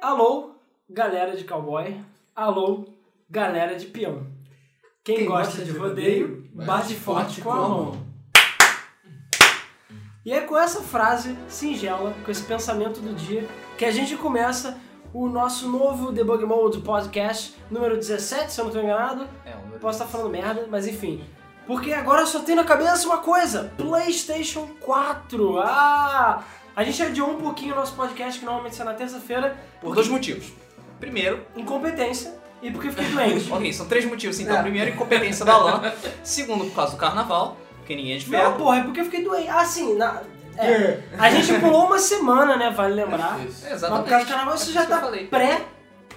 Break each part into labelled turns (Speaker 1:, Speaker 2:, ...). Speaker 1: Alô, galera de cowboy. Alô, galera de peão. Quem, gosta, de rodeio, bate, forte com a mão. E é com essa frase singela, com esse pensamento do dia, que a gente começa o nosso novo Debug Mode Podcast, número 17, se eu não estou enganado.
Speaker 2: É, um número
Speaker 1: Posso estar falando merda, mas enfim. Porque agora eu só tenho na cabeça uma coisa: PlayStation 4. Ah! A gente adiou um pouquinho o nosso podcast, que normalmente sai na terça-feira,
Speaker 2: Por dois motivos. Primeiro,
Speaker 1: incompetência e porque eu fiquei doente.
Speaker 2: ok, são três motivos então.
Speaker 1: É.
Speaker 2: Primeiro, incompetência da Alan. Segundo, por causa do carnaval, porque ninguém é de
Speaker 1: Não,
Speaker 2: ferro.
Speaker 1: porra, é porque eu fiquei doente. Ah, sim, na- é. a gente pulou uma semana, né? Vale lembrar.
Speaker 3: tá?
Speaker 4: Isso.
Speaker 1: Mas
Speaker 2: É,
Speaker 1: por
Speaker 2: Exatamente.
Speaker 1: causa do carnaval isso
Speaker 2: É
Speaker 1: já
Speaker 2: isso que eu
Speaker 1: tá
Speaker 2: falei.
Speaker 1: pré,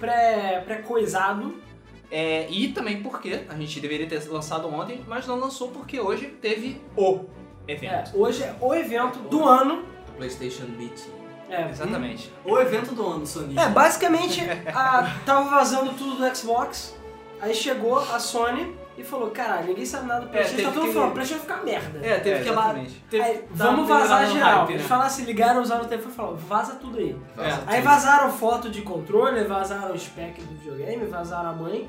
Speaker 1: pré, pré-coisado.
Speaker 2: É, e também porque a gente deveria ter lançado ontem, mas não lançou porque hoje teve o
Speaker 1: É,
Speaker 2: evento.
Speaker 1: hoje é o evento do ano.
Speaker 4: PlayStation Meeting.
Speaker 1: É,
Speaker 2: Exatamente.
Speaker 4: O evento do ano, Sony.
Speaker 1: É, basicamente, a- tava vazando tudo do Xbox, aí chegou a Sony e falou, caralho, ninguém sabe nada do Playstation,
Speaker 4: É, teve
Speaker 1: tá todo mundo
Speaker 4: que-
Speaker 1: falando, Playstation vai ficar merda.
Speaker 4: É, teve que ir lá.
Speaker 2: exatamente.
Speaker 4: teve
Speaker 1: Aí,
Speaker 4: que dar
Speaker 1: vamos
Speaker 4: uma
Speaker 1: vazar
Speaker 3: um
Speaker 4: melhorada no
Speaker 1: geral.
Speaker 4: hype, né?
Speaker 1: Eles falaram, se ligaram, usaram o telefone e falaram, vaza tudo aí.
Speaker 2: É.
Speaker 4: Vaza
Speaker 1: Aí
Speaker 4: tudo.
Speaker 1: vazaram foto de controle, vazaram o spec do videogame, vazaram a mãe.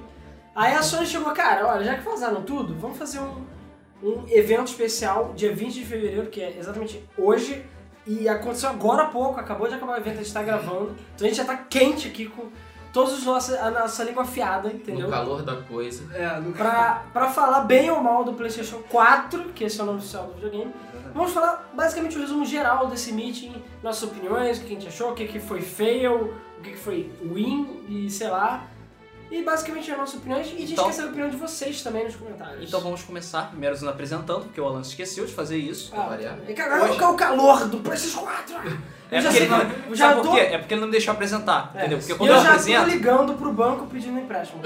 Speaker 1: Aí a Sony chegou, cara, olha, já que vazaram tudo, vamos fazer um, um evento especial dia 20 de fevereiro, que é exatamente hoje. E aconteceu agora há pouco, acabou de acabar o evento, a gente tá gravando. Então a gente já tá quente aqui com todos os nossos, a nossa língua afiada, entendeu?
Speaker 3: No calor da coisa.
Speaker 4: É, no...
Speaker 1: Pra, pra falar bem ou mal do PlayStation 4, que esse é o nome oficial do videogame,
Speaker 2: Uhum.
Speaker 1: vamos falar basicamente o resumo geral desse meeting, nossas opiniões, o que a gente achou, o que, que foi fail, o que, que foi win e sei lá. E basicamente as nossas opiniões, e a gente
Speaker 2: Então-
Speaker 1: quer saber a opinião de vocês também nos comentários.
Speaker 2: Então vamos começar primeiro nos apresentando, porque o Alan esqueceu de fazer isso.
Speaker 1: Ah,
Speaker 3: variar.
Speaker 1: é que agora é o calor do PlayStation 4!
Speaker 2: É
Speaker 1: Eu já
Speaker 2: porque, ele
Speaker 1: sei-
Speaker 2: não,
Speaker 1: eu já
Speaker 2: sabe
Speaker 1: tô-
Speaker 2: por quê? É porque ele não me deixou apresentar,
Speaker 1: É.
Speaker 2: entendeu? Porque
Speaker 1: E
Speaker 2: quando eu,
Speaker 1: eu já tô
Speaker 2: apresento.
Speaker 1: ligando pro banco pedindo empréstimo.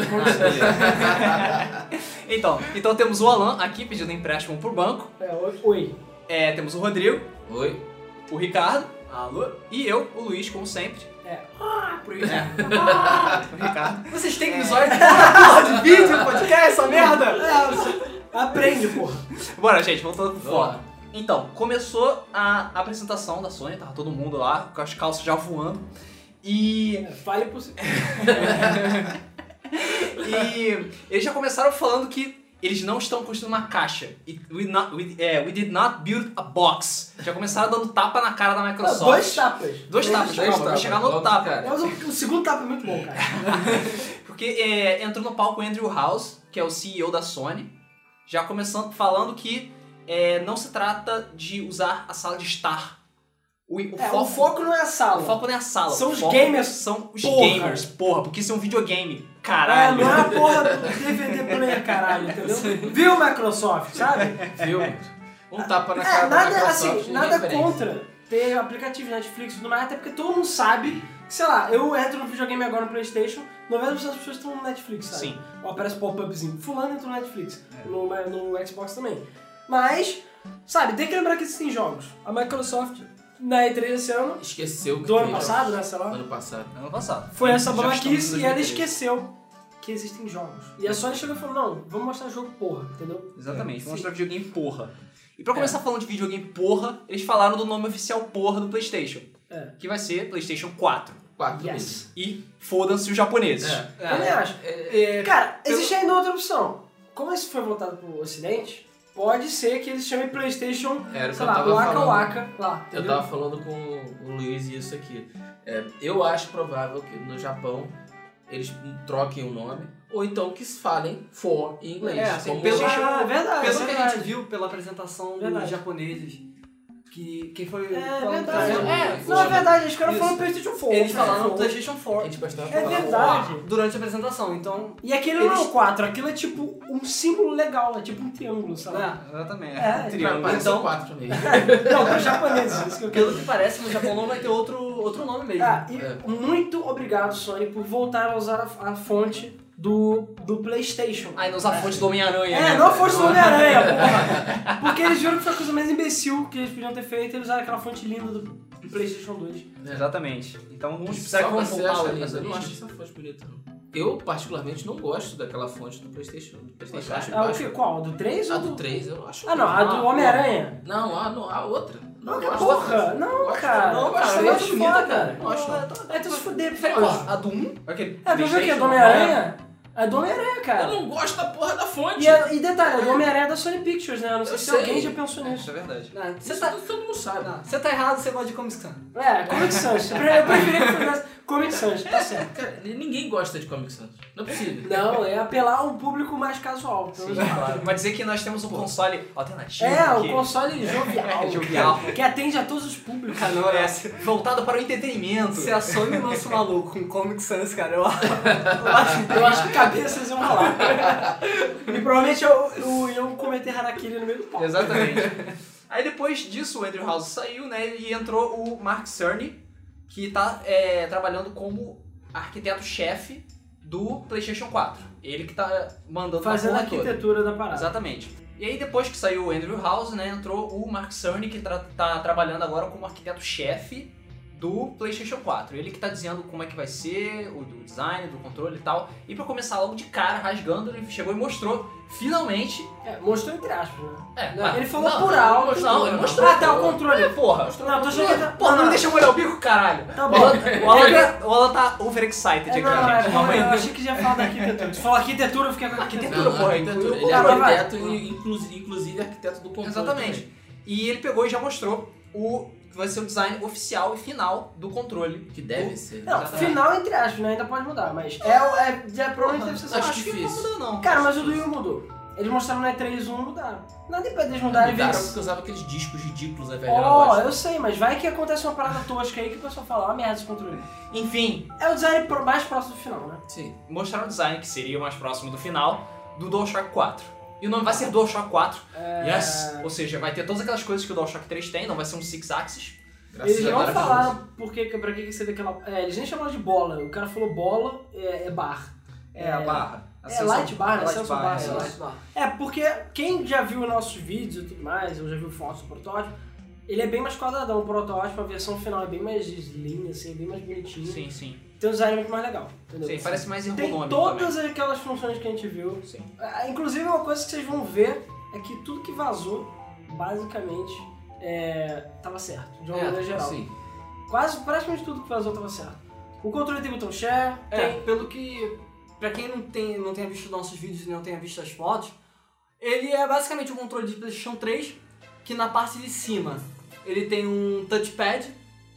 Speaker 2: Então, então temos o Alan aqui pedindo empréstimo pro banco.
Speaker 1: É, oi- Oi.
Speaker 2: É, temos o Rodrigo,
Speaker 3: Oi?
Speaker 2: o Ricardo. Alô? E eu, o Luiz, como sempre.
Speaker 1: É.
Speaker 2: Pro é. o Ricardo.
Speaker 4: Vocês têm que me zoar de porra de vídeo, podcast, essa merda!
Speaker 1: É, aprende, porra.
Speaker 2: Bora, gente, voltando pro
Speaker 3: Vamos
Speaker 2: foco. Então, começou a apresentação da Sony, tava todo mundo lá, com as calças já voando. E,
Speaker 1: Fale por
Speaker 2: É
Speaker 1: si.
Speaker 2: e eles já começaram falando que eles não estão construindo uma caixa. It- We, not- we- é, we did not build a box. Já começaram dando tapa na cara da Microsoft.
Speaker 1: Dois tapas.
Speaker 2: Dois
Speaker 3: Dois
Speaker 2: tapas, calma, vou
Speaker 3: tapas,
Speaker 2: chegar no
Speaker 3: logo,
Speaker 2: tapa.
Speaker 3: cara.
Speaker 1: Mas o, o segundo tapa é muito bom, cara.
Speaker 2: Porque é, entrou no palco o Andrew House, que é o CEO da Sony, já começando falando que é, não se trata de usar a sala de estar. O, o
Speaker 1: É,
Speaker 2: foco,
Speaker 1: o foco não é a sala.
Speaker 2: o foco não é a sala.
Speaker 1: São
Speaker 2: o
Speaker 1: os
Speaker 2: foco
Speaker 1: gamers,
Speaker 2: São os
Speaker 1: porra.
Speaker 2: gamers, porra, porque isso é um videogame.
Speaker 1: É,
Speaker 2: Caralho.
Speaker 1: não é a porra do DVD player, caralho, entendeu? Viu, Microsoft, sabe?
Speaker 3: Viu? Um tapa na cara
Speaker 1: É,
Speaker 3: da
Speaker 1: nada,
Speaker 3: Microsoft,
Speaker 1: assim,
Speaker 3: ninguém
Speaker 1: nada
Speaker 3: merece.
Speaker 1: contra ter aplicativo Netflix e tudo mais, até porque todo mundo sabe que, sei lá, eu entro no videogame agora no Playstation, 90% das pessoas estão no Netflix, sabe?
Speaker 2: Sim.
Speaker 1: Ou aparece pop-upzinho. Fulano entrou no Netflix. No, né, no Xbox também. Mas, sabe, tem que lembrar que existem jogos. A Microsoft, na E3 esse ano,
Speaker 3: Esqueceu que
Speaker 1: do ano
Speaker 3: tem, ó.
Speaker 1: passado, né, sei lá.
Speaker 3: Ano passado.
Speaker 2: Ano passado.
Speaker 1: Foi essa
Speaker 2: Já
Speaker 1: babaquice
Speaker 2: estamos em
Speaker 1: e ela
Speaker 2: 2013.
Speaker 1: esqueceu que existem jogos. E a Sony chegou e falou, não, vamos mostrar jogo porra, entendeu?
Speaker 2: Exatamente, vamos
Speaker 1: Sim. É.
Speaker 2: mostrar videogame porra. E pra começar falando de videogame porra, eles falaram do nome oficial porra do PlayStation,
Speaker 1: É.
Speaker 2: que vai ser PlayStation 4.
Speaker 3: Quatro meses.
Speaker 1: Yes.
Speaker 2: E fodam-se os japoneses.
Speaker 3: É.
Speaker 1: Também acho.
Speaker 4: É,
Speaker 1: Cara,
Speaker 4: pelo-
Speaker 1: existe ainda outra opção. Como esse foi voltado pro ocidente, pode ser que eles chamem Playstation,
Speaker 3: Era o que
Speaker 1: sei
Speaker 3: eu
Speaker 1: lá,
Speaker 3: tava
Speaker 1: Waka
Speaker 3: falando.
Speaker 1: Waka lá.
Speaker 3: Eu
Speaker 1: entendeu?
Speaker 3: tava falando com o Luiz isso aqui. É, eu acho provável que no Japão eles troquem o nome. Ou então que se falem for em inglês.
Speaker 4: É, assim,
Speaker 3: como
Speaker 4: pelo-
Speaker 1: Ah, verdade,
Speaker 4: pelo que a
Speaker 1: verdade.
Speaker 4: gente viu pela apresentação
Speaker 1: Verdade.
Speaker 4: dos japoneses, que quem foi...
Speaker 1: É
Speaker 4: falando-
Speaker 1: verdade.
Speaker 4: trazendo-
Speaker 1: É,
Speaker 3: o-
Speaker 1: não, é verdade, os caras
Speaker 4: né? Isso.
Speaker 1: falam Playstation 4.
Speaker 4: Eles falaram
Speaker 1: Four.
Speaker 4: PlayStation
Speaker 3: a
Speaker 4: 4
Speaker 3: gente gostava de
Speaker 1: É
Speaker 3: falar
Speaker 1: verdade.
Speaker 4: durante a apresentação, então...
Speaker 1: E aquele não é o 4, aquilo é tipo um símbolo legal, é tipo um triângulo, sabe?
Speaker 4: né,
Speaker 2: Exatamente.
Speaker 1: É,
Speaker 2: Triângulo.
Speaker 3: Parece
Speaker 4: Então-
Speaker 3: quatro mesmo.
Speaker 1: Não, para os japoneses, isso que eu quero
Speaker 4: Pelo que parece, no Japão não vai ter outro, outro nome mesmo.
Speaker 1: Ah, e
Speaker 3: É.
Speaker 1: muito obrigado, Sony, por voltar a usar a, a fonte do, do PlayStation.
Speaker 2: Ai, não usa a fonte do Homem-Aranha.
Speaker 1: É,
Speaker 2: né?
Speaker 1: não a fonte do Homem-Aranha, porra. Porque eles viram que foi a coisa mais imbecil que eles podiam ter feito e eles usaram aquela fonte linda do PlayStation 2.
Speaker 2: Exatamente. Então
Speaker 4: Tipo,
Speaker 2: vamos precisar
Speaker 3: Será
Speaker 2: que vamos voltar ao
Speaker 3: Eu não acho
Speaker 2: originalista.
Speaker 3: essa fonte bonita, não. Eu, particularmente, não gosto daquela fonte do PlayStation. Do PlayStation eu acho
Speaker 1: Ah, o
Speaker 3: baixo.
Speaker 1: que, qual? A do 3
Speaker 3: A
Speaker 1: ou
Speaker 3: do 3 eu não acho.
Speaker 1: Ah, não, a
Speaker 3: horrível.
Speaker 1: do Homem-Aranha.
Speaker 3: Não, a, não, a outra. Não
Speaker 1: Porra,
Speaker 3: gosto.
Speaker 1: não,
Speaker 3: gosto,
Speaker 1: cara.
Speaker 3: Não,
Speaker 1: Isso
Speaker 3: cara.
Speaker 1: é
Speaker 3: Eu
Speaker 1: muito
Speaker 3: acho bonita,
Speaker 1: foda.
Speaker 3: cara. Não acho. não.
Speaker 1: Vai tu É, então se fuder,
Speaker 2: Peraí,
Speaker 1: porra.
Speaker 2: ó, a do 1? Aquele
Speaker 1: É, pra ver o que?
Speaker 2: PlayStation,
Speaker 1: Do Homem-Aranha? É do Homem-Aranha,
Speaker 3: Eu
Speaker 1: cara.
Speaker 3: não gosto da porra da fonte.
Speaker 1: E, é- e detalhe, é do Homem-Aranha da Sony Pictures, né? Eu não sei
Speaker 3: Eu
Speaker 1: se
Speaker 3: sei.
Speaker 1: alguém já pensou
Speaker 2: né? É,
Speaker 1: nisso.
Speaker 2: Isso é verdade.
Speaker 1: Não,
Speaker 3: Você
Speaker 1: Você
Speaker 3: tá...
Speaker 1: tá.
Speaker 3: Todo mundo sabe.
Speaker 5: Você tá errado, você gosta de Comic Sans.
Speaker 1: É, Comic Sans. Eu preferia que fosse Comic Sans, tá certo.
Speaker 3: Cara, ninguém gosta de Comic Sans. Não é possível.
Speaker 1: Não, é apelar a um público mais casual. pelo menos.
Speaker 2: Vai dizer que nós temos um console alternativo
Speaker 1: É,
Speaker 2: aqui,
Speaker 1: o console jovial.
Speaker 2: É, jovial. Ah,
Speaker 1: cara, Que atende a todos os públicos.
Speaker 5: Cara, não é assim.
Speaker 2: voltado para o entretenimento.
Speaker 5: Se a Sony lança um maluco com Comic Sans, cara, eu, eu acho
Speaker 1: Eu acho que cabeças iam rolar. E provavelmente eu, eu, eu cometer harakiri no meio do palco.
Speaker 2: Exatamente. Aí depois disso, o Andrew House saiu, né? E entrou o Mark Cerny, que tá é, trabalhando como arquiteto-chefe do PlayStation 4. Ele que tá mandando pra
Speaker 1: Fazendo a
Speaker 2: porra toda.
Speaker 1: arquitetura da parada.
Speaker 2: Exatamente. E aí depois que saiu o Andrew House, né, entrou o Mark Cerny, que tra- tá trabalhando agora como arquiteto-chefe do PlayStation 4. Ele que tá dizendo como é que vai ser, o do design, do controle e tal. E pra começar logo de cara, rasgando, ele chegou e mostrou, finalmente...
Speaker 1: É, mostrou entre aspas, né?
Speaker 2: É,
Speaker 1: Não,
Speaker 2: ah,
Speaker 1: ele falou
Speaker 2: não,
Speaker 1: por
Speaker 2: não,
Speaker 1: alto.
Speaker 2: Não, ele mostrou.
Speaker 1: Ah, tá, o controle.
Speaker 2: É, porra.
Speaker 1: Não, eu tô chegando.
Speaker 2: Porra, não deixa eu molhar o bico, caralho.
Speaker 1: Tá
Speaker 2: O
Speaker 1: bom.
Speaker 2: Alan- O Alan, o Alan tá overexcited
Speaker 1: É,
Speaker 2: aqui,
Speaker 1: não, é,
Speaker 2: gente.
Speaker 1: não,
Speaker 2: Calma aí.
Speaker 1: eu achei que já falou da arquitetura. Se falou arquitetura, eu fiquei com
Speaker 2: Arquitetura,
Speaker 3: Não, não,
Speaker 2: porra.
Speaker 3: arquitetura.
Speaker 2: o-
Speaker 3: Ele é
Speaker 1: Ah, vai,
Speaker 3: arquiteto e inclusive, inclusive arquiteto do controle.
Speaker 2: Exatamente.
Speaker 3: também.
Speaker 2: E ele pegou e já mostrou o que vai ser o design oficial e final do controle.
Speaker 3: Que deve ser.
Speaker 1: Não, final entre aspas, né? Ainda pode mudar, mas é, o- é, já provavelmente deve ser
Speaker 3: Acho
Speaker 1: só-
Speaker 5: então
Speaker 2: que
Speaker 3: difícil.
Speaker 2: não muda, não.
Speaker 1: Cara, mas o do Will mudou. Eles mostraram na E3 1 mudaram. Nada impede eles mudarem
Speaker 3: Mudaram
Speaker 1: eles-
Speaker 3: porque usava aqueles discos ridículos, né, velho? Era
Speaker 1: Ó,
Speaker 3: ótimo.
Speaker 1: eu sei, mas vai que acontece uma parada tosca aí que o pessoal fala, ah, merda esse controle.
Speaker 2: Enfim,
Speaker 1: É o design pro- mais próximo do final, né?
Speaker 3: Sim.
Speaker 2: mostraram o design que seria o mais próximo do final do DualShock 4. E o nome
Speaker 5: Ah.
Speaker 2: vai ser DualShock 4.
Speaker 5: É.
Speaker 2: Yes! Ou seja, vai ter todas aquelas coisas que o DualShock 3 tem, não vai ser um Six Axis.
Speaker 3: Graças
Speaker 1: Eles
Speaker 3: a
Speaker 1: não
Speaker 3: Deus.
Speaker 1: falaram por que, pra que que seria aquela... É, eles nem chamaram de bola. O cara falou bola, é, é bar.
Speaker 5: É, a barra. A
Speaker 1: É
Speaker 5: sensação-
Speaker 1: light bar, né?
Speaker 5: light
Speaker 1: Senso
Speaker 5: bar,
Speaker 1: bar,
Speaker 5: é
Speaker 1: sei lá.
Speaker 5: light bar.
Speaker 1: É, porque quem já viu nossos vídeos e tudo mais, ou já viu fotos do protótipo, ele é bem mais quadradão, o protótipo, a versão final é bem mais lean, assim, bem mais bonitinho.
Speaker 2: Sim, sim.
Speaker 1: Tem um design muito mais legal, entendeu?
Speaker 2: Sim, parece mais
Speaker 1: Tem
Speaker 2: ergonômico
Speaker 1: todas aquelas funções que a gente viu,
Speaker 2: também. Sim.
Speaker 1: Ah, Inclusive, uma coisa que vocês vão ver é que tudo que vazou, basicamente, é, tava certo, de uma maneira geral.
Speaker 3: Sim.
Speaker 1: Quase, praticamente tudo que vazou tava certo. O controle tem botão share,
Speaker 5: É,
Speaker 1: tem...
Speaker 5: pelo que. Pra quem não, tem, não tenha visto nossos vídeos e não tenha visto as fotos, ele é basicamente um controle de PlayStation 3 que na parte de cima ele tem um touchpad,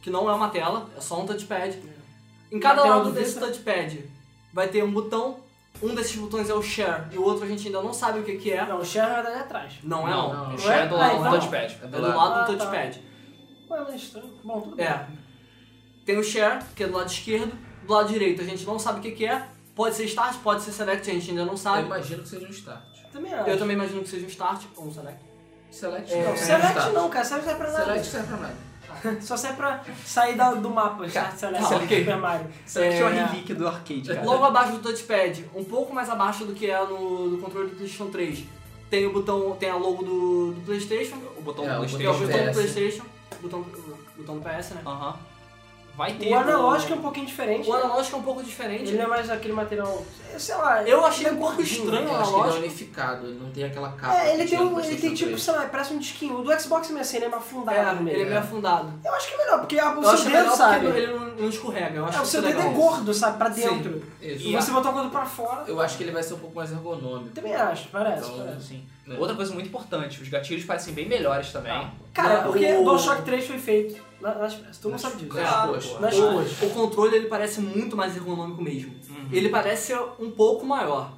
Speaker 5: que não é uma tela, é só um touchpad. Em cada
Speaker 1: É. tela
Speaker 5: lado
Speaker 1: do
Speaker 5: desse
Speaker 1: Vista.
Speaker 5: touchpad vai ter um botão, um desses botões é o share e o outro a gente ainda não sabe o que, que é.
Speaker 1: Não, o share na verdade é atrás.
Speaker 5: Não é
Speaker 2: Não,
Speaker 5: não.
Speaker 2: não.
Speaker 3: não.
Speaker 2: O Um Shadow
Speaker 1: Ah,
Speaker 2: lá no
Speaker 1: então.
Speaker 2: touchpad.
Speaker 3: É
Speaker 5: É
Speaker 3: do
Speaker 5: do
Speaker 3: lado.
Speaker 5: lado
Speaker 1: Ah,
Speaker 5: do
Speaker 1: tá.
Speaker 5: touchpad.
Speaker 1: Ué, mas é estranho. Bom, tudo bem.
Speaker 5: É. Tem o share, que é do lado esquerdo. Do lado direito a gente não sabe o que, que é. Pode ser start, pode ser select, a gente ainda não
Speaker 3: Eu
Speaker 5: sabe.
Speaker 3: imagino que seja um start.
Speaker 1: Também acho.
Speaker 5: Eu também imagino que seja um start ou um select.
Speaker 3: Select
Speaker 5: É,
Speaker 3: não.
Speaker 1: Não,
Speaker 3: é
Speaker 1: select
Speaker 3: um
Speaker 1: não, cara. Select serve pra
Speaker 3: start.
Speaker 1: nada.
Speaker 3: Select serve pra nada.
Speaker 1: Só serve pra sair da- do mapa, Start Select,
Speaker 5: tá,
Speaker 1: Select
Speaker 5: ok.
Speaker 1: Super Mario.
Speaker 2: Isso aqui é uma
Speaker 5: É.
Speaker 2: relíquia do arcade, cara.
Speaker 5: Logo abaixo do touchpad, um pouco mais abaixo do que é no, no controle do PlayStation 3, tem o botão, tem a logo do, do PlayStation,
Speaker 2: O botão
Speaker 3: É, o
Speaker 2: do
Speaker 5: que é
Speaker 2: PlayStation.
Speaker 5: o
Speaker 3: do
Speaker 5: botão do
Speaker 3: PS.
Speaker 5: PlayStation, botão, botão do PS,
Speaker 1: Ah.
Speaker 5: né?
Speaker 2: Aham. Vai ter.
Speaker 1: O analógico é um pouquinho diferente.
Speaker 5: O analógico é um pouco diferente.
Speaker 1: Ele não é mais aquele material... Sei lá...
Speaker 5: Eu achei
Speaker 1: ele é
Speaker 5: um pouco
Speaker 1: gordinho.
Speaker 5: estranho.
Speaker 3: Eu
Speaker 5: é
Speaker 3: acho que ele é
Speaker 5: lógico.
Speaker 3: unificado, ele não tem aquela capa.
Speaker 1: É, ele
Speaker 3: que
Speaker 1: tem,
Speaker 3: tinha no
Speaker 1: um, ele tem
Speaker 3: PlayStation
Speaker 1: tipo,
Speaker 3: 3.
Speaker 1: sei lá, parece um disquinho. O do Xbox mesmo assim, ele é mais
Speaker 5: É,
Speaker 1: afundado no meio.
Speaker 5: ele é meio afundado.
Speaker 1: Eu acho que é melhor, porque a- o
Speaker 5: Eu acho
Speaker 1: seu
Speaker 5: melhor
Speaker 1: dedo, sabe?
Speaker 5: porque ele não, não escorrega. Eu acho
Speaker 1: É, o seu
Speaker 5: isso
Speaker 1: dedo é
Speaker 5: legal.
Speaker 1: gordo, sabe? Pra dentro.
Speaker 3: Isso.
Speaker 1: E você botar o dedo pra fora.
Speaker 3: Eu acho que ele vai ser um pouco mais ergonômico.
Speaker 1: Também acho, parece.
Speaker 3: Então,
Speaker 1: parece.
Speaker 2: Sim.
Speaker 3: É.
Speaker 2: assim. Outra coisa muito importante, os gatilhos parecem bem melhores também.
Speaker 1: Cara,
Speaker 5: Não,
Speaker 1: porque
Speaker 5: o-
Speaker 1: o DualShock 3 foi feito na- nas pressas. Todo mundo sabe disso.
Speaker 3: Nas
Speaker 5: Claro,
Speaker 3: coxas.
Speaker 2: pô.
Speaker 1: Nas
Speaker 5: O-
Speaker 1: ruas.
Speaker 5: O controle ele parece muito mais ergonômico mesmo.
Speaker 2: Uhum.
Speaker 5: Ele parece ser um pouco maior.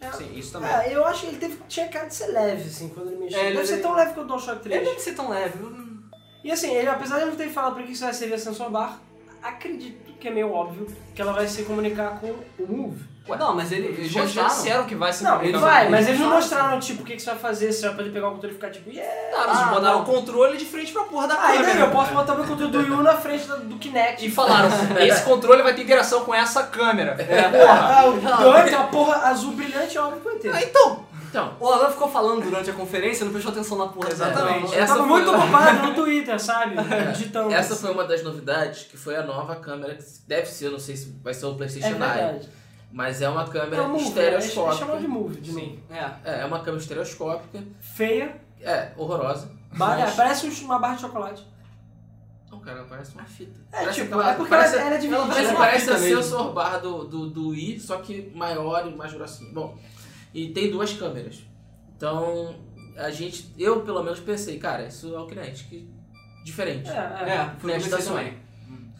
Speaker 1: É.
Speaker 2: Sim, isso também.
Speaker 1: É, eu acho que ele teve, tinha cara de ser leve, assim, quando ele mexeu.
Speaker 5: É,
Speaker 1: Deve
Speaker 5: ele-
Speaker 1: ser tão leve que o DualShock
Speaker 5: Ele
Speaker 1: 3.
Speaker 5: deve ser tão leve. hum.
Speaker 1: E assim, ele, apesar de não ter falado pra que isso vai servir a sensor bar, acredito que é meio óbvio que ela vai se comunicar com o Move.
Speaker 5: Não, mas ele, eles
Speaker 2: Eles já, já
Speaker 5: mostraram.
Speaker 2: disseram que vai um se
Speaker 1: Não,
Speaker 2: comunicar
Speaker 1: vai,
Speaker 2: com
Speaker 1: mas
Speaker 2: eles.
Speaker 1: eles não
Speaker 5: falam,
Speaker 1: mostraram, tipo, o que, que você vai fazer, você vai poder pegar o controle e ficar tipo, yeah!
Speaker 2: Tá, mas
Speaker 5: Ah,
Speaker 2: botaram
Speaker 5: não.
Speaker 2: o controle de frente pra porra da
Speaker 1: Aí Tá,
Speaker 2: câmera.
Speaker 1: daí, eu posso botar meu controle do Yu na frente do, do Kinect.
Speaker 2: E falaram,
Speaker 1: É
Speaker 2: esse controle vai ter interação com essa câmera.
Speaker 1: Ah,
Speaker 2: Porra!
Speaker 1: o Dante, uma porra azul brilhante, é óbvio que vai ter.
Speaker 2: Ah, então,
Speaker 3: Então,
Speaker 5: O Alan ficou falando durante a conferência, não prestou atenção na porra.
Speaker 3: Exatamente.
Speaker 5: dela.
Speaker 1: tá Eu
Speaker 3: essa
Speaker 1: tava
Speaker 3: foi
Speaker 1: muito
Speaker 3: uma-
Speaker 1: ocupado no Twitter, sabe? Digitando.
Speaker 3: essa foi uma das novidades, que foi a nova câmera, que deve ser, não sei se vai ser o
Speaker 1: é
Speaker 3: PlayStation 9,
Speaker 1: verdade.
Speaker 3: mas é uma
Speaker 1: É
Speaker 3: câmera
Speaker 1: um move, né? Eles eles chamam de
Speaker 3: estereoscópica.
Speaker 1: move, de mim.
Speaker 5: É.
Speaker 3: É, é uma câmera estereoscópica,
Speaker 1: Feia.
Speaker 3: é, horrorosa.
Speaker 1: Ba-
Speaker 3: Mas-
Speaker 1: é, parece um- uma barra de chocolate.
Speaker 3: Não, Então, cara, parece uma fita.
Speaker 1: É,
Speaker 3: Parece
Speaker 1: tipo,
Speaker 3: aquela-
Speaker 1: é porque
Speaker 3: parece-
Speaker 1: ela, ela é dividida.
Speaker 3: Ela parece,
Speaker 1: né?
Speaker 3: parece
Speaker 5: fita
Speaker 3: a
Speaker 5: mesmo.
Speaker 3: sensor bar do, do, do Wii, só que maior e mais grossinho. Bom, e tem duas câmeras. Então, a gente, eu pelo menos pensei, cara, isso é o Kinetic diferente.
Speaker 1: É, é.
Speaker 5: É,
Speaker 3: Nesta
Speaker 5: foi o que eu pensei
Speaker 3: Sony.
Speaker 5: também.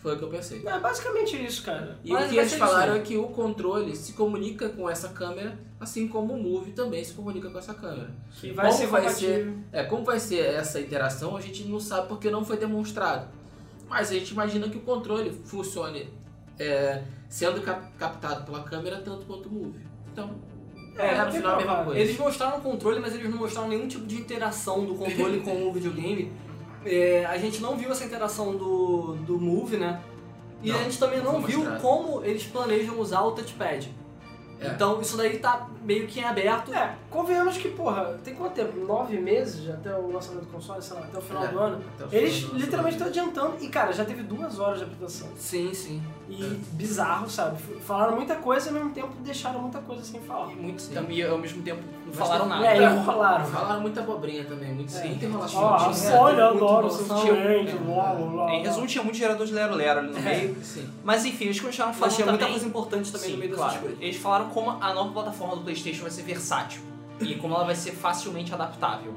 Speaker 3: Foi o que eu pensei.
Speaker 1: Não, É basicamente isso, cara.
Speaker 3: E
Speaker 5: Mas
Speaker 3: o que
Speaker 5: vai
Speaker 3: eles
Speaker 5: ser
Speaker 3: falaram
Speaker 5: isso,
Speaker 3: é que o controle se comunica com essa câmera, assim como o Move também se comunica com essa câmera.
Speaker 1: Que vai
Speaker 3: Como
Speaker 1: ser
Speaker 3: vai
Speaker 1: compatível.
Speaker 3: É, como vai ser essa interação, a gente não sabe porque não foi demonstrado. Mas a gente imagina que o controle funcione é, sendo cap- captado pela câmera tanto quanto o Move. Então,
Speaker 1: É,
Speaker 3: é,
Speaker 1: é
Speaker 3: no final a
Speaker 1: bem
Speaker 3: mesma
Speaker 1: provável.
Speaker 3: coisa.
Speaker 5: Eles mostraram o controle, mas eles não mostraram nenhum tipo de interação do controle com o videogame. É, a gente não viu essa interação do, do Move, né? E
Speaker 3: Não,
Speaker 5: a gente também
Speaker 3: não
Speaker 5: não
Speaker 3: foi
Speaker 5: viu
Speaker 3: mostrado.
Speaker 5: como eles planejam usar o touchpad.
Speaker 3: É.
Speaker 5: Então isso daí tá meio que em aberto.
Speaker 1: É, convenhamos que, porra, tem quanto tempo? Nove meses até o lançamento do console, sei lá, até o final
Speaker 3: É.
Speaker 1: do ano.
Speaker 3: Até o final
Speaker 1: Eles
Speaker 3: do nosso
Speaker 1: literalmente estão
Speaker 3: vídeo.
Speaker 1: adiantando. E, cara, já teve duas horas de apresentação.
Speaker 5: Sim, sim.
Speaker 3: É.
Speaker 1: E bizarro, sabe? F- Falaram muita coisa e ao mesmo tempo deixaram muita coisa sem falar.
Speaker 2: E muito
Speaker 3: Sim.
Speaker 2: também, ao mesmo tempo, não
Speaker 3: Mas
Speaker 2: falaram
Speaker 3: tem-
Speaker 2: nada.
Speaker 1: É, enrolaram.
Speaker 3: Falaram muita abobrinha também, muito
Speaker 1: É.
Speaker 3: sem muita enrolação.
Speaker 1: Ó,
Speaker 3: Muito
Speaker 1: olha, eu
Speaker 3: é muito
Speaker 1: adoro o
Speaker 3: enrolação.
Speaker 1: seu cliente, lol, lol.
Speaker 2: Em resumo, tinha muito gerador de lero-lero
Speaker 1: É.
Speaker 2: ali no meio.
Speaker 3: Sim.
Speaker 2: Mas enfim, eles continuaram
Speaker 5: Mas
Speaker 2: falando
Speaker 5: tinha muita
Speaker 2: também...
Speaker 5: coisa importante também
Speaker 2: Sim,
Speaker 5: no meio dessas
Speaker 2: claro.
Speaker 5: coisas.
Speaker 2: Eles falaram como a nova plataforma do PlayStation vai ser versátil e como ela vai ser facilmente adaptável.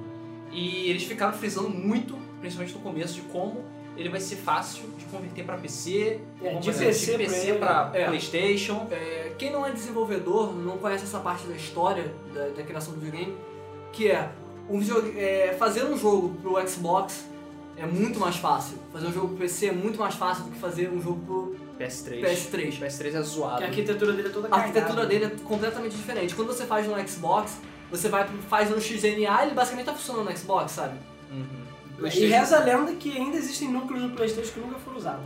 Speaker 2: E eles ficaram frisando muito, principalmente no começo, de como ele vai ser fácil de converter pra PC,
Speaker 1: É,
Speaker 2: como
Speaker 1: de
Speaker 2: vai ser
Speaker 1: PC pra
Speaker 2: de PC
Speaker 1: ele,
Speaker 2: pra
Speaker 5: é.
Speaker 2: PlayStation.
Speaker 5: É, Quem não é desenvolvedor não conhece essa parte da história da, da criação do videogame, que é, um video- é, fazer um jogo pro Xbox é muito mais fácil. Fazer um jogo pro PC é muito mais fácil do que fazer um jogo pro
Speaker 2: PS3.
Speaker 5: PS3.
Speaker 2: PS3 é zoado.
Speaker 1: Que a arquitetura dele é toda
Speaker 5: A
Speaker 1: cagada.
Speaker 5: arquitetura dele é completamente diferente. Quando você faz no Xbox, você vai pro- faz no XNA, ele basicamente tá funcionando no Xbox, sabe?
Speaker 2: Uhum.
Speaker 1: E reza a lenda que ainda existem núcleos do Playstation que nunca foram usados.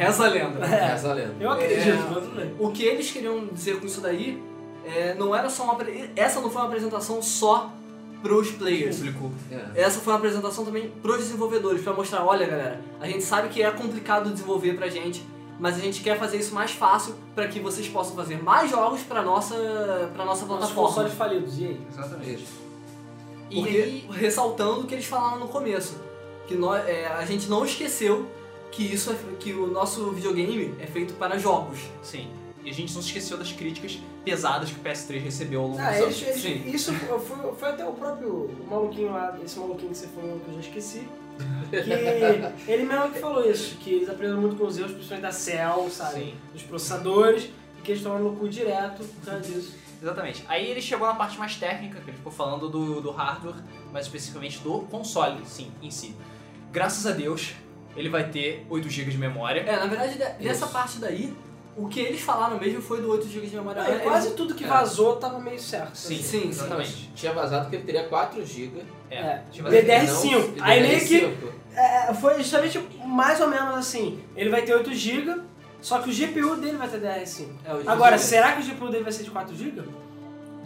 Speaker 5: Essa é a lenda.
Speaker 3: Essa lenda. É.
Speaker 1: Eu acredito, mas tudo bem.
Speaker 5: O que eles queriam dizer com isso daí é, não era só uma. apre- Essa não foi uma apresentação só pros players.
Speaker 2: público.
Speaker 3: É.
Speaker 5: Essa foi uma apresentação também pros desenvolvedores, pra mostrar, olha galera, a gente sabe que é complicado desenvolver pra gente, mas a gente quer fazer isso mais fácil pra que vocês possam fazer mais jogos pra nossa, pra
Speaker 1: Nossos
Speaker 5: nossa plataforma.
Speaker 1: consoles falidos, e aí?
Speaker 3: Exatamente.
Speaker 5: E
Speaker 2: Porque-
Speaker 5: aí, ressaltando o que eles falaram no começo, que nós, é, a gente não esqueceu que isso é, que o nosso videogame é feito para jogos.
Speaker 2: Sim. E a gente não se esqueceu das críticas pesadas que o PS3 recebeu ao longo
Speaker 1: Ah,
Speaker 2: dos
Speaker 1: eles,
Speaker 2: anos.
Speaker 1: eles-
Speaker 5: Sim.
Speaker 1: isso foi, foi até o próprio maluquinho lá, esse maluquinho que você falou que eu já esqueci. Que ele mesmo é que falou isso, que eles aprenderam muito com os erros, principalmente da Cell, sabe?
Speaker 2: Sim.
Speaker 1: Dos processadores, e que eles tomaram no cu direto por causa disso.
Speaker 2: Exatamente. Aí ele chegou na parte mais técnica, que ele ficou falando do, do hardware, mais especificamente do console, sim, em si. Graças a Deus, ele vai ter 8 GB de memória.
Speaker 5: É, na verdade, de- dessa parte daí, o que eles falaram mesmo foi do 8 GB de memória.
Speaker 1: Não, e
Speaker 5: Eles-
Speaker 1: quase tudo que
Speaker 3: é.
Speaker 1: vazou tava meio certo.
Speaker 5: Sim,
Speaker 1: assim.
Speaker 5: sim,
Speaker 2: Exatamente.
Speaker 3: Tinha vazado que ele teria 4 GB.
Speaker 2: É.
Speaker 1: É.
Speaker 2: Deixa eu
Speaker 3: Tipo assim,
Speaker 2: ver.
Speaker 1: DDR5. Aí meio que
Speaker 3: que...
Speaker 1: É, foi justamente mais ou menos assim. Ele vai ter 8 GB, só que o GPU dele vai ter DR5.
Speaker 5: É, o
Speaker 1: Agora,
Speaker 5: GPU.
Speaker 1: será que o GPU dele vai ser de 4 GB?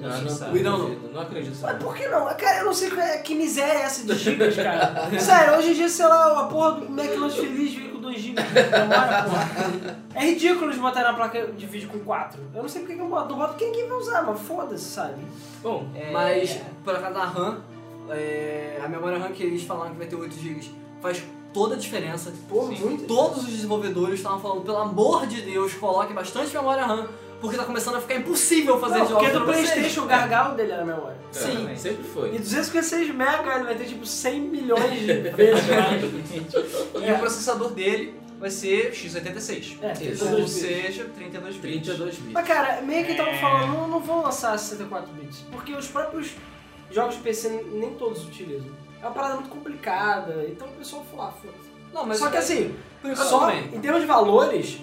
Speaker 3: Não, não,
Speaker 2: Sabe.
Speaker 3: não, acredito, não acredito.
Speaker 1: Mas por que não? Cara, eu não sei que, que miséria é essa de gigas, cara. Sério, hoje em dia, sei lá, a porra do McLanche Feliz vem com 2 gigas de memória, porra. É ridículo eles botarem na placa de vídeo com 4. Eu não sei porque que eu boto. Não boto quem ninguém vai usar, mas foda-se, sabe?
Speaker 3: Bom,
Speaker 5: É,
Speaker 1: É.
Speaker 5: Mas, por causa da RAM, é, a memória RAM que eles falaram que vai ter 8 GB faz toda a diferença.
Speaker 1: Pô,
Speaker 2: Sim.
Speaker 1: muito.
Speaker 5: Todos os desenvolvedores estavam falando, pelo amor de Deus, coloque bastante memória RAM, porque tá começando a ficar impossível fazer
Speaker 1: Não,
Speaker 5: jogos
Speaker 1: porque é do
Speaker 5: pra vocês.
Speaker 1: Playstation o gargalo dele era a memória.
Speaker 5: Sim.
Speaker 3: é, sempre
Speaker 1: E
Speaker 3: foi.
Speaker 1: 256 mega ele vai ter tipo 100 milhões de vezes mais.
Speaker 2: E
Speaker 5: é.
Speaker 2: o processador dele vai ser x86.
Speaker 1: É,
Speaker 3: Isso.
Speaker 1: 32
Speaker 2: Ou
Speaker 1: bits.
Speaker 2: seja, 32 bits.
Speaker 3: 32 bits.
Speaker 1: Mas cara, meio que estavam
Speaker 2: É.
Speaker 1: falando, não, não vão lançar 64 bits, porque os próprios jogos de PC n- nem todos utilizam. É uma parada muito complicada, então o pessoal falou, ah, foda-se.
Speaker 5: Não, mas
Speaker 1: Só que assim,
Speaker 5: enquanto
Speaker 1: só,
Speaker 5: também.
Speaker 1: em termos de valores,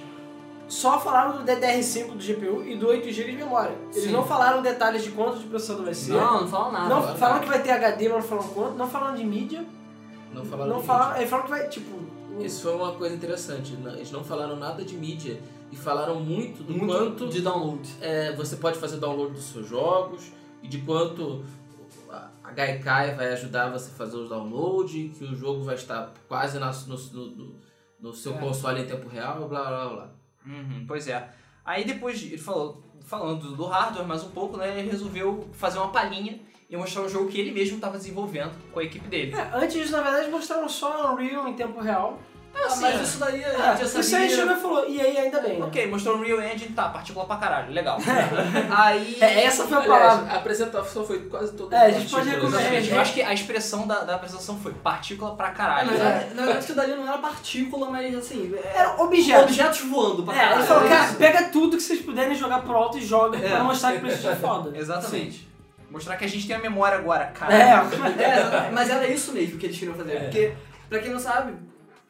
Speaker 1: só falaram do DDR5 do GPU e do 8 GB de memória. Eles
Speaker 5: Sim.
Speaker 1: não falaram detalhes de quanto de processador vai ser.
Speaker 5: Não, não falam nada.
Speaker 1: Não,
Speaker 3: falaram
Speaker 1: falaram
Speaker 3: nada.
Speaker 1: que vai ter HD, mas não falaram quanto. Não falaram de mídia.
Speaker 3: Não
Speaker 1: Não,
Speaker 3: falaram de
Speaker 1: falaram. Eles falaram que vai, tipo. um-
Speaker 3: mídia. Isso foi uma coisa interessante. não- Eles não falaram nada de mídia e falaram muito do quanto
Speaker 5: de download.
Speaker 3: é, você pode fazer download dos seus jogos e de quanto a a Gaikai vai ajudar você a fazer os downloads, que o jogo vai estar quase na- no, no- no- no seu console em tempo real, blá blá blá.
Speaker 2: Uhum, pois é. Aí depois de- ele falou, falando do hardware mais um pouco, né? Ele resolveu fazer uma palhinha e mostrar um jogo que ele mesmo estava desenvolvendo com a equipe dele.
Speaker 1: É, antes, na verdade, mostraram só Unreal em tempo real.
Speaker 5: Ah, mas isso daí a
Speaker 1: Ah,
Speaker 5: gente já
Speaker 1: isso aí
Speaker 5: sabia.
Speaker 1: chegou e falou, e aí ainda
Speaker 5: É.
Speaker 1: bem. né?
Speaker 2: Ok, mostrou o Real Engine, tá, partícula pra caralho, legal. Aí.
Speaker 1: É, essa foi a
Speaker 3: Aliás,
Speaker 1: palavra.
Speaker 3: a apresentação foi quase toda.
Speaker 1: É, a gente pode
Speaker 3: partículas.
Speaker 1: recomendar.
Speaker 2: Exatamente. Eu acho que a expressão da, da apresentação foi partícula pra
Speaker 5: Ah,
Speaker 1: É,
Speaker 2: caralho.
Speaker 5: mas na- na verdade, isso daí não era partícula, mas assim. é-
Speaker 1: Era um objeto.
Speaker 5: Objetos voando pra
Speaker 1: É,
Speaker 5: caralho.
Speaker 1: eles falaram,
Speaker 5: É
Speaker 1: cara,
Speaker 5: isso.
Speaker 1: pega tudo que vocês puderem jogar pro alto e joga pra mostrar que precisa de foda.
Speaker 2: Exatamente. Mostrar que a gente tem a memória agora, cara.
Speaker 1: É,
Speaker 5: É, mas era isso mesmo que eles queriam fazer. Porque, pra quem não sabe,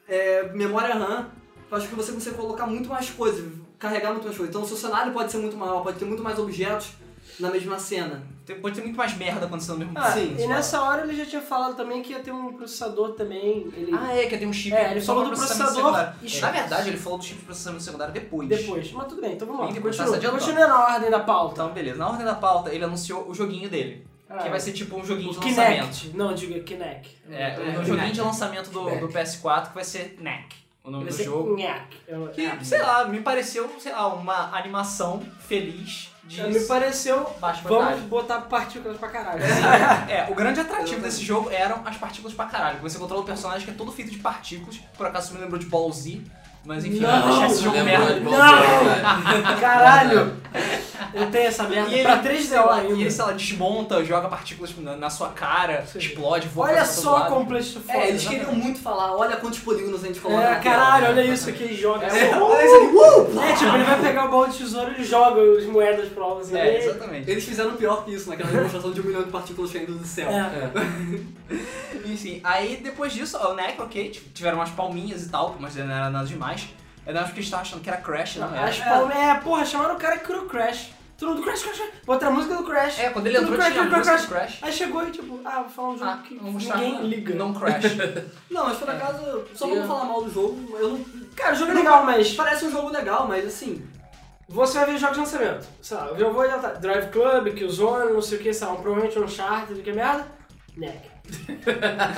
Speaker 5: é, memória RAM faz com que você consiga colocar muito mais coisas, carregar muito mais coisas. Então o seu cenário pode ser muito maior, pode ter muito mais objetos na mesma cena.
Speaker 2: Tem- Pode ter muito mais merda acontecendo no mesmo
Speaker 1: Ah,
Speaker 5: Sim,
Speaker 1: e nessa hora ele já tinha falado também que ia ter um processador também. Ele...
Speaker 2: Ah, é, que tem um chip.
Speaker 1: É, ele
Speaker 2: só
Speaker 1: falou
Speaker 2: pra
Speaker 1: do
Speaker 2: processamento
Speaker 1: processador
Speaker 2: secundário.
Speaker 1: e-
Speaker 2: Na verdade, ele falou do chip de processamento secundário depois.
Speaker 1: Depois. Mas tudo bem, então vamos lá.
Speaker 2: Tem que começar a se
Speaker 1: Continua,
Speaker 2: adiantar.
Speaker 1: continua na ordem da pauta.
Speaker 2: Então, beleza. Na ordem da pauta, ele anunciou o joguinho dele.
Speaker 1: Ah,
Speaker 2: que vai ser tipo um joguinho de lançamento.
Speaker 1: Kinect. Não, diga Kinect.
Speaker 2: É,
Speaker 5: É,
Speaker 2: um joguinho de lançamento do,
Speaker 1: Kinect.
Speaker 2: do PS4 que vai ser Knack, o nome
Speaker 1: Vai
Speaker 2: do
Speaker 1: ser Ah,
Speaker 2: jogo.
Speaker 1: Kinect. Eu- é.
Speaker 2: Que, sei lá, me pareceu, sei lá, uma animação feliz de
Speaker 1: É, Me pareceu...
Speaker 2: baixa
Speaker 1: Vamos
Speaker 2: qualidade.
Speaker 1: botar partículas pra caralho.
Speaker 2: É, o grande atrativo desse jogo eram as partículas pra caralho. Você controla o personagem que é todo feito de partículas. Por acaso isso me lembrou de Ball Z, mas enfim,
Speaker 1: Não,
Speaker 2: deixar esse jogo
Speaker 3: Lembra
Speaker 2: um merda.
Speaker 3: de é Bom é.
Speaker 1: Não!
Speaker 3: Dia, cara?
Speaker 1: Caralho! Eu tenho essa merda
Speaker 2: E ele,
Speaker 1: pra
Speaker 2: sei lá,
Speaker 1: 3DO
Speaker 2: E ele,
Speaker 1: ainda.
Speaker 2: sei lá, desmonta, joga partículas na, na sua cara,
Speaker 1: Sim.
Speaker 2: explode, voa pra
Speaker 1: Olha
Speaker 2: todo
Speaker 1: só
Speaker 2: lado.
Speaker 1: como complexo foda.
Speaker 5: É, eles queriam muito falar, olha quantos polígonos a gente coloca.
Speaker 1: né? É,
Speaker 5: na tela.
Speaker 1: caralho, olha isso que ele joga.
Speaker 5: É,
Speaker 1: Pô,
Speaker 5: olha isso aqui, uh!
Speaker 1: É, tipo, ele vai pegar o balde de tesouro e joga as moedas pro alto assim.
Speaker 2: É,
Speaker 1: e-
Speaker 2: exatamente.
Speaker 5: Eles fizeram pior que isso naquela demonstração de um milhão de partículas caindo do céu.
Speaker 1: É.
Speaker 2: Enfim, aí depois disso, o Neck, ok, tipo, tiveram umas palminhas e tal, mas não era nada demais. Eu não acho que eles estavam achando que era Crash, não era.
Speaker 1: As palmas- é, porra, chamaram o cara que criou o Crash. Todo mundo Crash, Crash, Crash. Botaram a música do Crash.
Speaker 2: É, quando ele
Speaker 1: Tudo
Speaker 2: entrou
Speaker 1: Crash,
Speaker 2: tinha a
Speaker 1: Crash,
Speaker 2: música do Crash.
Speaker 1: Aí chegou e tipo, ah, vou falar um jogo
Speaker 2: Ah,
Speaker 1: que
Speaker 2: vamos mostrar
Speaker 1: ninguém liga.
Speaker 2: Não Crash.
Speaker 5: Não, mas por acaso, só pra não
Speaker 3: Eu-
Speaker 5: falar mal do jogo, eu não.
Speaker 1: Cara, o jogo é legal, mas
Speaker 5: Parece um jogo legal, mas assim.
Speaker 1: você vai ver jogos de lançamento. Sei lá, eu vou adiantar. Drive Club, Killzone, não sei o que, sei lá, um provavelmente Uncharted, que é merda. Neck.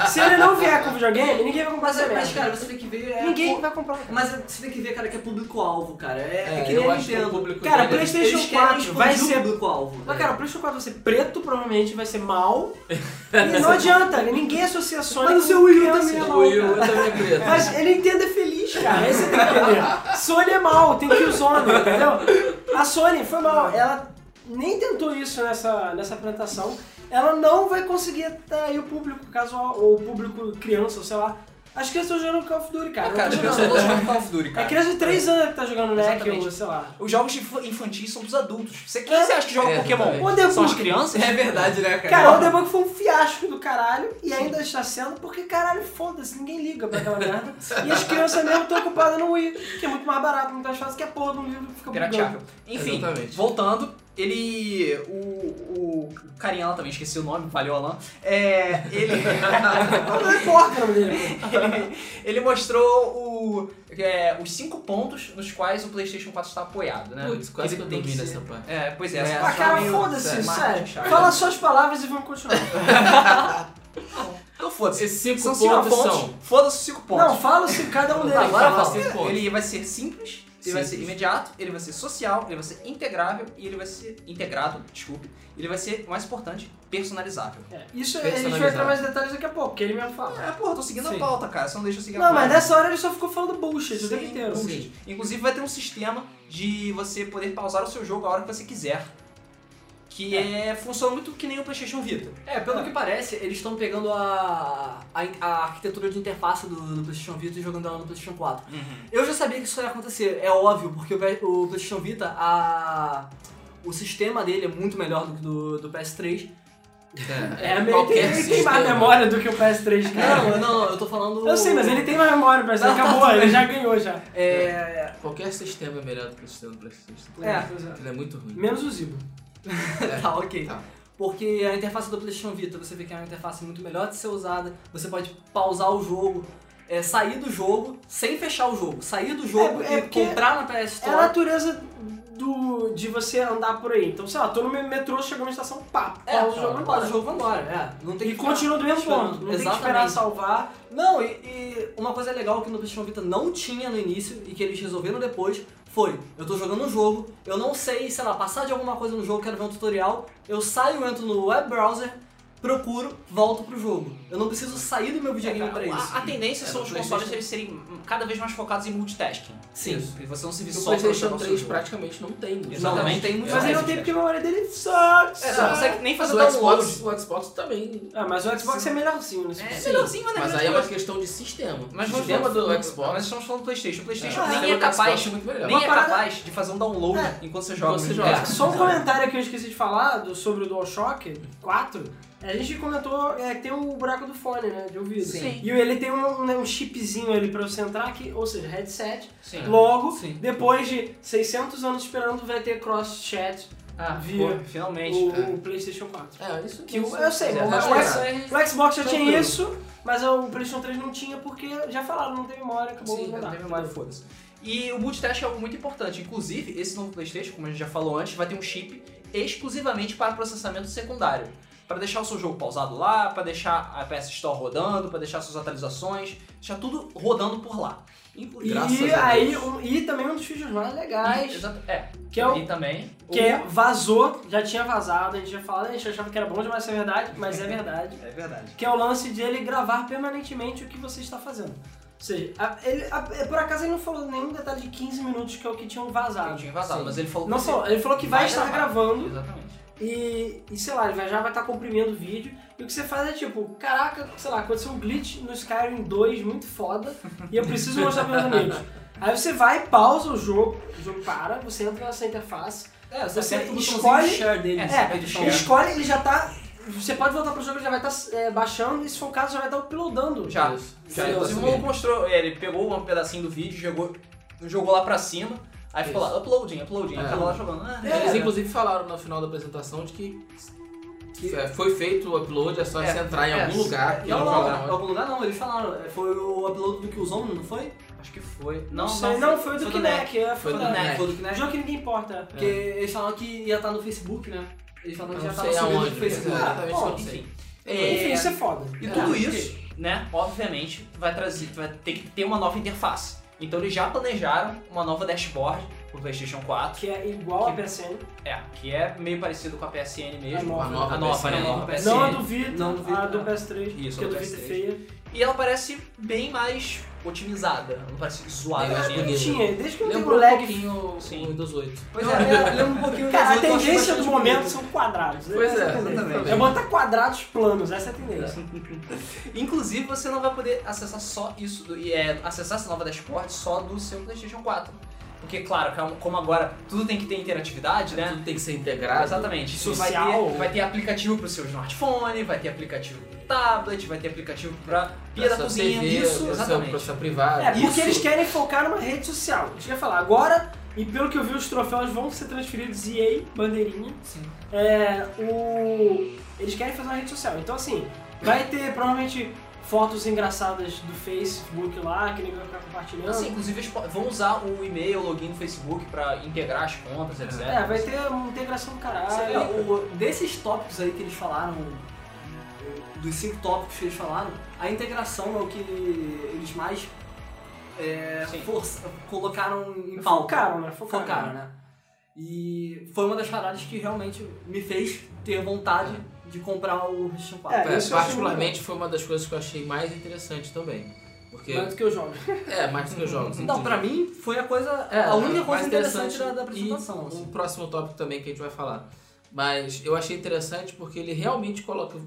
Speaker 1: Se ele não vier com videogame, ninguém vai comprar
Speaker 5: Mas, é,
Speaker 1: essa
Speaker 5: mas,
Speaker 1: merda.
Speaker 5: cara, você tem que ver. é,
Speaker 1: é Ninguém
Speaker 5: pô,
Speaker 1: vai comprar.
Speaker 5: Mas você tem que ver, cara, que é público-alvo, cara. É, é
Speaker 3: É,
Speaker 5: que nem
Speaker 3: eu
Speaker 5: a
Speaker 3: acho que o
Speaker 5: Nintendo.
Speaker 3: público
Speaker 1: Cara,
Speaker 3: dele-
Speaker 1: PlayStation-
Speaker 5: Eles querem
Speaker 1: 4 vai
Speaker 5: expandir
Speaker 1: ser-
Speaker 5: o público-alvo.
Speaker 1: Mas, cara, o PlayStation 4 vai ser preto, provavelmente vai ser mal. E não adianta, né? ninguém associa Sonic.
Speaker 5: Mas o seu
Speaker 1: com
Speaker 5: Wii U
Speaker 1: criança
Speaker 5: também é
Speaker 1: de
Speaker 5: mau,
Speaker 3: O
Speaker 1: mal,
Speaker 3: Will
Speaker 1: cara.
Speaker 3: também é
Speaker 5: né?
Speaker 3: preto.
Speaker 1: Mas ele entende é feliz, cara. Esse tem que entender. Sony é mal, tem que ir o Sony, entendeu? A Sony foi mal. Ela nem tentou isso nessa, nessa apresentação. Ela não vai conseguir atrair o público casual, ou o público criança, ou sei lá. As crianças estão jogando Call of Duty, cara.
Speaker 2: É, cara,
Speaker 1: Não
Speaker 2: as
Speaker 1: tô
Speaker 2: crianças
Speaker 1: jogando.
Speaker 2: todas jogam Call of Duty,
Speaker 1: É
Speaker 2: cara.
Speaker 1: criança de 3 anos que tá jogando NEC,
Speaker 2: Exatamente.
Speaker 1: ou sei lá.
Speaker 2: Os jogos inf- infantis são dos adultos. Você, quem você acha que joga
Speaker 3: É,
Speaker 2: Pokémon?
Speaker 3: exatamente.
Speaker 1: O debug.
Speaker 2: São as crianças?
Speaker 5: É verdade, né, cara?
Speaker 1: Cara, o debug foi um fiasco do caralho e ainda está sendo porque, caralho, foda-se, ninguém liga pra aquela merda. E as crianças mesmo estão ocupadas no Wii, que é muito mais barato, muito mais fácil que a porra de um livro que fica bugando.
Speaker 2: Pirateável. Enfim,
Speaker 3: Exatamente.
Speaker 2: voltando, ele. O, o carinha lá também, esqueci o nome, valeu Alan. É. Ele.
Speaker 1: Não importa o nome dele.
Speaker 2: ele, ele mostrou o, é, os cinco pontos nos quais o PlayStation 4 está apoiado, né?
Speaker 3: Putz, quase
Speaker 2: Ele
Speaker 3: que eu
Speaker 2: tem
Speaker 3: dormi
Speaker 2: ser-
Speaker 3: nessa parte.
Speaker 2: É, pois é.
Speaker 3: Ah,
Speaker 2: essa
Speaker 1: Ah, cara,
Speaker 2: foi meio-
Speaker 1: foda-se,
Speaker 2: é marketing
Speaker 1: sério.
Speaker 2: chata.
Speaker 1: Fala suas palavras e vamos continuar.
Speaker 2: Então foda-se.
Speaker 3: Esses cinco
Speaker 2: São cinco
Speaker 3: pontos
Speaker 2: pontos.
Speaker 3: são.
Speaker 2: Foda-se os cinco pontos.
Speaker 1: Não, fala se cada um deles.
Speaker 3: Tá, agora
Speaker 1: fala.
Speaker 3: fala. Cinco pontos.
Speaker 2: Ele vai ser simples, ele vai ser
Speaker 3: Simples.
Speaker 2: imediato, ele vai ser social, ele vai ser integrável e ele vai ser integrado, desculpe. Ele vai ser, o mais importante, personalizável.
Speaker 1: É, Isso a gente vai entrar mais detalhes daqui a pouco, porque ele mesmo fala.
Speaker 2: É, porra, tô seguindo a
Speaker 3: Sim.
Speaker 2: pauta, cara. Você não deixa eu seguir a
Speaker 1: Não,
Speaker 2: pauta.
Speaker 1: mas nessa hora ele só ficou falando É. bullshit o
Speaker 2: Sim,
Speaker 1: tempo inteiro.
Speaker 2: bullshit. Inclusive vai ter um sistema de você poder pausar o seu jogo a hora que você quiser. Que é, funciona muito que nem o PlayStation Vita.
Speaker 5: É, pelo que parece, eles estão pegando a, a, a arquitetura de interface do, do PlayStation Vita e jogando ela no PlayStation 4. Eu já sabia que isso ia acontecer, é óbvio, porque o, P- o PlayStation Vita, a, o sistema dele é muito melhor do que do, do PS3.
Speaker 1: É, meio que ele tem mais memória do que o PS3, cara.
Speaker 5: Não, não, eu tô falando.
Speaker 1: né? Eu sei, mas ele tem mais memória, mas
Speaker 5: Não, tá
Speaker 1: acabou,
Speaker 5: tudo
Speaker 1: ele
Speaker 5: bem.
Speaker 1: já ganhou já.
Speaker 5: É.
Speaker 3: Qualquer sistema é melhor do que o sistema do PlayStation.
Speaker 5: É.
Speaker 3: Ele é muito ruim.
Speaker 1: Menos o Zibo.
Speaker 5: Tá, ok.
Speaker 3: Tá.
Speaker 5: Porque a interface do PlayStation Vita, você vê que é uma interface muito melhor de ser usada, você pode pausar o jogo, é, sair do jogo sem fechar o jogo, sair do jogo
Speaker 1: É- é
Speaker 5: e
Speaker 1: porque
Speaker 5: comprar na PS
Speaker 1: É
Speaker 5: Store.
Speaker 1: a natureza do, de você andar por aí. Então, sei lá, tô no meu metrô, chegou na estação, pá,
Speaker 5: É,
Speaker 1: pausa o jogo e
Speaker 5: pausa o
Speaker 1: bora.
Speaker 5: jogo vambora, é. Não tem
Speaker 1: E
Speaker 5: que ficar
Speaker 1: continua do mesmo
Speaker 5: esperando.
Speaker 1: ponto. Não tem que esperar
Speaker 5: Exatamente.
Speaker 1: salvar.
Speaker 5: Não, e, e uma coisa legal que no PlayStation Vita não tinha no início e que eles resolveram depois foi: eu tô jogando um jogo, eu não sei, sei lá, passar de alguma coisa no jogo, quero ver um tutorial, eu saio, entro no web browser, procuro, volto pro jogo. Eu não preciso sair do meu videogame pra isso.
Speaker 2: É, A, a tendência
Speaker 3: É,
Speaker 2: são
Speaker 3: no
Speaker 2: os consoles
Speaker 3: PlayStation-
Speaker 2: eles serem cada vez mais focados em multitasking.
Speaker 5: Sim.
Speaker 2: Isso. E você não se vê
Speaker 3: O
Speaker 2: só pra jogar
Speaker 3: PlayStation
Speaker 2: o seu
Speaker 3: 3
Speaker 2: jogo.
Speaker 3: praticamente não tem. isso.
Speaker 2: Exatamente.
Speaker 5: Não, não tem muito
Speaker 1: Mas ele
Speaker 2: É,
Speaker 1: não tem
Speaker 2: é.
Speaker 1: porque a memória dele sucks.
Speaker 2: É, você não consegue nem
Speaker 3: Ah, Mas
Speaker 2: fazer
Speaker 3: o
Speaker 2: download. né?
Speaker 3: Xbox, o Xbox também.
Speaker 1: Ah, mas o Xbox é melhorzinho nesse
Speaker 2: É
Speaker 1: ponto.
Speaker 2: melhorzinho, mas, na
Speaker 3: Mas
Speaker 2: mesma
Speaker 3: aí é
Speaker 2: coisa.
Speaker 3: uma questão de sistema.
Speaker 2: Mas
Speaker 3: o
Speaker 2: nós
Speaker 3: sistema
Speaker 2: estamos falando-
Speaker 3: do
Speaker 2: Mas
Speaker 3: Xbox.
Speaker 2: estamos falando do Playstation. O Playstation
Speaker 3: o
Speaker 2: nem
Speaker 3: sistema
Speaker 2: é
Speaker 3: do
Speaker 2: capaz,
Speaker 3: Xbox é muito melhor.
Speaker 2: nem
Speaker 1: Uma
Speaker 2: é
Speaker 1: parada-
Speaker 2: capaz de fazer um download
Speaker 1: É.
Speaker 2: enquanto você joga.
Speaker 3: Enquanto você
Speaker 2: É,
Speaker 3: joga.
Speaker 1: Só um comentário que eu esqueci de falar do- sobre o DualShock 4. A gente comentou é, que tem o buraco do fone, né? De ouvido.
Speaker 2: Sim.
Speaker 1: E ele tem um, né, um chipzinho ali pra você entrar aqui, ou seja, headset.
Speaker 3: É.
Speaker 2: Sim.
Speaker 1: Logo,
Speaker 5: Sim.
Speaker 1: depois de 600 anos esperando, vai ter cross-chat
Speaker 2: Ah,
Speaker 1: via
Speaker 2: pô, finalmente.
Speaker 1: o,
Speaker 3: é.
Speaker 1: o PlayStation 4.
Speaker 3: É, isso
Speaker 1: Que o-
Speaker 3: isso-
Speaker 1: eu sei,
Speaker 3: é,
Speaker 1: o-
Speaker 3: mas
Speaker 1: o-
Speaker 3: cara,
Speaker 1: O Xbox já tinha
Speaker 3: Tranquilo.
Speaker 1: isso, mas o PlayStation 3 não tinha porque já falaram, não tem memória, acabou
Speaker 3: é
Speaker 2: Sim,
Speaker 1: não dá.
Speaker 2: não tem memória, foda-se. E o multitask é algo muito importante. Inclusive, esse novo PlayStation, como a gente já falou antes, vai ter um chip exclusivamente para processamento secundário. Para deixar o seu jogo pausado lá, para deixar a PS Store rodando, para deixar suas atualizações, deixar tudo rodando por lá. Inclu-
Speaker 3: Graças
Speaker 1: E,
Speaker 3: a
Speaker 1: aí,
Speaker 3: Deus.
Speaker 1: um- e também um dos features mais
Speaker 2: E-
Speaker 1: legais,
Speaker 2: exato- é,
Speaker 1: que é o
Speaker 2: e também
Speaker 1: Que é, vazou, já tinha vazado, a gente já falava, a gente achava que era bom demais ser verdade, mas é verdade.
Speaker 2: É verdade.
Speaker 1: Que é o lance de ele gravar permanentemente o que você está fazendo. Ou seja, a- ele, a- é, por acaso ele não falou nenhum detalhe de 15 minutos que é o que tinham
Speaker 2: Ele
Speaker 1: vazado.
Speaker 2: tinha vazado,
Speaker 3: Sim.
Speaker 2: mas ele falou
Speaker 1: Não
Speaker 2: que
Speaker 1: falou, ele falou que vai,
Speaker 2: vai
Speaker 1: estar
Speaker 2: gravar.
Speaker 1: gravando
Speaker 2: Exatamente.
Speaker 1: e, e sei lá, ele vai- já vai estar comprimindo o vídeo. E o que você faz é tipo, caraca, sei lá, aconteceu um glitch no Skyrim 2 muito foda e eu preciso mostrar para meus amigos. Aí você vai, pausa o jogo, o jogo para, você entra nessa interface,
Speaker 5: É,
Speaker 1: você
Speaker 5: aperta o botãozinho
Speaker 1: escolhe-
Speaker 5: share dele.
Speaker 2: É,
Speaker 5: você
Speaker 1: é,
Speaker 5: aperta o
Speaker 1: Ele
Speaker 5: share.
Speaker 1: escolhe, ele já tá. Você pode voltar pro jogo, ele já vai estar baixando, e se for o caso, já vai estar uploadando.
Speaker 2: Já.
Speaker 3: Já,
Speaker 2: Já, assim. inclusive, o
Speaker 3: eu
Speaker 2: maluco mostrou, ele pegou um pedacinho do vídeo, jogou, jogou lá pra cima, aí ficou
Speaker 3: Isso.
Speaker 2: lá, uploading, uploading, aí
Speaker 3: É.
Speaker 2: tava lá jogando. Ah,
Speaker 1: É,
Speaker 3: Eles
Speaker 2: legal.
Speaker 3: inclusive falaram no final da apresentação de que, que, é, foi feito o upload, é só você entrar em
Speaker 2: é,
Speaker 3: algum lugar que
Speaker 5: Não,
Speaker 3: não
Speaker 5: não,
Speaker 3: joga
Speaker 5: não, em algum lugar não, eles falaram. é, Foi o upload do Killzone, não foi?
Speaker 2: Acho que foi.
Speaker 1: Não,
Speaker 2: Não,
Speaker 1: sei, não, foi o do Kinect, é, foi o do
Speaker 3: do
Speaker 2: né?
Speaker 1: Kinect.
Speaker 3: Kinect.
Speaker 5: Foi
Speaker 1: É
Speaker 5: do
Speaker 1: um
Speaker 5: Kinect. né?
Speaker 1: jogo que ninguém importa.
Speaker 5: Porque eles falaram que ia estar no Facebook, né? Eles falaram que
Speaker 3: Não
Speaker 5: já tava
Speaker 3: sei
Speaker 5: subindo
Speaker 3: aonde, né?
Speaker 5: no Facebook.
Speaker 3: exatamente,
Speaker 5: Ah, bom,
Speaker 3: não sei.
Speaker 5: enfim.
Speaker 2: né? É,
Speaker 1: Enfim, isso é foda.
Speaker 2: E
Speaker 3: É,
Speaker 2: tudo
Speaker 5: ok.
Speaker 2: isso, né, obviamente, vai trazer, vai ter que ter uma nova interface. Então eles já planejaram uma nova dashboard pro PlayStation 4,
Speaker 1: Que é igual a
Speaker 2: Que-
Speaker 1: PSN.
Speaker 2: é, que é meio parecido com a PSN
Speaker 1: A
Speaker 2: mesmo.
Speaker 1: nova.
Speaker 3: A nova
Speaker 2: A nova, né? A
Speaker 3: PSN.
Speaker 2: nova PSN.
Speaker 1: Não a do Vita,
Speaker 5: Não do Vita,
Speaker 1: a Ah, do
Speaker 5: é.
Speaker 1: PS3,
Speaker 2: Isso,
Speaker 1: que a
Speaker 2: a
Speaker 1: do
Speaker 2: do
Speaker 1: Vita é
Speaker 2: PS3.
Speaker 1: feia.
Speaker 2: E ela parece bem mais otimizada, não parece zoada.
Speaker 3: Bem mais
Speaker 2: né?
Speaker 3: bonita.
Speaker 1: Não tinha, desde que eu tenho
Speaker 3: Lembrou um
Speaker 1: lag.
Speaker 3: pouquinho
Speaker 2: Sim.
Speaker 3: o Windows 8.
Speaker 5: Pois é,
Speaker 2: né?
Speaker 5: lembra um pouquinho do
Speaker 1: Cara, a
Speaker 5: Killzone, eu acho
Speaker 1: tendência do
Speaker 5: bastante
Speaker 1: momento
Speaker 5: bonito.
Speaker 1: são quadrados. né?
Speaker 3: Pois
Speaker 1: Essa
Speaker 3: é,
Speaker 1: a tendência.
Speaker 2: exatamente.
Speaker 1: É botar quadrados planos, essa é a tendência.
Speaker 2: Inclusive, você não vai poder acessar só isso, do- e é, acessar essa nova dashboard só do seu PlayStation 4. Porque, claro, como- como agora tudo tem que ter interatividade, né?
Speaker 3: Tudo tem que ser integrado.
Speaker 2: Exatamente. Isso vai
Speaker 1: Social.
Speaker 2: ter, vai ter aplicativo pro seu smartphone, vai ter aplicativo pro tablet, vai ter aplicativo pra pia
Speaker 3: Pra
Speaker 2: da
Speaker 3: sua
Speaker 2: cozinha.
Speaker 3: TV,
Speaker 2: isso,
Speaker 3: pra sua- Pra
Speaker 2: exatamente.
Speaker 3: sua privada.
Speaker 1: É, porque
Speaker 3: Isso.
Speaker 1: eles querem focar numa rede social. Eu ia falar, agora, e pelo que eu vi, os troféus vão ser transferidos EA, bandeirinha.
Speaker 2: Sim.
Speaker 1: É, o... Eles querem fazer uma rede social. Então, assim, vai ter provavelmente fotos engraçadas do Facebook lá, que ninguém vai ficar compartilhando.
Speaker 2: Assim, inclusive, eles po- vão usar o e-mail, o login do Facebook pra integrar as contas, etc.
Speaker 1: é, vai ter uma integração do
Speaker 5: Sabe,
Speaker 1: caralho.
Speaker 5: o- desses tópicos aí que eles falaram, dos cinco tópicos que eles falaram, a integração é o que eles mais é,
Speaker 2: Sim.
Speaker 5: força- colocaram em pauta.
Speaker 1: Focaram, né? Focaram.
Speaker 5: Focaram, né? E foi uma das paradas que realmente me fez ter vontade de comprar o PlayStation 4.
Speaker 1: É,
Speaker 3: É,
Speaker 1: isso eu achei
Speaker 3: particularmente foi uma das coisas que eu achei mais interessante também. Porque.
Speaker 1: Mais do que eu jogo.
Speaker 3: É, mais do que os jogos.
Speaker 5: Uhum. Não, Então, pra mim foi a coisa,
Speaker 3: É,
Speaker 5: a única coisa
Speaker 3: mais
Speaker 5: interessante, da,
Speaker 3: interessante
Speaker 5: da
Speaker 3: e
Speaker 5: apresentação.
Speaker 3: O
Speaker 5: assim.
Speaker 3: próximo tópico também que a gente vai falar. Mas eu achei interessante porque ele realmente coloca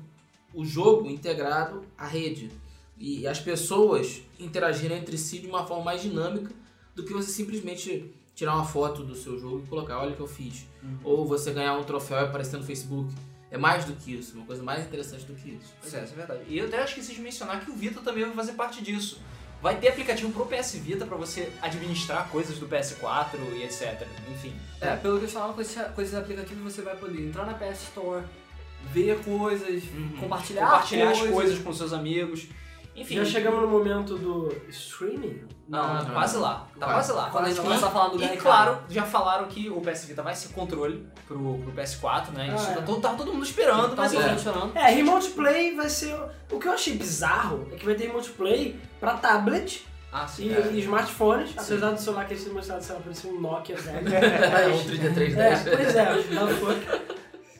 Speaker 3: o jogo integrado à rede. E as pessoas interagirem entre si de uma forma mais dinâmica do que você simplesmente tirar uma foto do seu jogo e colocar, olha o que eu fiz.
Speaker 5: Uhum.
Speaker 3: Ou você ganhar um troféu e aparecer no Facebook. É mais do que isso, uma coisa mais interessante do que isso.
Speaker 2: Pois é, isso é verdade. E eu até esqueci de mencionar que o Vita também vai fazer parte disso. Vai ter aplicativo pro PS Vita pra você administrar coisas do PS4 e etc. Enfim.
Speaker 5: É, pelo que eles falaram, com esse- com esses aplicativos você vai poder entrar na PS Store, ver coisas,
Speaker 1: Uhum.
Speaker 5: compartilhar,
Speaker 2: Compartilhar as
Speaker 5: coisas.
Speaker 2: coisas com seus amigos. Enfim,
Speaker 1: Já chegamos no momento do streaming.
Speaker 2: não,
Speaker 3: Não,
Speaker 2: quase lá. Tá quase lá.
Speaker 5: Quando a gente
Speaker 2: E-
Speaker 5: começar a falar do
Speaker 2: E
Speaker 5: Gaia
Speaker 2: claro, já falaram que o PS Vita vai ser controle pro, pro PS4, né? Isso
Speaker 1: Ah, é.
Speaker 2: tá todo, tava todo mundo esperando,
Speaker 5: tá
Speaker 2: mas
Speaker 5: todo
Speaker 2: enfim.
Speaker 5: mundo chorando.
Speaker 1: É, remote play vai ser... O que eu achei bizarro é que vai ter remote play pra tablet
Speaker 2: Ah, sim.
Speaker 1: E,
Speaker 2: é.
Speaker 1: e smartphones, apesar do celular que eles
Speaker 5: É,
Speaker 1: tinham mostrado, sei lá, parecia um Nokia velho.
Speaker 3: É, um 3310.
Speaker 1: é, pois é, dá um pouco.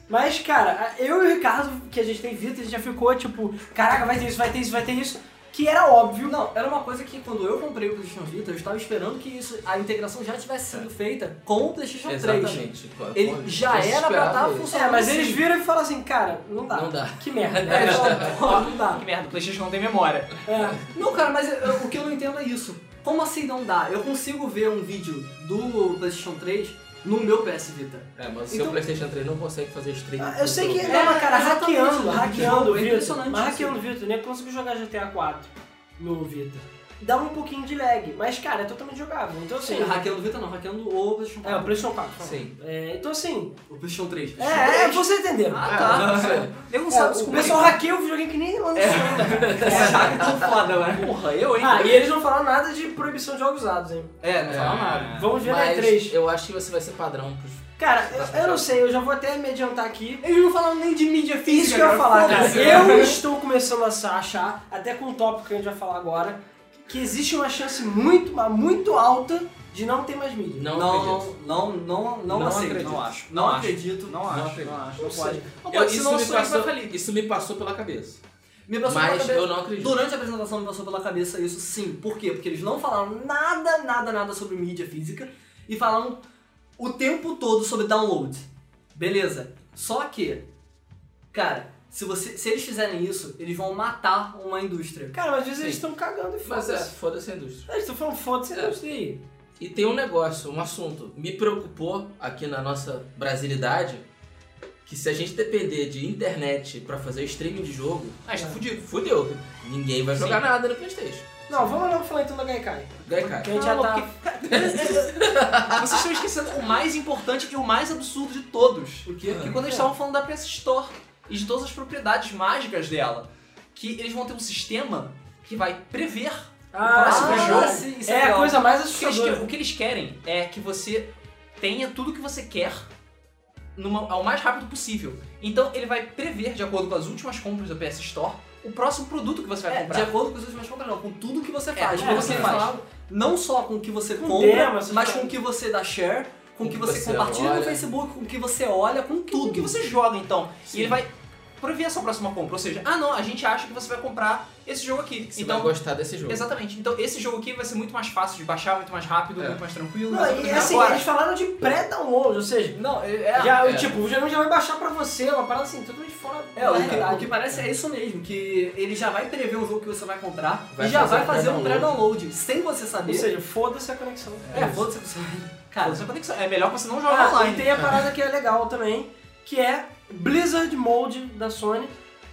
Speaker 1: Mas, cara, eu e o Ricardo, que a gente tem Vita, a gente já ficou tipo, caraca, vai ter isso, vai ter isso, vai ter isso. Que era óbvio.
Speaker 5: Não, era uma coisa que quando eu comprei o PlayStation Vita, eu estava esperando que isso, a integração já tivesse
Speaker 1: É.
Speaker 5: sido feita com o PlayStation 3.
Speaker 3: Exatamente.
Speaker 5: Ele já era pra estar
Speaker 3: funcionando.
Speaker 5: funcionando.
Speaker 1: É, mas
Speaker 5: assim.
Speaker 1: eles viram e falaram assim, cara, não dá.
Speaker 3: Não dá.
Speaker 1: Que merda.
Speaker 5: É, eles falam, "Pô, não dá.
Speaker 2: Que merda, o Playstation não tem memória.
Speaker 1: É.
Speaker 5: Não, cara, mas eu- eu- o que eu não entendo é isso. Como assim não dá? Eu consigo ver um vídeo do PlayStation 3 no meu PS Vita.
Speaker 3: É, mas o
Speaker 5: Então-
Speaker 3: seu PlayStation 3 não consegue fazer stream.
Speaker 1: Ah, Eu sei que
Speaker 5: É,
Speaker 1: não, mas cara,
Speaker 5: exatamente,
Speaker 1: hackeando,
Speaker 5: lá.
Speaker 1: hackeando o
Speaker 5: É
Speaker 1: Vita,
Speaker 5: impressionante
Speaker 1: mas
Speaker 5: isso.
Speaker 1: hackeando o Vita, nem consegui jogar GTA 4 no Vita. Dá um pouquinho de lag, mas cara, é totalmente jogável. Então assim,
Speaker 5: Sim. Hackeando o Vita não, hackeando o PlayStation
Speaker 1: é o
Speaker 5: 4.
Speaker 1: PlayStation 4. fala.
Speaker 3: Sim.
Speaker 1: É, então assim,
Speaker 5: o PlayStation 3.
Speaker 1: é, é você entendeu.
Speaker 5: Ah, tá.
Speaker 2: Eu não
Speaker 1: É,
Speaker 2: sabe se
Speaker 1: o
Speaker 2: como é que-
Speaker 1: pessoal hackeia o videogame que nem lá no sonho, cara.
Speaker 5: É chato tão foda, né?
Speaker 2: Porra, eu, hein?
Speaker 1: Ah, e eles não falaram nada de proibição de jogos usados, hein?
Speaker 5: É, não fala
Speaker 3: É.
Speaker 5: nada.
Speaker 1: Vamos ver na
Speaker 3: Mas
Speaker 1: E3.
Speaker 3: eu acho que você vai ser padrão pros.
Speaker 1: Cara, eu, eu não sei, eu já vou até me adiantar aqui.
Speaker 5: Eles não falaram nem de mídia física.
Speaker 1: Isso que eu ia
Speaker 5: cara.
Speaker 1: falar, cara.
Speaker 5: Foda-se.
Speaker 1: Eu estou começando a sa- achar, até com o tópico que a gente vai falar agora, que existe uma chance muito, mas muito alta de não ter mais mídia.
Speaker 3: Não,
Speaker 5: Não,
Speaker 3: acredito.
Speaker 5: não, não, não, não,
Speaker 3: Não
Speaker 5: aceito.
Speaker 3: acredito.
Speaker 5: Não acho. Não,
Speaker 2: Não acho.
Speaker 5: acredito.
Speaker 2: Não acho,
Speaker 3: acredito.
Speaker 2: não acho, não
Speaker 1: Não
Speaker 2: pode.
Speaker 3: Eu-
Speaker 2: Pode,
Speaker 3: isso,
Speaker 2: senão o
Speaker 3: me
Speaker 2: Sonic vai
Speaker 3: passou,
Speaker 2: falir.
Speaker 3: isso me passou pela cabeça.
Speaker 5: Me passou pela
Speaker 3: Mas
Speaker 5: cabeça.
Speaker 3: eu não acredito.
Speaker 5: Durante a apresentação me passou pela cabeça isso sim. Por quê? Porque eles não falaram nada, nada, nada sobre mídia física e falaram o tempo todo sobre download. Beleza. Só que, cara, se, você, se eles fizerem isso, eles vão matar uma indústria.
Speaker 1: Cara, mas às vezes eles
Speaker 3: Sim.
Speaker 1: estão cagando e
Speaker 3: Mas é,
Speaker 1: foda-se.
Speaker 3: foda-se a indústria.
Speaker 1: Eles estão falando foda-se,
Speaker 3: É.
Speaker 1: eu gostei.
Speaker 3: E tem um negócio, um assunto. Me preocupou aqui na nossa brasilidade que se a gente depender de internet pra fazer streaming de jogo,
Speaker 2: Ah,
Speaker 1: É.
Speaker 2: está fudido.
Speaker 3: fudeu. Ninguém vai jogar
Speaker 2: Sim.
Speaker 3: nada no Playstation.
Speaker 1: Não, vamos logo falar então da Gaikai.
Speaker 3: Gaikai.
Speaker 1: Que a gente já
Speaker 2: Não,
Speaker 1: tá...
Speaker 2: Vocês estão esquecendo o mais importante e o mais absurdo de todos.
Speaker 3: Por quê?
Speaker 2: Que quando eles estavam falando da PS Store e de todas as propriedades mágicas dela, que eles vão ter um sistema que vai prever.
Speaker 1: Ah,
Speaker 2: próximo
Speaker 1: ah,
Speaker 2: jogo.
Speaker 1: sim, isso
Speaker 5: é tipo,
Speaker 1: é a
Speaker 5: legal.
Speaker 1: coisa mais
Speaker 2: O que, eles,
Speaker 1: assustadora.
Speaker 2: que- o que eles querem é que você tenha tudo que você quer numa- ao mais rápido possível. Então ele vai prever, de acordo com as últimas compras da PS Store, o próximo produto que você vai
Speaker 5: É, de
Speaker 2: comprar.
Speaker 5: acordo com as últimas compras, não, com tudo que você faz.
Speaker 2: é,
Speaker 5: Porque
Speaker 1: é,
Speaker 5: você
Speaker 1: é.
Speaker 5: fala não só com o que você
Speaker 1: Com
Speaker 5: compra,
Speaker 1: tema, essas
Speaker 5: mas
Speaker 1: coisas.
Speaker 5: com o que você dá share, com o que você,
Speaker 3: você
Speaker 5: compartilha no
Speaker 3: olha.
Speaker 5: Facebook, com o que você olha, com
Speaker 2: tudo
Speaker 5: tudo.
Speaker 2: que você joga, então.
Speaker 3: Sim.
Speaker 2: E ele vai prever a sua próxima compra. Ou seja, ah não, a gente acha que você vai comprar esse jogo aqui.
Speaker 3: Você
Speaker 2: então,
Speaker 3: vai gostar desse jogo.
Speaker 2: exatamente. Então esse jogo aqui vai ser muito mais fácil de baixar, muito mais rápido,
Speaker 3: É.
Speaker 2: muito mais tranquilo.
Speaker 1: Não, e assim,
Speaker 2: Agora,
Speaker 1: eles falaram de pré-download, ou seja,
Speaker 5: Não, é, é,
Speaker 1: já,
Speaker 3: é.
Speaker 1: tipo, o jogo já vai baixar pra você, uma parada assim, totalmente fora
Speaker 5: É, o que,
Speaker 1: realidade.
Speaker 5: o que parece é isso mesmo, que ele já vai prever o jogo que você vai comprar
Speaker 3: Vai
Speaker 5: e já
Speaker 3: fazer
Speaker 5: vai
Speaker 3: um
Speaker 5: fazer um
Speaker 3: pré-download.
Speaker 5: pré-download, sem você
Speaker 1: Ou
Speaker 5: saber.
Speaker 1: seja, foda-se a conexão.
Speaker 5: É, foda-se você. Cara,
Speaker 2: você pode que- É melhor que você não jogar
Speaker 1: Ah,
Speaker 2: online.
Speaker 1: e tem a parada que é legal também, que é Blizzard Mode da Sony,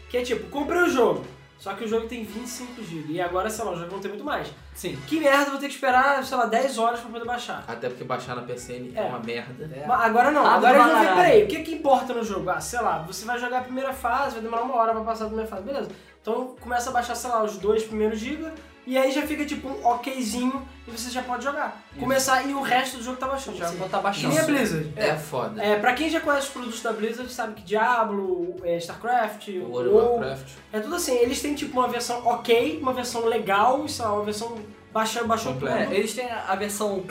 Speaker 1: que é tipo, comprei o jogo, só que o jogo tem 25 GB, e agora, sei lá, o jogo não tem muito mais.
Speaker 5: sim.
Speaker 1: Que merda, vou ter que esperar, sei lá, 10 horas pra poder baixar.
Speaker 3: Até porque baixar na PSN é,
Speaker 1: É.
Speaker 3: uma merda.
Speaker 1: Mas agora não,
Speaker 5: Ah,
Speaker 1: agora
Speaker 5: do
Speaker 1: eu já vi,
Speaker 5: baralho.
Speaker 1: peraí, o que que importa no jogo? Ah, sei lá, você vai jogar a primeira fase, vai demorar uma hora pra passar a primeira fase, beleza. Então começa a baixar, sei lá, os dois primeiros gigas, e aí já fica tipo um okzinho e você já pode jogar. Começar e o resto do jogo tá baixando.
Speaker 2: Já
Speaker 1: assim.
Speaker 2: botar
Speaker 1: Que
Speaker 2: baixando.
Speaker 1: nem a Blizzard.
Speaker 3: É, foda.
Speaker 1: É, pra quem já conhece os produtos da Blizzard, sabe que Diablo, é, StarCraft,
Speaker 3: O World of
Speaker 1: WoW,
Speaker 3: Warcraft.
Speaker 1: é tudo assim. Eles têm tipo uma versão ok, uma versão legal, e, sei lá, uma versão baixa, baixou tudo.
Speaker 3: Completa.
Speaker 5: É, eles têm a a versão.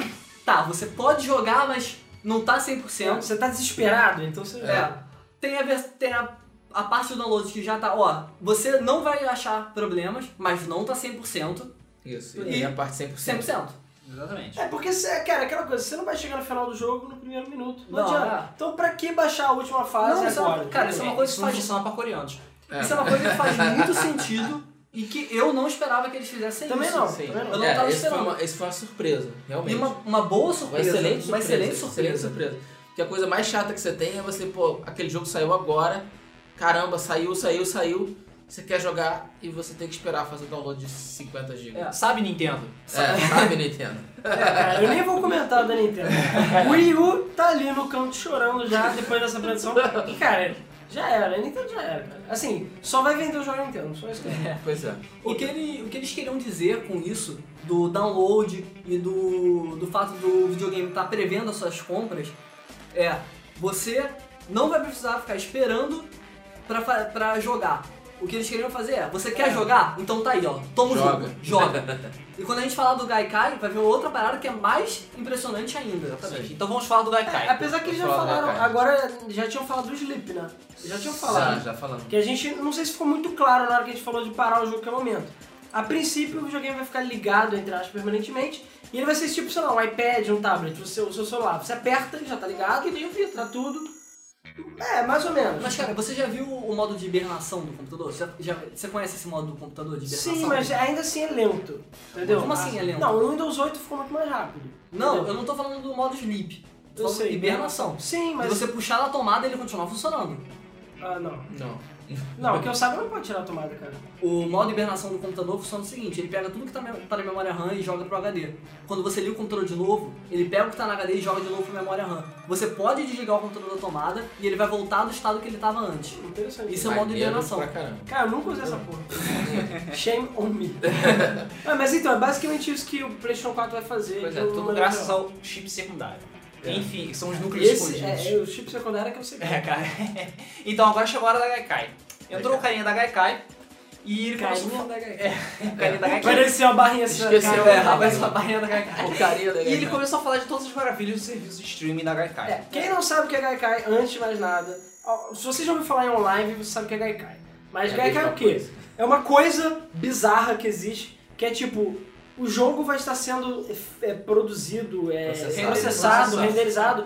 Speaker 5: Tá, você pode jogar, mas não tá 100%.
Speaker 1: Você tá desesperado, então você...
Speaker 5: É. Tem, a, vers- tem a, a parte do download que já tá, ó, você não vai achar problemas, mas não tá 100%.
Speaker 3: Isso.
Speaker 5: E-
Speaker 3: E, a parte 100%.
Speaker 5: 100%.
Speaker 2: Exatamente.
Speaker 1: É, porque, você, cara, aquela coisa, você não vai chegar no final do jogo no primeiro minuto. Não,
Speaker 5: Não,
Speaker 1: adianta. Então pra que baixar a última fase
Speaker 5: Não, isso é uma-
Speaker 1: agora?
Speaker 5: cara, isso é uma coisa que
Speaker 2: não
Speaker 5: faz-
Speaker 2: funciona pra coreanos.
Speaker 3: É.
Speaker 5: Isso é uma coisa que faz muito sentido e que eu não esperava que eles fizessem
Speaker 1: Também
Speaker 5: isso.
Speaker 1: não,
Speaker 3: Sim.
Speaker 1: também não.
Speaker 5: Eu não
Speaker 3: É,
Speaker 5: tava
Speaker 3: esse, foi
Speaker 5: esperando.
Speaker 3: uma, esse foi uma surpresa, realmente.
Speaker 5: E uma, uma boa
Speaker 3: Uma
Speaker 5: surpresa.
Speaker 3: excelente surpresa.
Speaker 5: Uma excelente
Speaker 3: excelente
Speaker 5: surpresa.
Speaker 3: surpresa. Porque a coisa mais chata que você tem é você, pô, aquele jogo saiu agora, caramba, saiu, saiu, saiu, você quer jogar e você tem que esperar fazer o download de 50 GB. É,
Speaker 5: É.
Speaker 2: Sabe, Nintendo?
Speaker 3: sabe, Nintendo?
Speaker 1: Cara, É, eu nem vou comentar da Nintendo. O Wii U tá ali no canto chorando já depois dessa apresentação. E, cara, já era. A Nintendo já era, cara. Assim, só vai vender o jogo da Nintendo, só isso que eu
Speaker 3: Pois é.
Speaker 5: O que, ele- o que eles queriam dizer com isso, do download e do, do fato do videogame estar prevendo as suas compras, é você não vai precisar ficar esperando pra, fa- pra jogar. O que eles queriam fazer é, você quer jogar? Então tá aí, ó. Toma o
Speaker 3: Joga.
Speaker 5: jogo, joga. e quando a gente falar do Gaikai, vai vir outra parada que é mais impressionante ainda. É,
Speaker 2: Exatamente. Então vamos falar do Gaikai.
Speaker 1: Apesar que eles já
Speaker 3: Vou
Speaker 5: né,
Speaker 3: falar do
Speaker 1: falaram,
Speaker 3: Gaikai.
Speaker 1: agora já tinham falado do Sleep, né? Já tinham falado.
Speaker 3: Já, já falamos.
Speaker 1: Que a gente, não sei se ficou muito claro na hora que a gente falou de parar o jogo que é o momento. A princípio, o videogame vai ficar ligado, entre aspas, permanentemente. E ele vai ser tipo, sei lá, um iPad, um tablet, o seu, o seu celular. Você aperta, ele já tá ligado, e nem filtra tudo. É, mais ou menos.
Speaker 5: Mas cara, você já viu o modo de hibernação do computador? Você, já- você conhece esse modo do computador de hibernação?
Speaker 1: Sim, mas ainda assim é lento. Entendeu?
Speaker 5: Como assim é lento?
Speaker 1: Não, o Windows 8 ficou muito mais rápido.
Speaker 5: Não,
Speaker 1: entendeu?
Speaker 5: eu não tô falando do modo sleep. Tô
Speaker 1: Eu
Speaker 5: falando
Speaker 1: sei,
Speaker 5: hibernação.
Speaker 1: Sim, mas.
Speaker 5: Se você puxar na tomada, ele continua funcionando.
Speaker 1: Ah, não.
Speaker 3: Não.
Speaker 1: Não, o que eu saiba não pode tirar a tomada, cara.
Speaker 5: O modo hibernação do computador funciona o seguinte, ele pega tudo que tá, me- tá na memória RAM e joga pro HD. Quando você liga o computador de novo, ele pega o que tá na HD e joga de novo pra memória RAM. Você pode desligar o computador da tomada e ele vai voltar do estado que ele tava antes.
Speaker 1: Interessante.
Speaker 5: Isso é modo
Speaker 3: Maneiro
Speaker 5: hibernação.
Speaker 3: pra caramba.
Speaker 1: Cara, eu nunca usei essa porra. Shame on me. Ah, mas então, é basicamente isso que o PlayStation 4 vai fazer. então,
Speaker 2: Pois
Speaker 1: de
Speaker 2: é,
Speaker 1: uma
Speaker 2: tudo
Speaker 1: maneira
Speaker 2: graças
Speaker 1: geral.
Speaker 2: ao chip secundário. Enfim, são os núcleos
Speaker 1: Esse
Speaker 2: escondidos.
Speaker 1: é, é o chip secundário que eu sei.
Speaker 2: É, cara. Então agora chegou a hora da Gaikai. Entrou o carinha da Gaikai e ele
Speaker 1: Carinha
Speaker 2: começou.
Speaker 1: da
Speaker 2: Gaikai. É, o carinha da Gaikai.
Speaker 1: Pareceu a barrinha assim.
Speaker 3: Esqueceu.
Speaker 1: cara.
Speaker 5: É, abre essa barrinha da
Speaker 2: É
Speaker 5: Gaikai.
Speaker 3: Porcaria da
Speaker 2: E ele
Speaker 3: Gaikai.
Speaker 2: começou a falar de todas as maravilhas do serviço de streaming da Gaikai.
Speaker 1: É, Quem não sabe o que é Gaikai, antes de mais nada, ó, se você já ouviu falar em online, você sabe o que é Gaikai. Mas
Speaker 3: É a
Speaker 1: Gaikai é
Speaker 3: mesma
Speaker 1: o quê?
Speaker 3: coisa.
Speaker 1: É uma coisa bizarra que existe, que é tipo, o jogo vai estar sendo é, produzido, é,
Speaker 3: Processado.
Speaker 1: processado,
Speaker 2: Processado.
Speaker 1: renderizado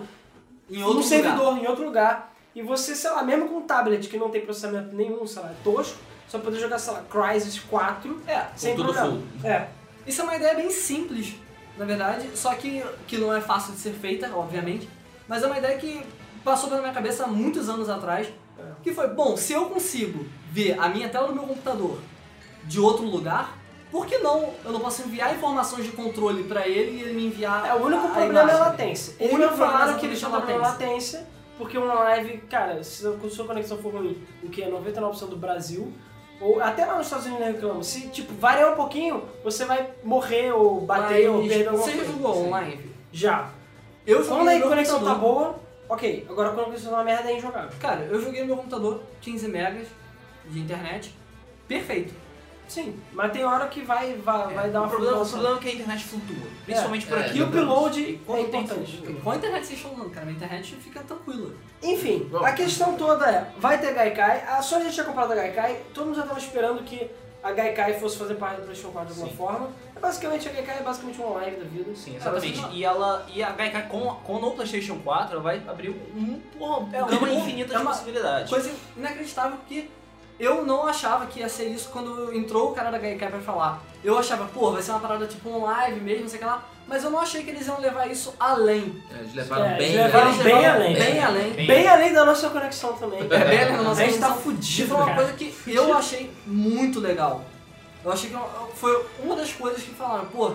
Speaker 5: Em
Speaker 1: em
Speaker 5: outro
Speaker 1: um
Speaker 5: lugar.
Speaker 1: servidor, em outro lugar. E você, sei lá, mesmo com um tablet que não tem processamento nenhum, sei lá, é tosco, só poder jogar, sei lá, Crysis 4
Speaker 5: É.
Speaker 1: sem
Speaker 3: tudo
Speaker 1: problema. É.
Speaker 5: Isso é uma ideia bem simples, na verdade, só que, que não é fácil de ser feita, obviamente, mas é uma ideia que passou pela minha cabeça há muitos anos atrás,
Speaker 1: É.
Speaker 5: que foi, bom, se eu consigo ver a minha tela do meu computador de outro lugar, por que não eu não posso enviar informações de controle pra ele e ele me enviar
Speaker 1: É, o único
Speaker 5: a- a
Speaker 1: problema é a
Speaker 5: imagem?
Speaker 1: latência.
Speaker 5: O
Speaker 1: Eles
Speaker 5: único
Speaker 1: não
Speaker 5: problema
Speaker 1: falaram
Speaker 5: é
Speaker 1: que eles
Speaker 5: exatamente
Speaker 1: chamaram
Speaker 5: a
Speaker 1: latência, porque uma live, cara, se a sua conexão for ruim, o que é 99% do Brasil, ou até lá nos Estados Unidos não reclamam, se tipo, variar um pouquinho, você vai morrer ou bater ou
Speaker 5: Mas
Speaker 1: perder alguma
Speaker 5: Você já
Speaker 1: coisa.
Speaker 5: jogou online?
Speaker 1: Já.
Speaker 5: Eu joguei
Speaker 1: Quando
Speaker 5: no
Speaker 1: a
Speaker 5: meu
Speaker 1: conexão tá
Speaker 5: computador.
Speaker 1: boa, ok. Agora quando a conexão tá uma merda é injogável.
Speaker 5: Cara, eu joguei no meu computador 15 megas de internet, perfeito.
Speaker 1: Sim, mas tem hora que vai, vai, vai dar
Speaker 2: O
Speaker 1: uma
Speaker 2: problema, o
Speaker 1: flutuação.
Speaker 2: problema é que a internet flutua, principalmente por
Speaker 3: É,
Speaker 2: aqui.
Speaker 1: E o
Speaker 2: E
Speaker 1: upload é
Speaker 2: quando tem
Speaker 1: importante.
Speaker 5: Com a internet vocês estão usando, cara, minha internet fica tranquila.
Speaker 1: Enfim,
Speaker 3: Bom.
Speaker 1: a questão toda é, vai ter Gaikai, Ah, a Sony já tinha comprado a Gaikai, todo mundo já estava esperando que a Gaikai fosse fazer parte do PlayStation 4 de alguma
Speaker 2: Sim.
Speaker 1: forma. É basicamente, a Gaikai é basicamente um online da vida. tá
Speaker 2: Sim, exatamente.
Speaker 5: tá-
Speaker 2: E ela e a Gaikai com, com o PlayStation 4 ela vai abrir um, uma
Speaker 5: É, um-
Speaker 2: gama
Speaker 5: um-
Speaker 2: infinita
Speaker 5: é
Speaker 2: de
Speaker 5: uma-
Speaker 2: possibilidades.
Speaker 5: Coisa inacreditável porque eu não achava que ia ser isso quando entrou o cara da Gaikai pra falar. Eu achava, pô, vai ser uma parada tipo um live mesmo, não sei o que lá. Mas eu não achei que eles iam levar isso além.
Speaker 3: É, Eles levaram
Speaker 1: É,
Speaker 3: bem.
Speaker 1: eles levaram
Speaker 3: né?
Speaker 1: bem além.
Speaker 5: Bem além.
Speaker 2: Bem-
Speaker 1: Bem além da nossa conexão também.
Speaker 5: É bem além da nossa
Speaker 1: a gente tá
Speaker 5: condição.
Speaker 1: fudido,
Speaker 5: Foi uma
Speaker 1: cara.
Speaker 5: coisa que eu achei muito legal. Eu achei que foi uma das coisas que falaram, pô,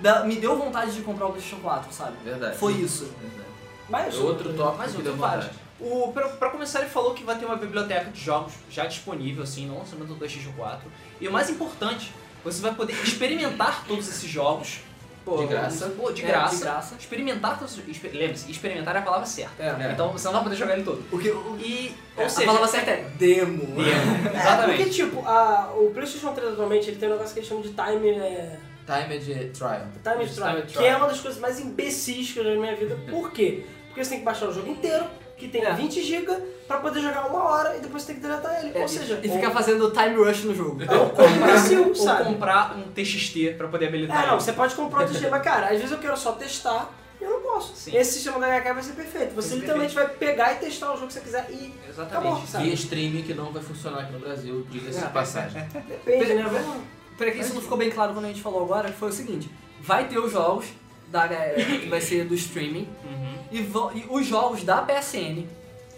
Speaker 5: da- me deu vontade de comprar o PlayStation 4, sabe?
Speaker 3: Verdade.
Speaker 5: Foi isso.
Speaker 3: Verdade.
Speaker 1: Mas, é,
Speaker 3: Outro
Speaker 2: Mas
Speaker 3: tópico que
Speaker 2: outro
Speaker 3: deu
Speaker 2: vários.
Speaker 3: vontade.
Speaker 2: O, pra, pra começar, ele falou que vai ter uma biblioteca de jogos já disponível, assim, no lançamento do PlayStation 4. E o mais importante, você vai poder experimentar todos esses jogos. Pô,
Speaker 3: De graça.
Speaker 2: Pô, de
Speaker 5: É,
Speaker 2: graça.
Speaker 5: de graça.
Speaker 2: Experimentar todos os- exper- Lembre-se, experimentar é a palavra certa.
Speaker 3: É.
Speaker 2: Então você não vai poder jogar ele todo.
Speaker 5: O que, o,
Speaker 2: E.
Speaker 5: ou
Speaker 2: Ou
Speaker 5: seja,
Speaker 2: seja.
Speaker 5: a palavra certa é demo.
Speaker 2: É,
Speaker 1: É, porque,
Speaker 2: Exatamente.
Speaker 1: tipo, a- o PlayStation 3 atualmente, ele tem um negócio que eles chamam de time... É,
Speaker 3: Time de trial.
Speaker 1: Time
Speaker 2: Isso,
Speaker 1: Trial,
Speaker 2: Time
Speaker 1: Tá que
Speaker 2: Trial.
Speaker 1: é uma das coisas mais imbecis que eu já vi na minha vida. Por quê? Porque você tem que baixar o jogo inteiro, que tem
Speaker 5: É.
Speaker 1: 20 GB, pra poder jogar uma hora e depois você tem que deletar ele.
Speaker 5: É,
Speaker 1: Ou seja,
Speaker 5: e ficar fazendo time rush no jogo.
Speaker 1: ou como o Brasil,
Speaker 2: Ou
Speaker 1: sabe?
Speaker 2: comprar um TXT pra poder habilitar
Speaker 1: É, não,
Speaker 2: ele.
Speaker 1: você pode comprar outro sistema, cara. Às vezes eu quero só testar e eu não posso.
Speaker 2: Sim.
Speaker 1: Esse sistema da HK vai ser perfeito. Você
Speaker 2: Vai ser
Speaker 1: literalmente vai pegar e testar o jogo que você quiser e acabou,
Speaker 2: Exatamente.
Speaker 3: E
Speaker 1: sabe?
Speaker 3: streaming que não vai funcionar aqui no Brasil, diga-se
Speaker 5: É.
Speaker 3: de passagem.
Speaker 1: Depende, né? Vamos...
Speaker 5: Peraí, que isso não ficou bem claro quando a gente falou agora, foi o seguinte, vai ter os jogos da, é, que vai ser do streaming
Speaker 2: Uhum.
Speaker 5: e, vão- e os jogos da PSN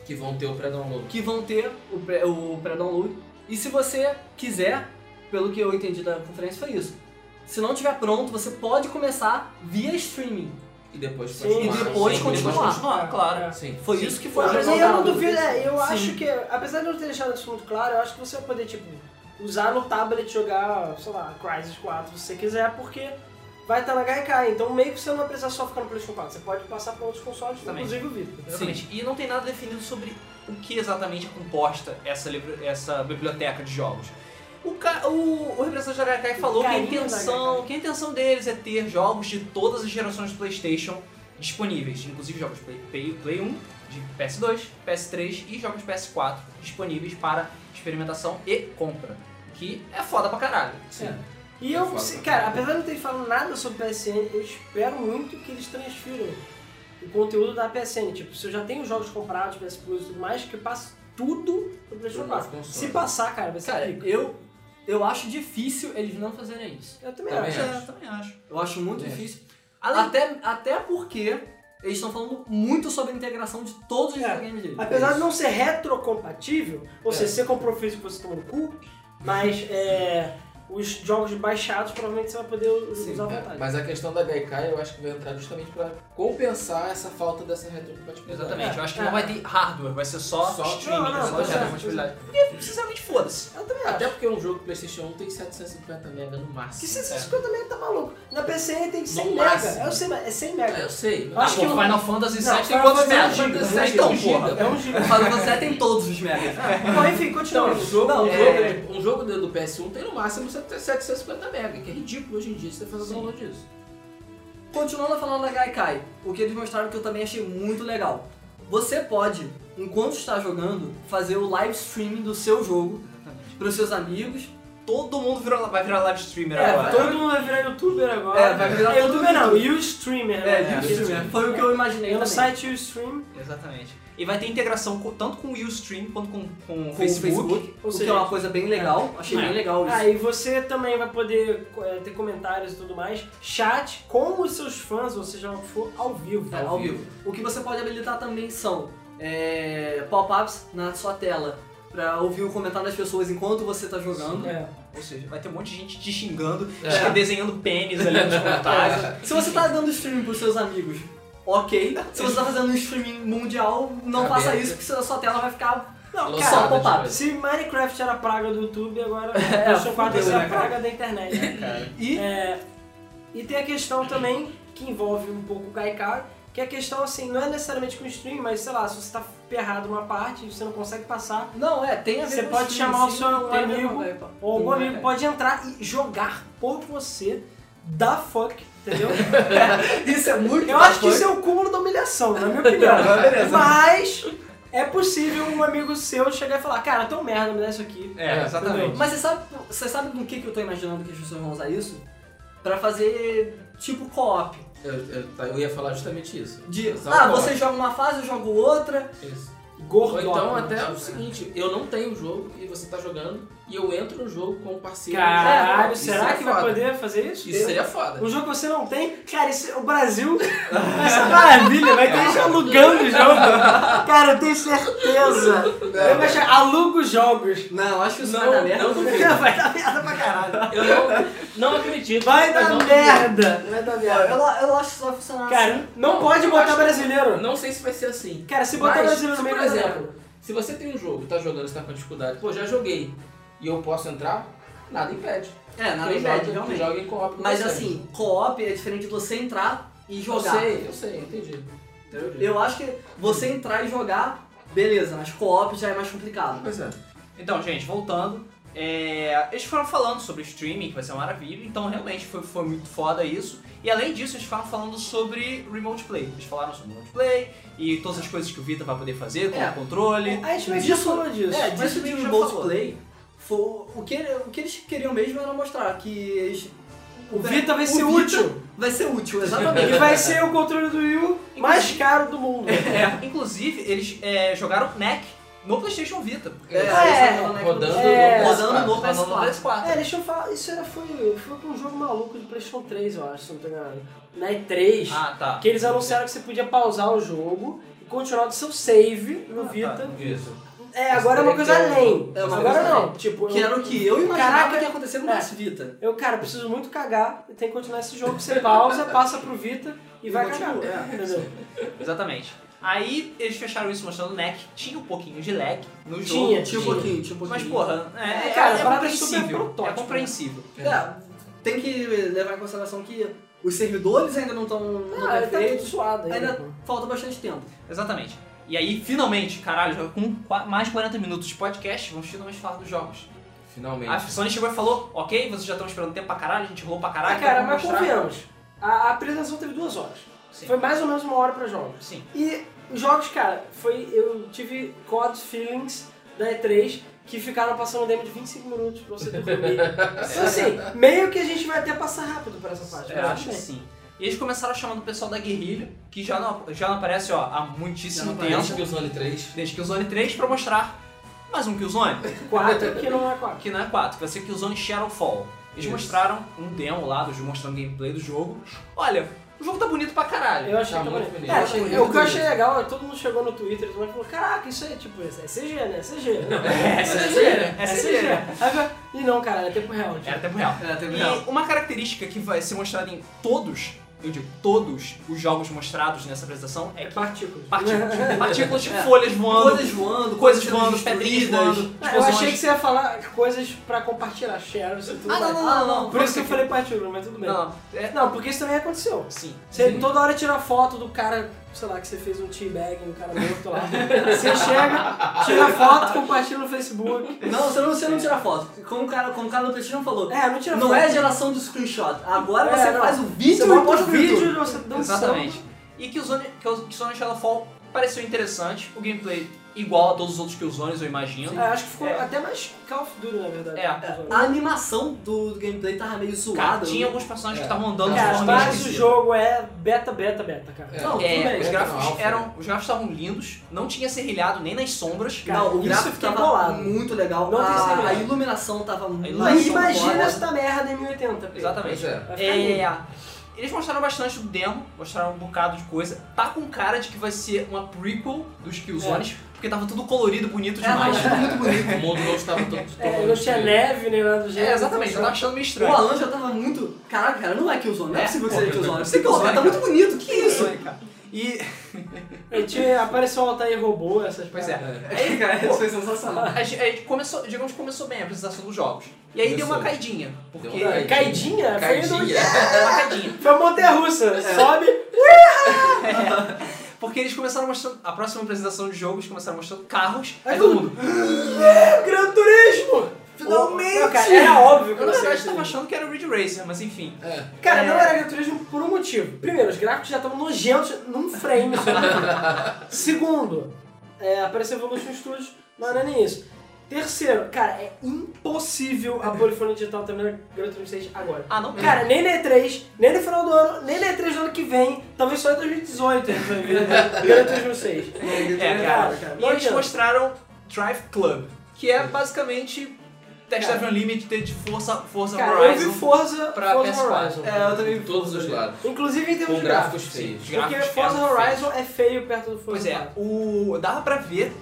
Speaker 3: Que vão ter o pré-download.
Speaker 5: que vão ter o pré- o pré-download. E se você quiser, pelo que eu entendi da conferência, foi isso. Se não tiver pronto, você pode começar via streaming.
Speaker 3: E depois
Speaker 1: Sim,
Speaker 3: continuar.
Speaker 5: e depois
Speaker 3: Sim,
Speaker 5: continuar.
Speaker 1: É.
Speaker 2: continuar, Ah, claro.
Speaker 3: Sim.
Speaker 5: Foi
Speaker 2: Sim.
Speaker 5: isso que foi
Speaker 1: Não, mas
Speaker 5: apresentado.
Speaker 1: aí eu não duvido, é, eu
Speaker 5: Sim.
Speaker 1: acho que, apesar de eu não ter deixado isso muito claro, eu acho que você vai poder, tipo, usar no tablet e jogar, sei lá, Crysis 4 se você quiser, porque vai estar na HK. Então meio que você não vai precisar só ficar no PlayStation 4, você pode passar para outros consoles,
Speaker 2: Também.
Speaker 1: inclusive o Vita.
Speaker 2: Exatamente. E não tem nada definido sobre o que exatamente é composta essa, livra- essa biblioteca de jogos. O, ca- o, o representante da Gaikai falou que a,
Speaker 1: carinho da
Speaker 2: intenção,
Speaker 1: Gaikai.
Speaker 2: que a intenção deles é ter jogos de todas as gerações do PlayStation disponíveis, inclusive jogos Play, Play, Play 1, de PS2, PS3 e jogos PS4 disponíveis para experimentação e compra. Que é foda pra caralho.
Speaker 1: É. E
Speaker 3: Eu
Speaker 1: eu,
Speaker 3: falo
Speaker 1: se-
Speaker 3: pra
Speaker 1: cara,
Speaker 3: caralho.
Speaker 1: apesar de não ter falado nada sobre PSN, eu espero muito que eles transfiram o conteúdo da PSN. Tipo, se eu já tenho jogos comprados, PS Plus e tudo mais, que eu passe tudo pro PlayStation
Speaker 3: Pro novo
Speaker 1: 4.
Speaker 3: console.
Speaker 1: Se passar, cara, vai ser
Speaker 5: Cara,
Speaker 1: rico.
Speaker 5: eu, eu acho difícil eles não fazerem isso.
Speaker 1: Eu também,
Speaker 3: Também
Speaker 1: acho.
Speaker 3: acho.
Speaker 2: eu também acho.
Speaker 5: Eu acho muito
Speaker 3: É.
Speaker 5: difícil.
Speaker 2: Além-
Speaker 5: Até, até porque eles estão falando muito sobre a integração de todos os
Speaker 1: É.
Speaker 5: videogames deles.
Speaker 1: Apesar de não ser retrocompatível, ou seja, você comprou físico você toma no cu, mas é, os jogos baixados provavelmente você vai poder
Speaker 5: Sim,
Speaker 1: usar à
Speaker 3: É,
Speaker 1: vontade.
Speaker 3: mas a questão da Gaikai eu acho que vai entrar justamente pra compensar essa falta dessa retrocompatibilidade.
Speaker 2: Exatamente. eu acho que
Speaker 1: É.
Speaker 2: não vai ter hardware, vai ser só,
Speaker 3: Só-
Speaker 2: streaming,
Speaker 1: Não, não,
Speaker 2: só
Speaker 1: tá certo.
Speaker 2: retrocompatibilidade. Porque, sinceramente, foda-se.
Speaker 1: Eu também acho.
Speaker 3: Até porque um jogo PlayStation 1 tem 750 mega no
Speaker 1: Que
Speaker 3: máximo. É,
Speaker 1: 650 mega tá maluco. Na PSN tem 100
Speaker 3: No
Speaker 1: mega.
Speaker 3: máximo.
Speaker 1: É, o 100 mega. é 100 mega.
Speaker 3: É, eu sei.
Speaker 1: Eu acho
Speaker 2: ah,
Speaker 1: que
Speaker 2: pô,
Speaker 1: o-
Speaker 2: Final Fantasy VII
Speaker 1: Não,
Speaker 2: tem
Speaker 1: Final
Speaker 2: quantos
Speaker 1: Fantasy
Speaker 2: megas?
Speaker 1: é um giga,
Speaker 3: é um
Speaker 2: Então,
Speaker 3: giga.
Speaker 2: porra.
Speaker 1: É um giga.
Speaker 5: Final Fantasy VII tem todos os megas.
Speaker 1: Bom, enfim, continua.
Speaker 3: Então, um jogo,
Speaker 1: Não,
Speaker 3: um,
Speaker 1: é-
Speaker 3: jogo de- um jogo do do PS1 tem no máximo 750 mega, que é ridículo hoje em dia você fazer download disso.
Speaker 5: Continuando a falar da Gaikai, o que eles mostraram que eu também achei muito legal. Você pode, enquanto está jogando, fazer o live streaming do seu jogo para os seus amigos.
Speaker 2: Todo mundo virou- vai virar live streamer
Speaker 1: É,
Speaker 2: agora.
Speaker 1: todo mundo vai virar youtuber agora.
Speaker 5: É, vai virar todo
Speaker 1: youtuber não,
Speaker 5: mundo.
Speaker 1: e o streamer.
Speaker 5: É,
Speaker 1: né?
Speaker 5: de streamer. Foi o que eu imaginei
Speaker 1: No
Speaker 5: também.
Speaker 1: É um site Ustream,
Speaker 2: Exatamente. E vai ter integração co- tanto com o Ustream quanto com, com,
Speaker 5: Com
Speaker 2: o
Speaker 5: o
Speaker 2: Facebook.
Speaker 5: Facebook,
Speaker 1: ou
Speaker 5: o que
Speaker 1: seja-
Speaker 5: é uma coisa bem legal. Achei
Speaker 1: É.
Speaker 5: bem legal isso.
Speaker 1: ah, e você também vai poder é, ter comentários e tudo mais, chat com os seus fãs, ou seja lá o que for, ao vivo. tá
Speaker 5: É, ao vivo. O que você pode habilitar também são é, pop-ups na sua tela para ouvir o comentário das pessoas enquanto você está jogando.
Speaker 1: É.
Speaker 2: Ou seja, vai ter um monte de gente te xingando,
Speaker 3: É.
Speaker 2: te desenhando pênis ali tipo. nos comentários.
Speaker 5: Se você tá dando streaming pros seus amigos, ok. Se você tá fazendo um streaming mundial, não
Speaker 3: Tá
Speaker 5: faça
Speaker 3: aberto.
Speaker 5: isso, porque a sua tela vai ficar.
Speaker 1: Não,
Speaker 3: Lançado,
Speaker 1: cara, é
Speaker 5: só pop-up.
Speaker 3: tipo,
Speaker 1: se Minecraft era a praga do YouTube, agora
Speaker 5: É,
Speaker 1: o PlayStation 4 vai ser
Speaker 5: fudeu,
Speaker 1: a
Speaker 5: né, cara?
Speaker 1: praga da internet. né?
Speaker 3: Cara,
Speaker 5: E
Speaker 1: É, e tem a questão também, que envolve um pouco o Gaikai, que é a questão assim, não é necessariamente com o stream, mas sei lá, se você tá ferrado uma parte e você não consegue passar,
Speaker 5: não, é, tem a ver
Speaker 1: Você
Speaker 5: com
Speaker 1: pode
Speaker 5: streaming,
Speaker 1: chamar o
Speaker 5: sim,
Speaker 1: seu
Speaker 5: não tem a ver
Speaker 1: amigo
Speaker 5: com a Gaikai.
Speaker 1: ou algum
Speaker 5: Com a
Speaker 1: amigo
Speaker 5: Gaikai.
Speaker 1: pode entrar e jogar por você da fuck, entendeu?
Speaker 3: tipo,
Speaker 5: Isso é muito
Speaker 1: Eu acho que
Speaker 5: bacana.
Speaker 1: isso é o cúmulo da humilhação, na minha opinião. Mas é possível um amigo seu chegar e falar, cara, tão merda, me dá isso aqui.
Speaker 2: É, exatamente.
Speaker 5: Mas você sabe, você sabe com o que, que eu tô imaginando que as pessoas vão usar isso? Pra fazer tipo co-op.
Speaker 3: eu, eu- tá, eu ia falar justamente isso.
Speaker 5: De,
Speaker 3: Usar o
Speaker 5: ah,
Speaker 3: co-op.
Speaker 5: você joga uma fase, eu jogo outra.
Speaker 3: Isso. Ou
Speaker 1: Gordo.
Speaker 3: então até o seguinte, eu não tenho o jogo e você tá jogando e eu entro no jogo com o parceiro.
Speaker 1: Caralho,
Speaker 3: Isso
Speaker 1: será
Speaker 3: seria
Speaker 1: que vai
Speaker 3: foda.
Speaker 1: poder fazer isso?
Speaker 3: Isso é seria foda.
Speaker 1: Um jogo que você não tem, cara, isso- é o Brasil, essa maravilha, vai ter gente alugando o jogo. Cara, eu tenho certeza. Eu vou achar, alugo jogos.
Speaker 5: É, né? Não, acho que isso
Speaker 3: Não,
Speaker 5: vai dar merda.
Speaker 3: não duvido.
Speaker 1: Vai dar merda pra caralho.
Speaker 3: Eu não, não acredito.
Speaker 1: Vai
Speaker 3: mas
Speaker 1: dar
Speaker 3: não duvido.
Speaker 1: merda.
Speaker 5: é
Speaker 1: Vai dar merda.
Speaker 5: Eu, eu acho que isso vai funcionar assim.
Speaker 1: Cara, não pode
Speaker 3: eu
Speaker 1: botar
Speaker 3: acho-
Speaker 1: brasileiro.
Speaker 3: Não sei se vai ser assim.
Speaker 1: Cara, se botar
Speaker 3: Mas,
Speaker 1: brasileiro no
Speaker 3: se,
Speaker 1: meio,
Speaker 3: por
Speaker 1: vai dar
Speaker 3: exemplo, se você tem um jogo, tá jogando, você tá com dificuldade, pô, já joguei e eu posso entrar, nada impede.
Speaker 5: É, nada
Speaker 3: Eu
Speaker 5: impede,
Speaker 3: jogo-
Speaker 5: realmente.
Speaker 3: eu jogo em co-op com
Speaker 5: Mas
Speaker 3: você.
Speaker 5: assim, co-op é diferente de você entrar e
Speaker 3: eu
Speaker 5: jogar.
Speaker 3: sei, eu sei, entendi. Entendi.
Speaker 5: Eu acho que você entrar e jogar, beleza, mas co-op já é mais complicado.
Speaker 3: Pois é.
Speaker 2: Então, gente, voltando. é, eles foram falando sobre streaming, que vai ser uma maravilha, então realmente foi, foi muito foda isso. E além disso, eles foram falando sobre remote play. Eles falaram sobre remote play e todas as coisas que o Vita vai poder fazer com
Speaker 5: É.
Speaker 2: o controle.
Speaker 1: A gente meio que
Speaker 5: Disso-
Speaker 1: falou disso.
Speaker 5: É,
Speaker 2: Mas
Speaker 5: disso
Speaker 2: o
Speaker 5: de
Speaker 2: Diego já
Speaker 5: remote
Speaker 2: falou.
Speaker 5: play, foi, o, que, o que eles queriam mesmo era mostrar que eles,
Speaker 1: O Vita vai
Speaker 5: o
Speaker 1: ser
Speaker 5: Vita-
Speaker 1: útil.
Speaker 5: vai ser útil,
Speaker 1: E
Speaker 5: exatamente.
Speaker 1: vai ser o controle do Wii mais caro do mundo.
Speaker 2: É, Inclusive, eles é, jogaram Mac no PlayStation Vita.
Speaker 1: É,
Speaker 3: Rodando
Speaker 1: É,
Speaker 3: no
Speaker 5: rodando no
Speaker 3: PS4.
Speaker 2: Falando no
Speaker 5: PS4.
Speaker 2: PS4.
Speaker 1: É, deixa eu falar, isso era, foi, foi pra um jogo maluco de Playstation 3, eu acho, se não tô enganado. Na E3,
Speaker 2: Ah, tá.
Speaker 1: que eles anunciaram que você podia pausar o jogo e continuar do seu save no
Speaker 2: Ah,
Speaker 1: Vita.
Speaker 2: tá.
Speaker 3: Isso.
Speaker 1: É, agora é uma coisa
Speaker 3: Então,
Speaker 1: além.
Speaker 5: é uma
Speaker 1: agora
Speaker 5: coisa
Speaker 1: não,
Speaker 5: além.
Speaker 1: tipo,
Speaker 5: Que era
Speaker 1: eu,
Speaker 5: o que eu imaginava
Speaker 1: Caraca.
Speaker 5: que ia acontecer com o
Speaker 1: É.
Speaker 5: PS Vita.
Speaker 1: eu, cara, preciso muito cagar, eu tenho que continuar esse jogo, você pausa, passa pro Vita e, é.
Speaker 5: E
Speaker 1: vai
Speaker 5: continua.
Speaker 1: cagar. Entendeu?
Speaker 2: Exatamente. Aí eles fecharam isso mostrando Mac. Tinha um pouquinho de lag no jogo.
Speaker 1: Tinha,
Speaker 5: Tinha um
Speaker 3: Tinha.
Speaker 5: pouquinho, tinha um
Speaker 2: Mas,
Speaker 5: pouquinho.
Speaker 2: porra, é,
Speaker 1: É,
Speaker 2: é,
Speaker 1: cara,
Speaker 2: é
Speaker 1: a parada é super
Speaker 2: compreensível. É
Speaker 1: protótipo,
Speaker 2: compreensível.
Speaker 5: É, tem que levar em consideração que Os servidores ainda não estão
Speaker 1: Ah, ele tá tudo
Speaker 5: perfeitos.
Speaker 1: suado ainda.
Speaker 5: é, Ainda
Speaker 1: pô.
Speaker 5: falta bastante tempo.
Speaker 2: Exatamente. E aí, finalmente, caralho, já com qua- mais 40 minutos de podcast, vamos finalmente falar dos jogos.
Speaker 3: Finalmente.
Speaker 2: A Sony chegou e falou, ok, vocês já estão esperando tempo pra caralho, a gente rolou pra caralho.
Speaker 1: Ah, cara,
Speaker 2: então
Speaker 1: mas
Speaker 2: vamos mostrar."
Speaker 1: convenhamos. A, a apresentação teve duas horas.
Speaker 2: Sim.
Speaker 1: Foi mais ou menos uma hora pra jogos.
Speaker 2: Sim.
Speaker 1: E os jogos, cara, foi. Eu tive COD Feelings da E3 que ficaram passando demo de 25 minutos pra você dormir. então assim, meio que a gente vai até passar rápido por essa parte.
Speaker 2: Eu
Speaker 1: mas
Speaker 2: É, acho
Speaker 1: tudo
Speaker 2: que
Speaker 1: bem.
Speaker 2: sim. E eles começaram chamando o pessoal da guerrilha, que já não, já não aparece, ó, há
Speaker 3: Já
Speaker 2: muitíssimo
Speaker 3: não
Speaker 2: tempo.
Speaker 3: parece que o Zone 3.
Speaker 2: Desde Killzone 3 pra mostrar mais um Killzone.
Speaker 1: Quatro que não é quatro.
Speaker 2: que não é 4, vai ser Killzone Shadowfall. Eles
Speaker 3: Isso.
Speaker 2: mostraram um demo lá, do- mostrando gameplay do jogo. Olha, o jogo tá bonito pra caralho.
Speaker 1: Eu achei
Speaker 3: Tá
Speaker 1: que
Speaker 3: muito
Speaker 1: bonito.
Speaker 3: bonito.
Speaker 1: É,
Speaker 3: Eu achei
Speaker 1: o que
Speaker 3: muito
Speaker 1: eu achei legal é que todo mundo chegou no Twitter e todo mundo falou: Caraca, isso aí, tipo, é CG, né? É CG. né?
Speaker 2: É CG, né?
Speaker 1: É CG. Aí eu- E não, cara, é tempo real. tipo.
Speaker 2: Era tempo real.
Speaker 5: É, teve
Speaker 2: E uma característica que vai ser mostrada em todos, eu digo todos, os jogos mostrados nessa apresentação é
Speaker 1: É
Speaker 2: que
Speaker 1: partículas.
Speaker 2: partículas, partículas de
Speaker 5: É.
Speaker 2: folhas voando,
Speaker 5: Coisas voando,
Speaker 2: coisas
Speaker 5: coisas
Speaker 2: voando,
Speaker 5: sendo
Speaker 2: pedrinhas
Speaker 5: destruídas.
Speaker 2: voando,
Speaker 1: Ah, Eu achei que
Speaker 2: explosões.
Speaker 1: você ia falar coisas pra compartilhar, shares e tudo
Speaker 5: Ah, não,
Speaker 1: mais.
Speaker 5: não, não, não.
Speaker 1: Por isso que eu falei partícula, mas tudo bem.
Speaker 2: Não, não, é,
Speaker 1: Não, porque isso também aconteceu.
Speaker 2: sim.
Speaker 1: Você
Speaker 3: Sim.
Speaker 1: toda hora tira foto do cara, sei lá, que você fez um teabag no cara morto lá. Você chega, tira foto, compartilha no Facebook.
Speaker 2: É.
Speaker 5: Não, você não, você não tira foto. Como o cara, como o cara no PlayStation falou,
Speaker 1: É, não tira
Speaker 5: não
Speaker 1: foto.
Speaker 5: é a geração do screenshot. Agora
Speaker 1: É,
Speaker 5: você
Speaker 1: não.
Speaker 5: faz o vídeo
Speaker 1: Você
Speaker 5: e
Speaker 1: bota
Speaker 5: posta
Speaker 1: o
Speaker 5: no YouTube.
Speaker 1: vídeo e você dançando.
Speaker 2: Exatamente. E que o Zone, que o Killzone Shadowfall pareceu interessante, o gameplay igual a todos os outros Killzones, eu imagino.
Speaker 1: É, acho que ficou
Speaker 2: É.
Speaker 1: até mais Call of Duty, na verdade.
Speaker 2: É.
Speaker 5: A animação do, do gameplay tava meio
Speaker 2: Cara,
Speaker 5: zoada.
Speaker 2: tinha
Speaker 5: né?
Speaker 2: alguns personagens
Speaker 3: É.
Speaker 2: que estavam andando de
Speaker 1: Cara,
Speaker 2: forma meio
Speaker 1: mas o
Speaker 2: esquisita.
Speaker 1: jogo é beta, beta, beta, cara.
Speaker 3: É.
Speaker 5: Não, tudo
Speaker 2: É,
Speaker 5: bem.
Speaker 2: os
Speaker 3: é,
Speaker 2: gráficos
Speaker 3: alfa,
Speaker 2: eram, os gráficos estavam lindos, não tinha serrilhado nem nas sombras.
Speaker 1: Cara,
Speaker 5: não, o
Speaker 1: isso eu
Speaker 5: gráfico
Speaker 1: fiquei
Speaker 5: tava
Speaker 1: bolado.
Speaker 5: muito legal.
Speaker 1: Não tem
Speaker 5: a,
Speaker 1: segredo.
Speaker 5: a iluminação tava muito
Speaker 2: iluminação
Speaker 1: Mas
Speaker 5: muito
Speaker 1: imagina
Speaker 5: boa.
Speaker 1: essa merda em 1080, Pedro.
Speaker 2: Exatamente.
Speaker 3: Pois é.
Speaker 1: Vai ficar lindo.
Speaker 2: É, eles mostraram bastante do demo, mostraram um bocado de coisa. Tá com cara de que vai ser uma prequel dos Killzones, porque tava tudo colorido, bonito
Speaker 5: É, não,
Speaker 2: demais.
Speaker 5: ficou muito bonito.
Speaker 3: O mundo não estava todo.
Speaker 1: É, não tinha neve nem nada do
Speaker 2: É,
Speaker 1: gênero.
Speaker 2: exatamente, eu
Speaker 1: então,
Speaker 2: tava achando meio
Speaker 5: O
Speaker 2: estranho.
Speaker 5: Alan já tava muito. Caraca, cara, não é Killzone. Não é
Speaker 2: É,
Speaker 5: possível que
Speaker 2: pô,
Speaker 5: seja Killzone. Você
Speaker 2: Killzone,
Speaker 5: Killzone, tá muito bonito. Que isso?
Speaker 2: cara. E,
Speaker 1: E é, tinha, apareceu um o Altair robô, essas
Speaker 2: pois é,
Speaker 5: Aí, cara, isso foi sensacional.
Speaker 2: a gente, a gente começou, digamos que começou bem a apresentação dos jogos. E aí deu
Speaker 3: Começou.
Speaker 2: uma caidinha, porque... É,
Speaker 3: Deu uma
Speaker 1: É, Caidinha?
Speaker 3: Caidinha.
Speaker 2: Deu uma caidinha.
Speaker 1: Foi a montanha russa. Sobe.
Speaker 2: Porque eles começaram mostrando. A próxima apresentação de jogos começaram mostrando carros.
Speaker 1: Aí
Speaker 2: Aí
Speaker 1: todo
Speaker 2: todo mundo.
Speaker 1: É Gran Turismo!
Speaker 5: Finalmente!
Speaker 1: Não, cara, era óbvio que eu
Speaker 2: Eu na
Speaker 1: não sei.
Speaker 2: verdade tava achando que era o Ridge Racer, mas enfim.
Speaker 3: É.
Speaker 1: Cara,
Speaker 2: É.
Speaker 1: não era Gran Turismo por um motivo. Primeiro, os gráficos já estavam nojentos num frame. só. Segundo, é, apareceu Evolution Studios, mas não é nem isso. Terceiro, cara, é impossível a Polifonia Digital terminar Gran Turismo 6 agora.
Speaker 2: Ah, não?
Speaker 1: Cara, nem na E3, nem no final do ano, nem na E3 do ano que vem, talvez só em 2018 a gente vai ver né? Gran Turismo 6.
Speaker 2: É, cara.
Speaker 1: Cara, cara, Então.
Speaker 2: E
Speaker 1: não
Speaker 2: eles
Speaker 1: adianta.
Speaker 2: mostraram Drive Club, que é basicamente Test
Speaker 1: Cara.
Speaker 2: Drive Unlimited de Forza, Forza
Speaker 1: Cara,
Speaker 2: Horizon.
Speaker 1: eu vi Forza,
Speaker 2: pra
Speaker 1: Forza
Speaker 2: PS4.
Speaker 1: Horizon.
Speaker 5: É, eu também
Speaker 3: Em todos os lados.
Speaker 1: Inclusive em termos
Speaker 3: Com
Speaker 1: de
Speaker 3: gráficos
Speaker 1: gráficos.
Speaker 3: feios.
Speaker 2: Os
Speaker 1: Porque
Speaker 2: É. gráficos
Speaker 1: Forza
Speaker 2: eram
Speaker 1: Horizon é feio perto do Forza
Speaker 2: Pois é,
Speaker 1: 4.
Speaker 2: o. dava pra ver.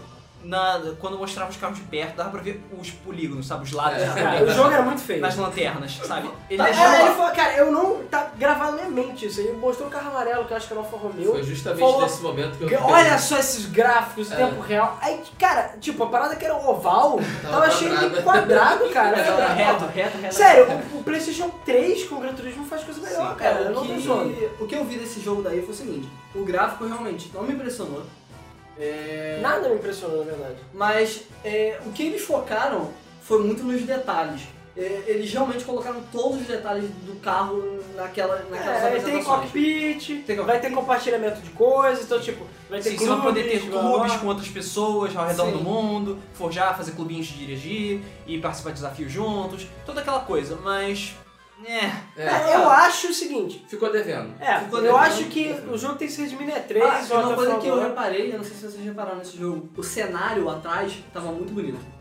Speaker 2: Na, quando mostrava os carros de perto, dava pra ver os polígonos, sabe? Os lados
Speaker 3: É.
Speaker 2: dos
Speaker 1: Cara, o
Speaker 2: polígonos,
Speaker 1: jogo era muito feio.
Speaker 2: nas lanternas, sabe? Ele
Speaker 1: Tá,
Speaker 2: deixava-
Speaker 1: é, ele falou, cara, eu não. Tá gravado na minha mente isso. Ele mostrou um carro amarelo que eu acho que era o Alfa Romeo.
Speaker 3: Foi justamente
Speaker 1: Falou-
Speaker 3: nesse momento que eu.
Speaker 1: Olha só esses gráficos,
Speaker 3: É.
Speaker 1: tempo real. Aí, cara, tipo, a parada que era um oval, tava cheio de
Speaker 3: quadrado.
Speaker 1: quadrado, cara.
Speaker 2: Era
Speaker 1: Era
Speaker 2: reto, reto, reto.
Speaker 1: Sério, o- o PlayStation 3 com o Gran Turismo faz coisa melhor,
Speaker 5: Sim,
Speaker 1: cara.
Speaker 5: cara,
Speaker 1: Não
Speaker 5: o,
Speaker 1: tem jogo.
Speaker 5: que, o que eu vi desse jogo daí foi o seguinte: o gráfico realmente não me impressionou, é,
Speaker 1: Nada me impressionou, na verdade.
Speaker 5: mas é, o que eles focaram foi muito nos detalhes. É, eles realmente colocaram todos os detalhes do carro naquela, naquelas
Speaker 1: É, tem
Speaker 5: apresentações.
Speaker 1: cockpit,
Speaker 5: Tem cockpit.
Speaker 1: vai ter compartilhamento de coisas, então, tipo, vai ter
Speaker 2: Sim, Assim, você
Speaker 1: clubes,
Speaker 2: vai poder ter
Speaker 1: blá, blá,
Speaker 2: clubes
Speaker 1: blá.
Speaker 2: com outras pessoas ao redor
Speaker 5: Sim.
Speaker 2: do mundo, forjar, fazer clubinhos de dirigir e participar de desafios juntos, toda aquela coisa, mas. É.
Speaker 1: É, eu acho o seguinte.
Speaker 3: assim, Ficou devendo.
Speaker 1: É,
Speaker 5: Ficou
Speaker 1: eu
Speaker 5: devendo.
Speaker 1: acho que o jogo tem que ser de né? mini 3
Speaker 5: Ah,
Speaker 1: ou até
Speaker 5: uma
Speaker 1: o
Speaker 5: coisa
Speaker 1: final
Speaker 5: que
Speaker 1: do
Speaker 5: eu
Speaker 1: ano.
Speaker 5: reparei, eu não sei se vocês repararam nesse jogo, o cenário atrás tava muito bonito.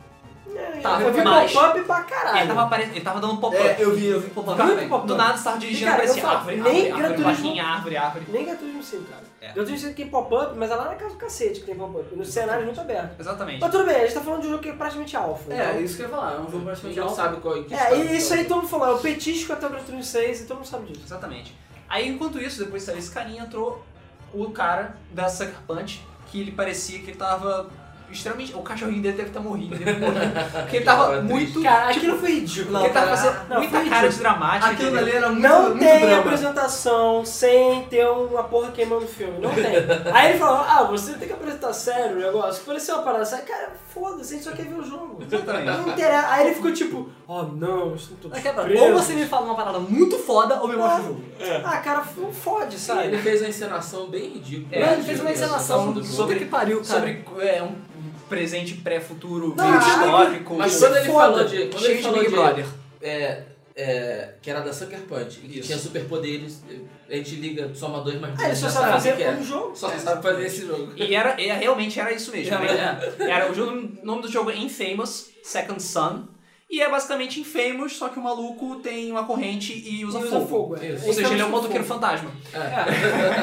Speaker 1: É,
Speaker 2: Tá,
Speaker 1: eu vi
Speaker 2: mas-
Speaker 1: pop-up pra
Speaker 2: Ele
Speaker 1: caralho.
Speaker 2: tava, apare... ele tava dando um pop-up.
Speaker 1: É,
Speaker 5: É, eu vi, eu vi pop-up
Speaker 2: Cara,
Speaker 5: também.
Speaker 1: pop-up.
Speaker 2: Do nada você tava dirigindo
Speaker 1: Cara,
Speaker 2: pra
Speaker 1: eu
Speaker 2: esse
Speaker 1: falo,
Speaker 2: árvore,
Speaker 1: nem
Speaker 2: árvore, árvore,
Speaker 1: Gran Turismo-
Speaker 2: barquinha, árvore, árvore.
Speaker 1: Nem Gratuito 5, cara.
Speaker 2: É.
Speaker 1: Gratuito 5 tem pop-up, mas é lá na casa do cacete que tem pop-up. No cenário é muito aberto.
Speaker 2: Exatamente.
Speaker 1: Mas tudo bem, a gente tá falando de um jogo que é praticamente alfa.
Speaker 5: É, isso que eu ia falar, é um jogo praticamente
Speaker 3: Ninguém
Speaker 5: alto.
Speaker 3: sabe qual que
Speaker 1: então.
Speaker 3: estado
Speaker 1: é e isso aí
Speaker 3: tá.
Speaker 1: todo mundo falou, é o petisco até o Gratuito 6 e todo mundo sabe disso.
Speaker 2: Exatamente. Aí enquanto isso, depois saiu esse carinha, entrou o cara da Sucker Punch, que ele parecia que ele tava extremamente. O cachorrinho dele deve estar morrendo, deve ter morrido. Porque ele tava muito.
Speaker 1: Cara,
Speaker 2: tipo,
Speaker 1: aquilo foi ridículo.
Speaker 2: porque ele tava
Speaker 1: cara.
Speaker 2: fazendo
Speaker 1: Não, foi
Speaker 2: muita cara de
Speaker 1: ridículo.
Speaker 2: dramática.
Speaker 5: Aquilo
Speaker 2: entendeu?
Speaker 5: dali era muito,
Speaker 1: Não
Speaker 5: muito
Speaker 1: tem
Speaker 5: drama.
Speaker 1: apresentação sem ter uma porra queimando o filme. Não tem. Aí ele falou, ah, você tem que apresentar sério o negócio. Parecia uma parada séria. Cara, foda-se, a gente só quer ver o jogo.
Speaker 2: Exatamente.
Speaker 1: Não interessa. Aí ele ficou tipo, oh não, estou todo
Speaker 5: Daquela parada,
Speaker 1: preso.
Speaker 5: Ou você me fala uma parada muito foda ou me mostra o jogo.
Speaker 1: Ah, cara, não fode,
Speaker 3: Sabe,
Speaker 1: sabe?
Speaker 3: ele fez uma encenação bem ridícula.
Speaker 2: É,
Speaker 5: Mano,
Speaker 3: de-
Speaker 5: ele fez uma
Speaker 3: dessa questão do
Speaker 5: encenação
Speaker 3: jogo.
Speaker 5: sobre que pariu, cara.
Speaker 2: Sobre é, um presente pré-futuro
Speaker 1: Não,
Speaker 2: meio
Speaker 1: cara,
Speaker 2: histórico.
Speaker 3: Mas
Speaker 2: cheio
Speaker 3: quando ele
Speaker 1: foda.
Speaker 3: falou de. Quando ele
Speaker 2: de
Speaker 3: falou
Speaker 2: Big
Speaker 3: de.
Speaker 2: Brother.
Speaker 3: é, é, que era da Sucker Punch, e que
Speaker 2: Isso.
Speaker 3: tinha superpoderes. A gente liga, soma dois mais
Speaker 1: Ah, ele só
Speaker 3: já
Speaker 1: sabe
Speaker 3: o que
Speaker 1: fazer
Speaker 3: é.
Speaker 1: um jogo.
Speaker 3: Só sabe fazer esse jogo.
Speaker 2: E era, e realmente era isso mesmo.
Speaker 3: Realmente
Speaker 2: né? Era, o jogo- o nome do jogo é Infamous Second Son. E é basicamente Infamous, só que o maluco tem uma corrente e usa
Speaker 1: Usa
Speaker 2: fogo.
Speaker 1: fogo, é.
Speaker 3: Isso.
Speaker 2: Ou seja, ele é um
Speaker 1: Infamous com
Speaker 2: motoqueiro fantasma.
Speaker 1: fogo.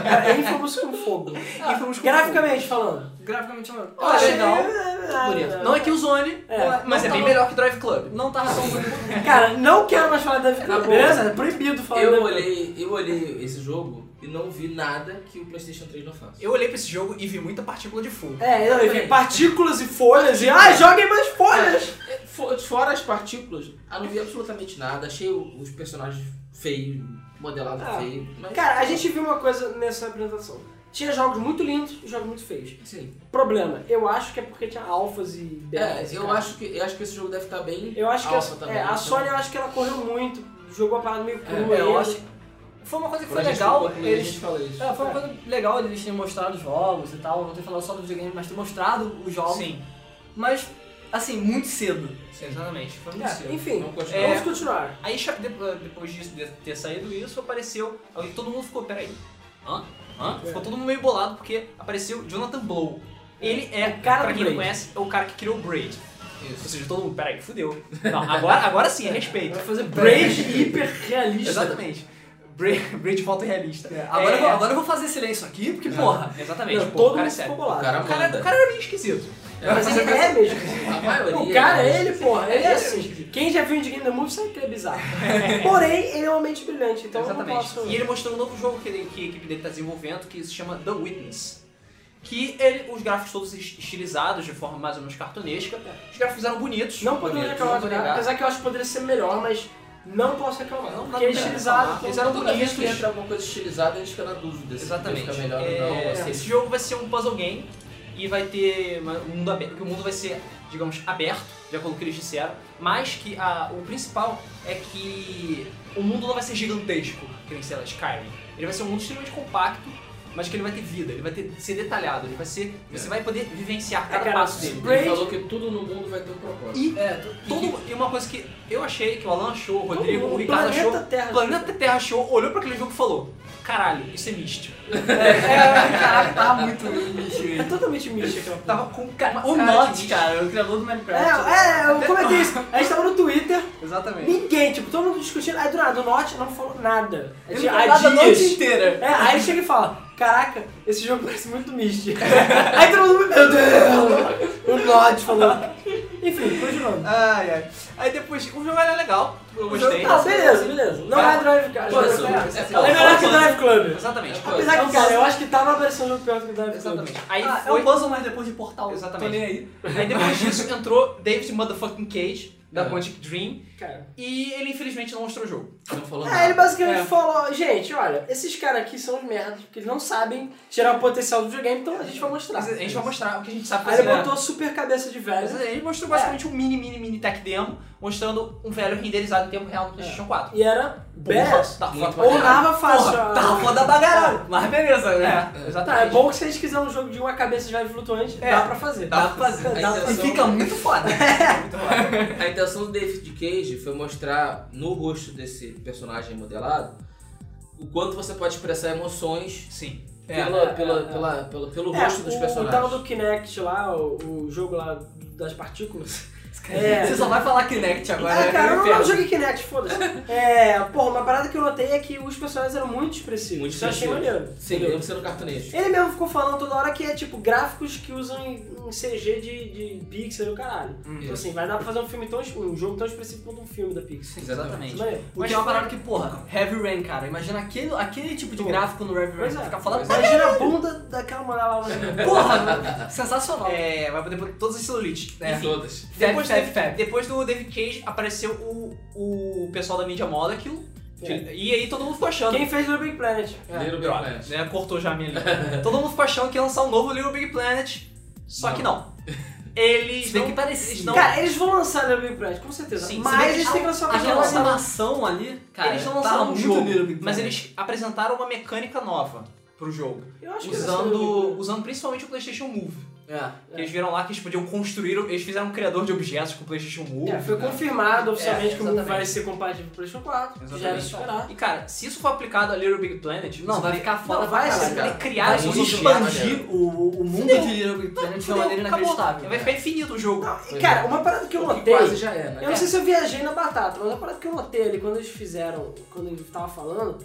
Speaker 1: É, é Infamous com fogo.
Speaker 2: Infamous com
Speaker 1: Graficamente falando.
Speaker 5: Graficamente falando.
Speaker 2: Ah,
Speaker 5: Achei
Speaker 2: legal.
Speaker 1: é,
Speaker 2: fogo.
Speaker 1: é,
Speaker 2: Bonito. Não é Killzone,
Speaker 1: É.
Speaker 2: mas é bem
Speaker 5: Não tava-
Speaker 2: melhor que Drive Club.
Speaker 5: Não tava tão bonito.
Speaker 1: Cara, não quero mais falar da
Speaker 3: Tá bom.
Speaker 1: beleza? É proibido falar da
Speaker 3: Eu olhei, eu olhei esse jogo e não vi nada que o PlayStation 3 não faça.
Speaker 2: Eu olhei pra esse jogo e vi muita partícula de fogo.
Speaker 1: É, não,
Speaker 3: Peraí.
Speaker 1: enfim, partículas e folhas e. Ah, joguem mais folhas!
Speaker 3: Fo- Fora as partículas, eu não vi absolutamente nada. Achei o- os personagens feios, modelado
Speaker 1: Ah,
Speaker 3: feio. Mas,
Speaker 1: Cara, a gente viu uma coisa nessa apresentação. Tinha jogos muito lindos e jogos muito feios.
Speaker 3: Sim.
Speaker 1: Problema, eu acho que é porque tinha alfas e
Speaker 3: É,
Speaker 1: betas.
Speaker 3: eu acho, que, eu acho que esse jogo deve estar bem.
Speaker 1: Eu acho que
Speaker 3: alfa
Speaker 1: a,
Speaker 3: também,
Speaker 1: é, a
Speaker 3: então.
Speaker 1: Sony, eu acho que ela correu muito, jogou a parada meio crua.
Speaker 3: É,
Speaker 1: aí.
Speaker 5: eu acho Foi uma coisa que
Speaker 3: Quando a
Speaker 5: foi
Speaker 3: gente
Speaker 5: legal.
Speaker 3: ficou com ele, a gente
Speaker 5: Eles...
Speaker 3: fala isso.
Speaker 5: É, foi uma coisa legal eles terem mostrado os jogos e tal. Não ter falado só do videogame, mas ter mostrado os
Speaker 1: É.
Speaker 5: jogos.
Speaker 2: Sim,
Speaker 5: Mas, assim, muito cedo.
Speaker 2: sim, exatamente. Foi muito
Speaker 1: É,
Speaker 2: cedo.
Speaker 1: enfim,
Speaker 3: Vamos
Speaker 1: vamos,
Speaker 3: continuar.
Speaker 1: continuar.
Speaker 2: Aí cha- de- ah, depois disso, de ter saído isso, apareceu. Aí todo mundo ficou, peraí. Hã? Hã?
Speaker 1: É.
Speaker 2: Ficou todo mundo meio bolado porque apareceu Jonathan Blow. Ele é,
Speaker 1: O cara
Speaker 2: pra
Speaker 1: do
Speaker 2: quem não
Speaker 1: Braid.
Speaker 2: conhece, é o cara que criou o Braid. Ou
Speaker 3: Isso.
Speaker 2: seja, todo mundo, peraí, fudeu. Não, agora, agora sim, é respeito.
Speaker 1: Vai fazer Braid hiper realista.
Speaker 2: Exatamente. Braid, Braid fotorrealista.
Speaker 5: Agora, Eu vou,
Speaker 2: É,
Speaker 5: agora eu vou fazer silêncio aqui, porque, porra.
Speaker 2: Exatamente,
Speaker 1: Não,
Speaker 2: pô,
Speaker 1: todo
Speaker 2: o cara é
Speaker 1: mundo
Speaker 2: sério.
Speaker 1: ficou
Speaker 3: O
Speaker 1: bolado.
Speaker 3: cara
Speaker 2: O cara,
Speaker 3: manda.
Speaker 2: o cara era meio esquisito.
Speaker 1: Mas ele é mesmo.
Speaker 3: A maioria.
Speaker 1: O cara,
Speaker 3: né?
Speaker 1: ele, porra, ele é
Speaker 2: Ele é
Speaker 1: assim. Quem já viu Indie Game The Movie sabe que ele é bizarro. Porém, ele é uma mente brilhante, então eu não
Speaker 2: Exatamente.
Speaker 1: posso...
Speaker 2: E ele mostrou um novo jogo que, ele- que a equipe dele está desenvolvendo, que se chama The Witness. Que ele- os gráficos todos es- estilizados, de forma mais ou menos cartunesca, os gráficos eram bonitos.
Speaker 1: Não poderia
Speaker 2: bonitos,
Speaker 1: reclamar
Speaker 2: não
Speaker 1: do
Speaker 2: vou
Speaker 1: nada,
Speaker 2: negar.
Speaker 1: apesar que eu acho que poderia ser melhor, mas não posso reclamar.
Speaker 2: Não, não
Speaker 1: porque é
Speaker 2: dá pra
Speaker 1: estilizado,
Speaker 2: reclamar.
Speaker 1: todo
Speaker 2: Eles eram
Speaker 3: Toda vez que
Speaker 2: bonitos.
Speaker 3: entra alguma coisa estilizada, a gente fica na dúvida se
Speaker 2: Exatamente.
Speaker 3: fica melhor
Speaker 2: É,
Speaker 3: ou não. assim.
Speaker 2: esse jogo vai ser um puzzle game e vai ter uma- um mundo aberto, que o mundo vai ser, digamos, aberto, de acordo com o que eles disseram, mas que a- o principal é que o mundo não vai ser gigantesco, que nem sei lá, Skyrim. Ele vai ser um mundo extremamente compacto, mas que ele vai ter vida, ele vai ter, ser detalhado, ele vai ser, você vai poder vivenciar cada
Speaker 1: É cara,
Speaker 2: passo dele.
Speaker 3: Ele
Speaker 1: Braid-
Speaker 3: falou que tudo no mundo vai ter um propósito.
Speaker 2: E
Speaker 5: É, tu-
Speaker 2: todo, e uma coisa que eu achei, que o Alan achou, o
Speaker 1: mundo,
Speaker 2: Rodrigo, o Ricardo
Speaker 1: planeta
Speaker 2: achou,
Speaker 1: Terra.
Speaker 2: o Planeta Terra achou, olhou pra aquele jogo e falou, caralho, isso é místico.
Speaker 5: é, caralho, tava muito lixo
Speaker 1: É
Speaker 5: ele.
Speaker 1: totalmente mística aquela porra.
Speaker 2: Tava com um cara, cara
Speaker 5: O
Speaker 2: de
Speaker 5: Notch,
Speaker 2: místico.
Speaker 5: cara, o criador do Minecraft.
Speaker 1: É, é, eu comentei isso. A gente tava no Twitter,
Speaker 5: Exatamente.
Speaker 1: ninguém, tipo, todo mundo discutindo. Aí do nada, o Norte não falou nada.
Speaker 5: Ele
Speaker 1: Tinha-
Speaker 5: não
Speaker 1: há
Speaker 5: falou nada a noite
Speaker 1: dias.
Speaker 5: inteira.
Speaker 1: É, aí ele chega e fala, caraca, esse jogo parece muito místico. aí todo mundo, meu Deus, o Nod falou. Enfim, continuando.
Speaker 2: Ai, ai. Aí depois, o jogo era legal, eu gostei. Tá.
Speaker 1: Ah, beleza, beleza. Não é Drive Club.
Speaker 3: Pô,
Speaker 1: Drive
Speaker 3: isso-
Speaker 1: Club.
Speaker 3: é
Speaker 1: É melhor que o
Speaker 3: pô,
Speaker 1: Drive Club.
Speaker 2: Exatamente.
Speaker 3: pô.
Speaker 1: Apesar
Speaker 5: É um
Speaker 1: que, cara,
Speaker 5: puzzle.
Speaker 1: eu acho que tava parecendo um pior do que o Drive Club.
Speaker 2: Exatamente. Aí
Speaker 5: Ah,
Speaker 2: foi.
Speaker 5: é um puzzle, mas depois de
Speaker 1: um.
Speaker 5: Portal.
Speaker 2: Exatamente.
Speaker 5: Tô nem aí.
Speaker 2: Aí depois disso entrou David Motherfucking Cage, da
Speaker 1: Ah.
Speaker 3: É.
Speaker 2: Quantic Dream,
Speaker 1: Cara.
Speaker 2: e ele infelizmente não mostrou o jogo.
Speaker 3: Não falou
Speaker 1: É, ele
Speaker 3: nada.
Speaker 1: basicamente
Speaker 5: É.
Speaker 1: falou, gente, olha, esses caras aqui são os merdas, porque eles não sabem tirar o potencial do videogame, então a gente vai mostrar.
Speaker 2: Mas a gente vai mostrar o que a gente sabe
Speaker 1: Aí
Speaker 2: fazer. né?
Speaker 1: ele botou É. super cabeça de
Speaker 2: Mas
Speaker 1: velho.
Speaker 2: Ele mostrou basicamente um mini, mini, mini tech demo, mostrando um velho renderizado em tempo real no PlayStation 4.
Speaker 1: E era É. badass.
Speaker 2: Tá
Speaker 3: Muito
Speaker 2: foda.
Speaker 1: Ou dava fácil.
Speaker 5: Porra,
Speaker 1: a-
Speaker 5: tava foda pra caralho. Mas beleza, né?
Speaker 2: É,
Speaker 1: Tá, é
Speaker 2: exatamente.
Speaker 1: bom que se a gente quiser um jogo de uma cabeça de velho flutuante,
Speaker 5: É.
Speaker 1: dá pra fazer.
Speaker 5: Dá pra fazer.
Speaker 3: A
Speaker 5: Dá- E
Speaker 3: intenção-
Speaker 5: fica muito foda.
Speaker 3: A intenção do David Cage foi mostrar no rosto desse personagem modelado o quanto você pode expressar emoções
Speaker 2: Sim.
Speaker 5: É,
Speaker 3: pela,
Speaker 1: é,
Speaker 3: pela,
Speaker 1: é.
Speaker 3: pela- pelo, pelo
Speaker 1: É,
Speaker 3: rosto dos
Speaker 1: o, o
Speaker 3: personagens.
Speaker 1: tal do Kinect lá, o, o jogo lá das partículas, É.
Speaker 5: Você só vai falar Kinect agora.
Speaker 1: Ah,
Speaker 5: né?
Speaker 1: cara, eu não, eu
Speaker 5: Inferno.
Speaker 1: joguei Kinect, foda-se. É, porra, uma parada que eu notei é que os personagens eram muito expressivos.
Speaker 3: Muito
Speaker 1: isso eu achei
Speaker 3: expressivos.
Speaker 1: maneiro.
Speaker 3: Sim,
Speaker 1: entendeu?
Speaker 3: eu sendo cartunesco.
Speaker 1: Ele mesmo ficou falando toda hora que é tipo gráficos que usam em, em CG de, de Pixar e o caralho.
Speaker 5: Uhum.
Speaker 1: Então assim, vai dar pra fazer um filme tão. um jogo tão expressivo quanto um filme da Pixar.
Speaker 2: Exatamente.
Speaker 1: Maneiro.
Speaker 5: O que é uma parada que, porra, Heavy Rain, cara. Imagina aquele, aquele tipo de
Speaker 1: Pô.
Speaker 5: gráfico no Heavy Rain.
Speaker 1: Pois
Speaker 5: Você
Speaker 1: é.
Speaker 5: fica falando,
Speaker 1: Imagina a bunda daquela mulher lá.
Speaker 5: porra, mano, sensacional.
Speaker 2: É, vai poder botar todas as celulites.
Speaker 5: É.
Speaker 3: Né? Todas.
Speaker 2: Depois,
Speaker 5: Fab,
Speaker 2: do-
Speaker 5: fab, fab.
Speaker 2: depois do David Cage apareceu o, o pessoal da mídia Molecule.
Speaker 1: É.
Speaker 2: E aí todo mundo ficou achando.
Speaker 1: Quem fez o Big Planet?
Speaker 5: É.
Speaker 3: Little Big
Speaker 2: Droga,
Speaker 3: Planet.
Speaker 2: né, cortou já a minha língua. todo mundo ficou achando que ia lançar um novo Little Big Planet. Só que não. Eles
Speaker 5: Se bem
Speaker 2: não.
Speaker 5: que parecia.
Speaker 2: eles não-
Speaker 1: Cara, eles vão lançar o Big Planet, com certeza.
Speaker 2: Sim, se bem
Speaker 1: mas
Speaker 2: que
Speaker 1: eles têm que lançar uma
Speaker 5: Aquela
Speaker 1: coisa nova.
Speaker 5: animação ali,
Speaker 2: Cara,
Speaker 5: eles não
Speaker 2: tá
Speaker 5: lançaram um
Speaker 2: muito
Speaker 5: jogo,
Speaker 2: Little
Speaker 5: Big
Speaker 2: Mas
Speaker 5: Planet.
Speaker 2: eles apresentaram uma mecânica nova pro jogo.
Speaker 1: Eu acho que eles lançaram o Big
Speaker 2: Usando,
Speaker 1: Planet.
Speaker 2: usando principalmente o PlayStation Move.
Speaker 5: É.
Speaker 2: Eles viram lá que eles podiam construir. Eles fizeram um criador de objetos com o PlayStation Move.
Speaker 1: É, foi confirmado oficialmente
Speaker 2: É,
Speaker 1: que o mundo
Speaker 2: exatamente.
Speaker 1: vai ser compatível com o PlayStation 4. que Já era de esperar.
Speaker 2: E cara, se isso for aplicado a Little Big Planet,
Speaker 5: Não, vai ficar foda
Speaker 1: Não,
Speaker 5: pra
Speaker 1: vai
Speaker 5: caralho.
Speaker 1: ser,
Speaker 3: cara.
Speaker 2: poder criar
Speaker 3: Vai
Speaker 2: esses
Speaker 3: ser
Speaker 2: objetos.
Speaker 3: maneiro.
Speaker 5: expandir o, o mundo
Speaker 2: Fudeu.
Speaker 5: de Little Big Planet de uma
Speaker 1: Fudeu,
Speaker 5: maneira
Speaker 1: acabou.
Speaker 5: inacreditável. né?
Speaker 2: Vai ficar infinito o jogo.
Speaker 1: E, cara, uma parada que eu
Speaker 3: O que
Speaker 1: notei.
Speaker 3: Quase já é, né?
Speaker 1: Eu não sei se eu viajei na batata, mas uma parada que eu notei ali quando eles fizeram, quando ele tava falando,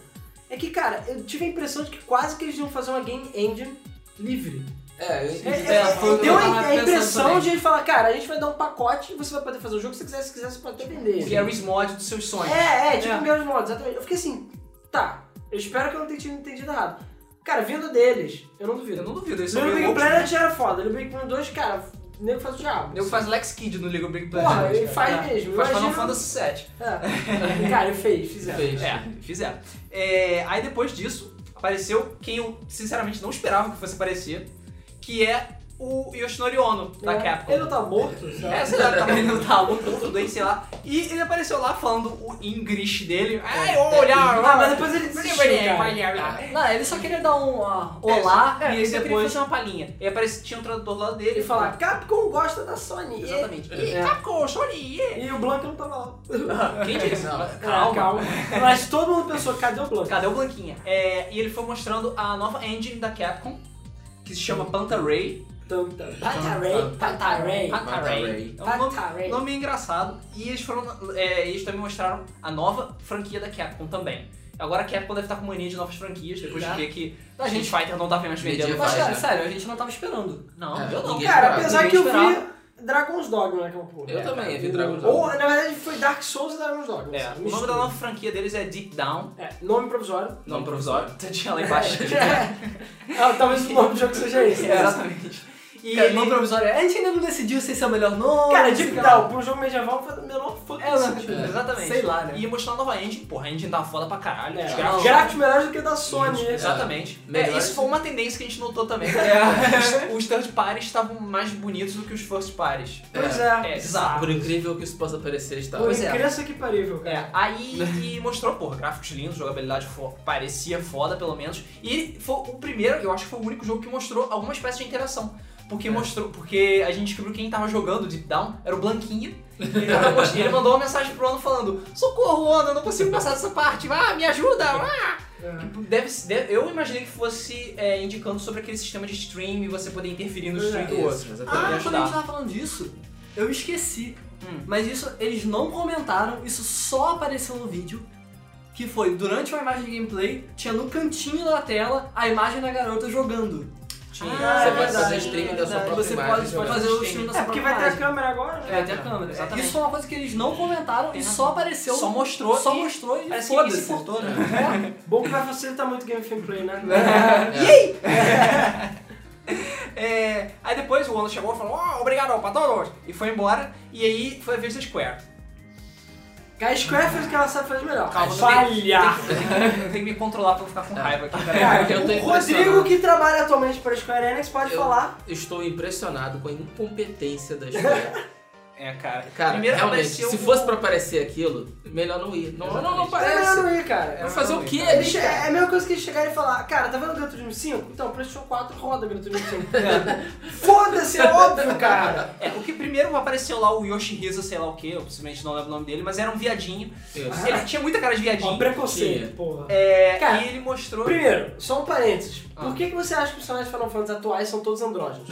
Speaker 1: é que, cara, eu tive a impressão de que quase que eles iam fazer uma game engine livre.
Speaker 3: É, eu
Speaker 1: É,
Speaker 3: entendi.
Speaker 1: é,
Speaker 5: foi o que
Speaker 1: deu
Speaker 5: eu
Speaker 1: a,
Speaker 5: tava
Speaker 1: a
Speaker 5: pensando
Speaker 1: impressão
Speaker 5: também.
Speaker 1: de ele falar, cara, a gente vai dar um pacote e você vai poder fazer o jogo que você quiser, se quiser, você pode até vender.
Speaker 2: Que é o Mod dos seus sonhos.
Speaker 1: É, é, tipo
Speaker 5: É.
Speaker 1: o Garry's Mod, exatamente. Eu fiquei assim, tá, eu espero que eu não tenha tido- entendido errado. Cara, vindo deles, eu não duvido.
Speaker 2: Eu não duvido, isso é
Speaker 1: Little
Speaker 2: o
Speaker 1: Big
Speaker 2: Big
Speaker 1: Planet já era foda, Little Big Planet 2, cara, o nego faz o diabo.
Speaker 2: Eu faz Lex Kid no Little Big Planet.
Speaker 1: Porra, ele
Speaker 2: cara.
Speaker 1: faz
Speaker 2: É.
Speaker 1: mesmo.
Speaker 2: Faz Final
Speaker 1: imagina-
Speaker 2: Fantasy VII.
Speaker 1: É. Cara, ele fez, fizeram.
Speaker 3: Fez.
Speaker 2: É, fizeram. É, aí depois disso, apareceu quem eu sinceramente não esperava que fosse aparecer, que é o Yoshinori Ono, da
Speaker 1: É.
Speaker 2: Capcom.
Speaker 1: Ele não tá morto, sabe?
Speaker 2: É, sei lá, tava indo tá louco, tudo bem, sei lá. E ele apareceu lá falando o inglês dele. Ai, olha,
Speaker 1: Ah, mas depois ele desistiu, cara.
Speaker 5: Não, ele só queria dar um ah, olá
Speaker 2: É,
Speaker 5: e
Speaker 2: ele
Speaker 5: aí
Speaker 2: só queria
Speaker 5: depois.
Speaker 2: fazer uma palhinha. E aparecia, tinha um tradutor lá dele
Speaker 1: Ele fala, Capcom gosta da Sony.
Speaker 2: Exatamente. E
Speaker 5: É.
Speaker 2: Capcom, Sony! e-
Speaker 1: E o Blanca não tava lá.
Speaker 2: Quem disse?
Speaker 3: Não.
Speaker 2: Calma.
Speaker 1: É, Mas todo mundo pensou, cadê o Blanca?
Speaker 2: Cadê o Blanquinha? É, e ele foi mostrando a nova engine da Capcom, que se chama Pantaray.
Speaker 1: Tum, tum.
Speaker 5: Tá,
Speaker 1: Pataray, Pataray.
Speaker 3: Pantaray.
Speaker 2: É um nome,
Speaker 1: Pantaray.
Speaker 2: nome engraçado. E eles foram. é, eles também mostraram a nova franquia da Capcom também. Agora a Capcom deve estar com mania de novas franquias, depois de
Speaker 5: Já.
Speaker 2: ver que
Speaker 5: A
Speaker 2: a gente
Speaker 5: gente.
Speaker 2: Fighter não tá mais vendendo.
Speaker 3: Medieval.
Speaker 5: Mas, cara,
Speaker 3: né?
Speaker 5: sério, a gente não tava esperando.
Speaker 2: Não,
Speaker 3: É,
Speaker 2: eu não.
Speaker 3: ninguém
Speaker 1: Cara,
Speaker 3: esperava.
Speaker 1: apesar que eu
Speaker 5: esperava.
Speaker 1: vi Dragon's Dogma naquela porra. É,
Speaker 3: Eu também, eu vi Dragon's
Speaker 1: Ou,
Speaker 3: Dogma.
Speaker 1: na verdade, foi Dark Souls e Dragon's Dogma.
Speaker 2: É,
Speaker 1: assim,
Speaker 2: o nome
Speaker 1: mistura.
Speaker 2: da nova franquia deles é Deep Down,
Speaker 1: É, nome provisório.
Speaker 2: nome provisório, tinha lá embaixo.
Speaker 1: Ah, talvez o nome do jogo seja esse. né?
Speaker 2: É, Exatamente. E
Speaker 5: E cara,
Speaker 2: ele
Speaker 5: ele... não provisório. A gente ainda não decidiu se esse é o melhor nome.
Speaker 1: Cara,
Speaker 5: sei
Speaker 1: Deep
Speaker 5: lá.
Speaker 1: Down, pra um jogo medieval, foi o menor foda
Speaker 5: É, né?
Speaker 1: sentido.
Speaker 2: Exatamente.
Speaker 5: Sei lá, né?
Speaker 2: E ia mostrar a nova engine. Porra, a engine tá foda pra caralho.
Speaker 1: É,
Speaker 2: Os
Speaker 1: Gráficos
Speaker 2: gráficos-
Speaker 1: melhores do que o da Sony. né?
Speaker 5: né?
Speaker 3: Isso.
Speaker 2: Exatamente.
Speaker 3: É,
Speaker 2: É,
Speaker 3: melhor
Speaker 2: isso
Speaker 3: sim.
Speaker 2: foi uma tendência que a gente notou também. Os, os third parties estavam mais bonitos do que os first parties.
Speaker 1: Pois é.
Speaker 2: É, bizarro.
Speaker 3: Por incrível que isso possa parecer, tá está.
Speaker 1: Por
Speaker 2: Pois é.
Speaker 1: incrível que parível, cara.
Speaker 2: É, aí e mostrou, porra, gráficos lindos, jogabilidade fo- parecia foda, pelo menos. E foi o primeiro, eu acho que foi o único jogo que mostrou alguma espécie de interação. Porque mostrou, porque a gente descobriu quem tava jogando Deep Down era o Blanquinha. E Ele, tava most- ele mandou uma mensagem pro Ono falando: Socorro, Ono, eu não consigo passar dessa parte, ah, me ajuda! Ah!
Speaker 1: É,
Speaker 2: Deve, se- deve- eu imaginei que fosse é, indicando sobre aquele sistema de stream e você poder interferir no stream do outro.
Speaker 3: Isso, é
Speaker 5: Ah,
Speaker 3: exatamente.
Speaker 5: quando
Speaker 2: Poderia
Speaker 5: a
Speaker 2: ajudar.
Speaker 5: gente tava falando disso, eu esqueci.
Speaker 2: Hum.
Speaker 5: Mas isso eles não comentaram, isso só apareceu no vídeo. Que foi durante uma imagem de gameplay, tinha no cantinho da tela a imagem da garota jogando.
Speaker 2: Tinha-
Speaker 1: Ah,
Speaker 3: Você
Speaker 1: é
Speaker 3: pode fazer
Speaker 1: verdade,
Speaker 3: streaming da
Speaker 1: é
Speaker 3: sua
Speaker 1: verdade.
Speaker 3: própria
Speaker 5: Você
Speaker 3: imagem.
Speaker 5: pode, pode
Speaker 3: jogando.
Speaker 5: fazer o stream da sua
Speaker 1: É, porque
Speaker 5: própria
Speaker 1: vai ter a
Speaker 5: imagem.
Speaker 1: câmera agora, né?
Speaker 5: É, até a câmera.
Speaker 2: Exatamente.
Speaker 5: Isso foi uma coisa que eles não comentaram e
Speaker 2: Tem
Speaker 5: só apareceu.
Speaker 2: Só mostrou
Speaker 5: Só
Speaker 2: e-
Speaker 5: mostrou e
Speaker 2: Parece que ninguém se
Speaker 5: foda-se.
Speaker 2: importou, né?
Speaker 1: Bom que vai facilitar muito o game gameplay, né?
Speaker 2: É, aí depois o Ono chegou e falou, oh, obrigado pra todos, e foi embora, e aí foi a Vista Square.
Speaker 1: A Square fez o que ela sabe fazer melhor.
Speaker 2: Calma,
Speaker 1: Falhar.
Speaker 2: Tem que me controlar pra não ficar com
Speaker 3: Ah.
Speaker 2: raiva aqui, peraí.
Speaker 1: Cara,
Speaker 3: Eu tô
Speaker 1: o Rodrigo,
Speaker 3: impressionado.
Speaker 1: que trabalha atualmente para a Square Enix, pode
Speaker 3: Eu-
Speaker 1: falar.
Speaker 3: É. Estou impressionado com a incompetência da história.
Speaker 2: É, cara.
Speaker 3: Cara,
Speaker 2: Primeiro
Speaker 3: realmente,
Speaker 2: apareceu
Speaker 5: um
Speaker 3: se
Speaker 2: o-
Speaker 3: fosse pra aparecer aquilo, melhor não ir. Não, não, não
Speaker 2: Exatamente.
Speaker 1: É,
Speaker 3: parece.
Speaker 1: não ia, cara.
Speaker 2: É,
Speaker 3: Vai fazer o quê?
Speaker 2: não,
Speaker 1: Ele
Speaker 3: ali,
Speaker 1: che-
Speaker 3: cara?
Speaker 1: é a mesma coisa que eles chegarem e falar, cara, tá vendo o Gran Turismo 5? Então, o PlayStation 4 roda Gran Turismo 5. Foda-se, é óbvio, cara.
Speaker 2: É, o que primeiro apareceu lá o Yoshihisa, sei lá o que, eu simplesmente não lembro o nome dele, mas era um viadinho.
Speaker 3: Isso.
Speaker 2: Ele tinha muita cara de
Speaker 1: Ó,
Speaker 2: viadinho.
Speaker 1: preconceito, porra.
Speaker 2: É,
Speaker 1: Cara,
Speaker 2: e ele mostrou.
Speaker 1: Primeiro, só um parênteses.
Speaker 2: Ah.
Speaker 1: Por que, que você acha que os personagens de Final Fantasy atuais são todos andrógenos?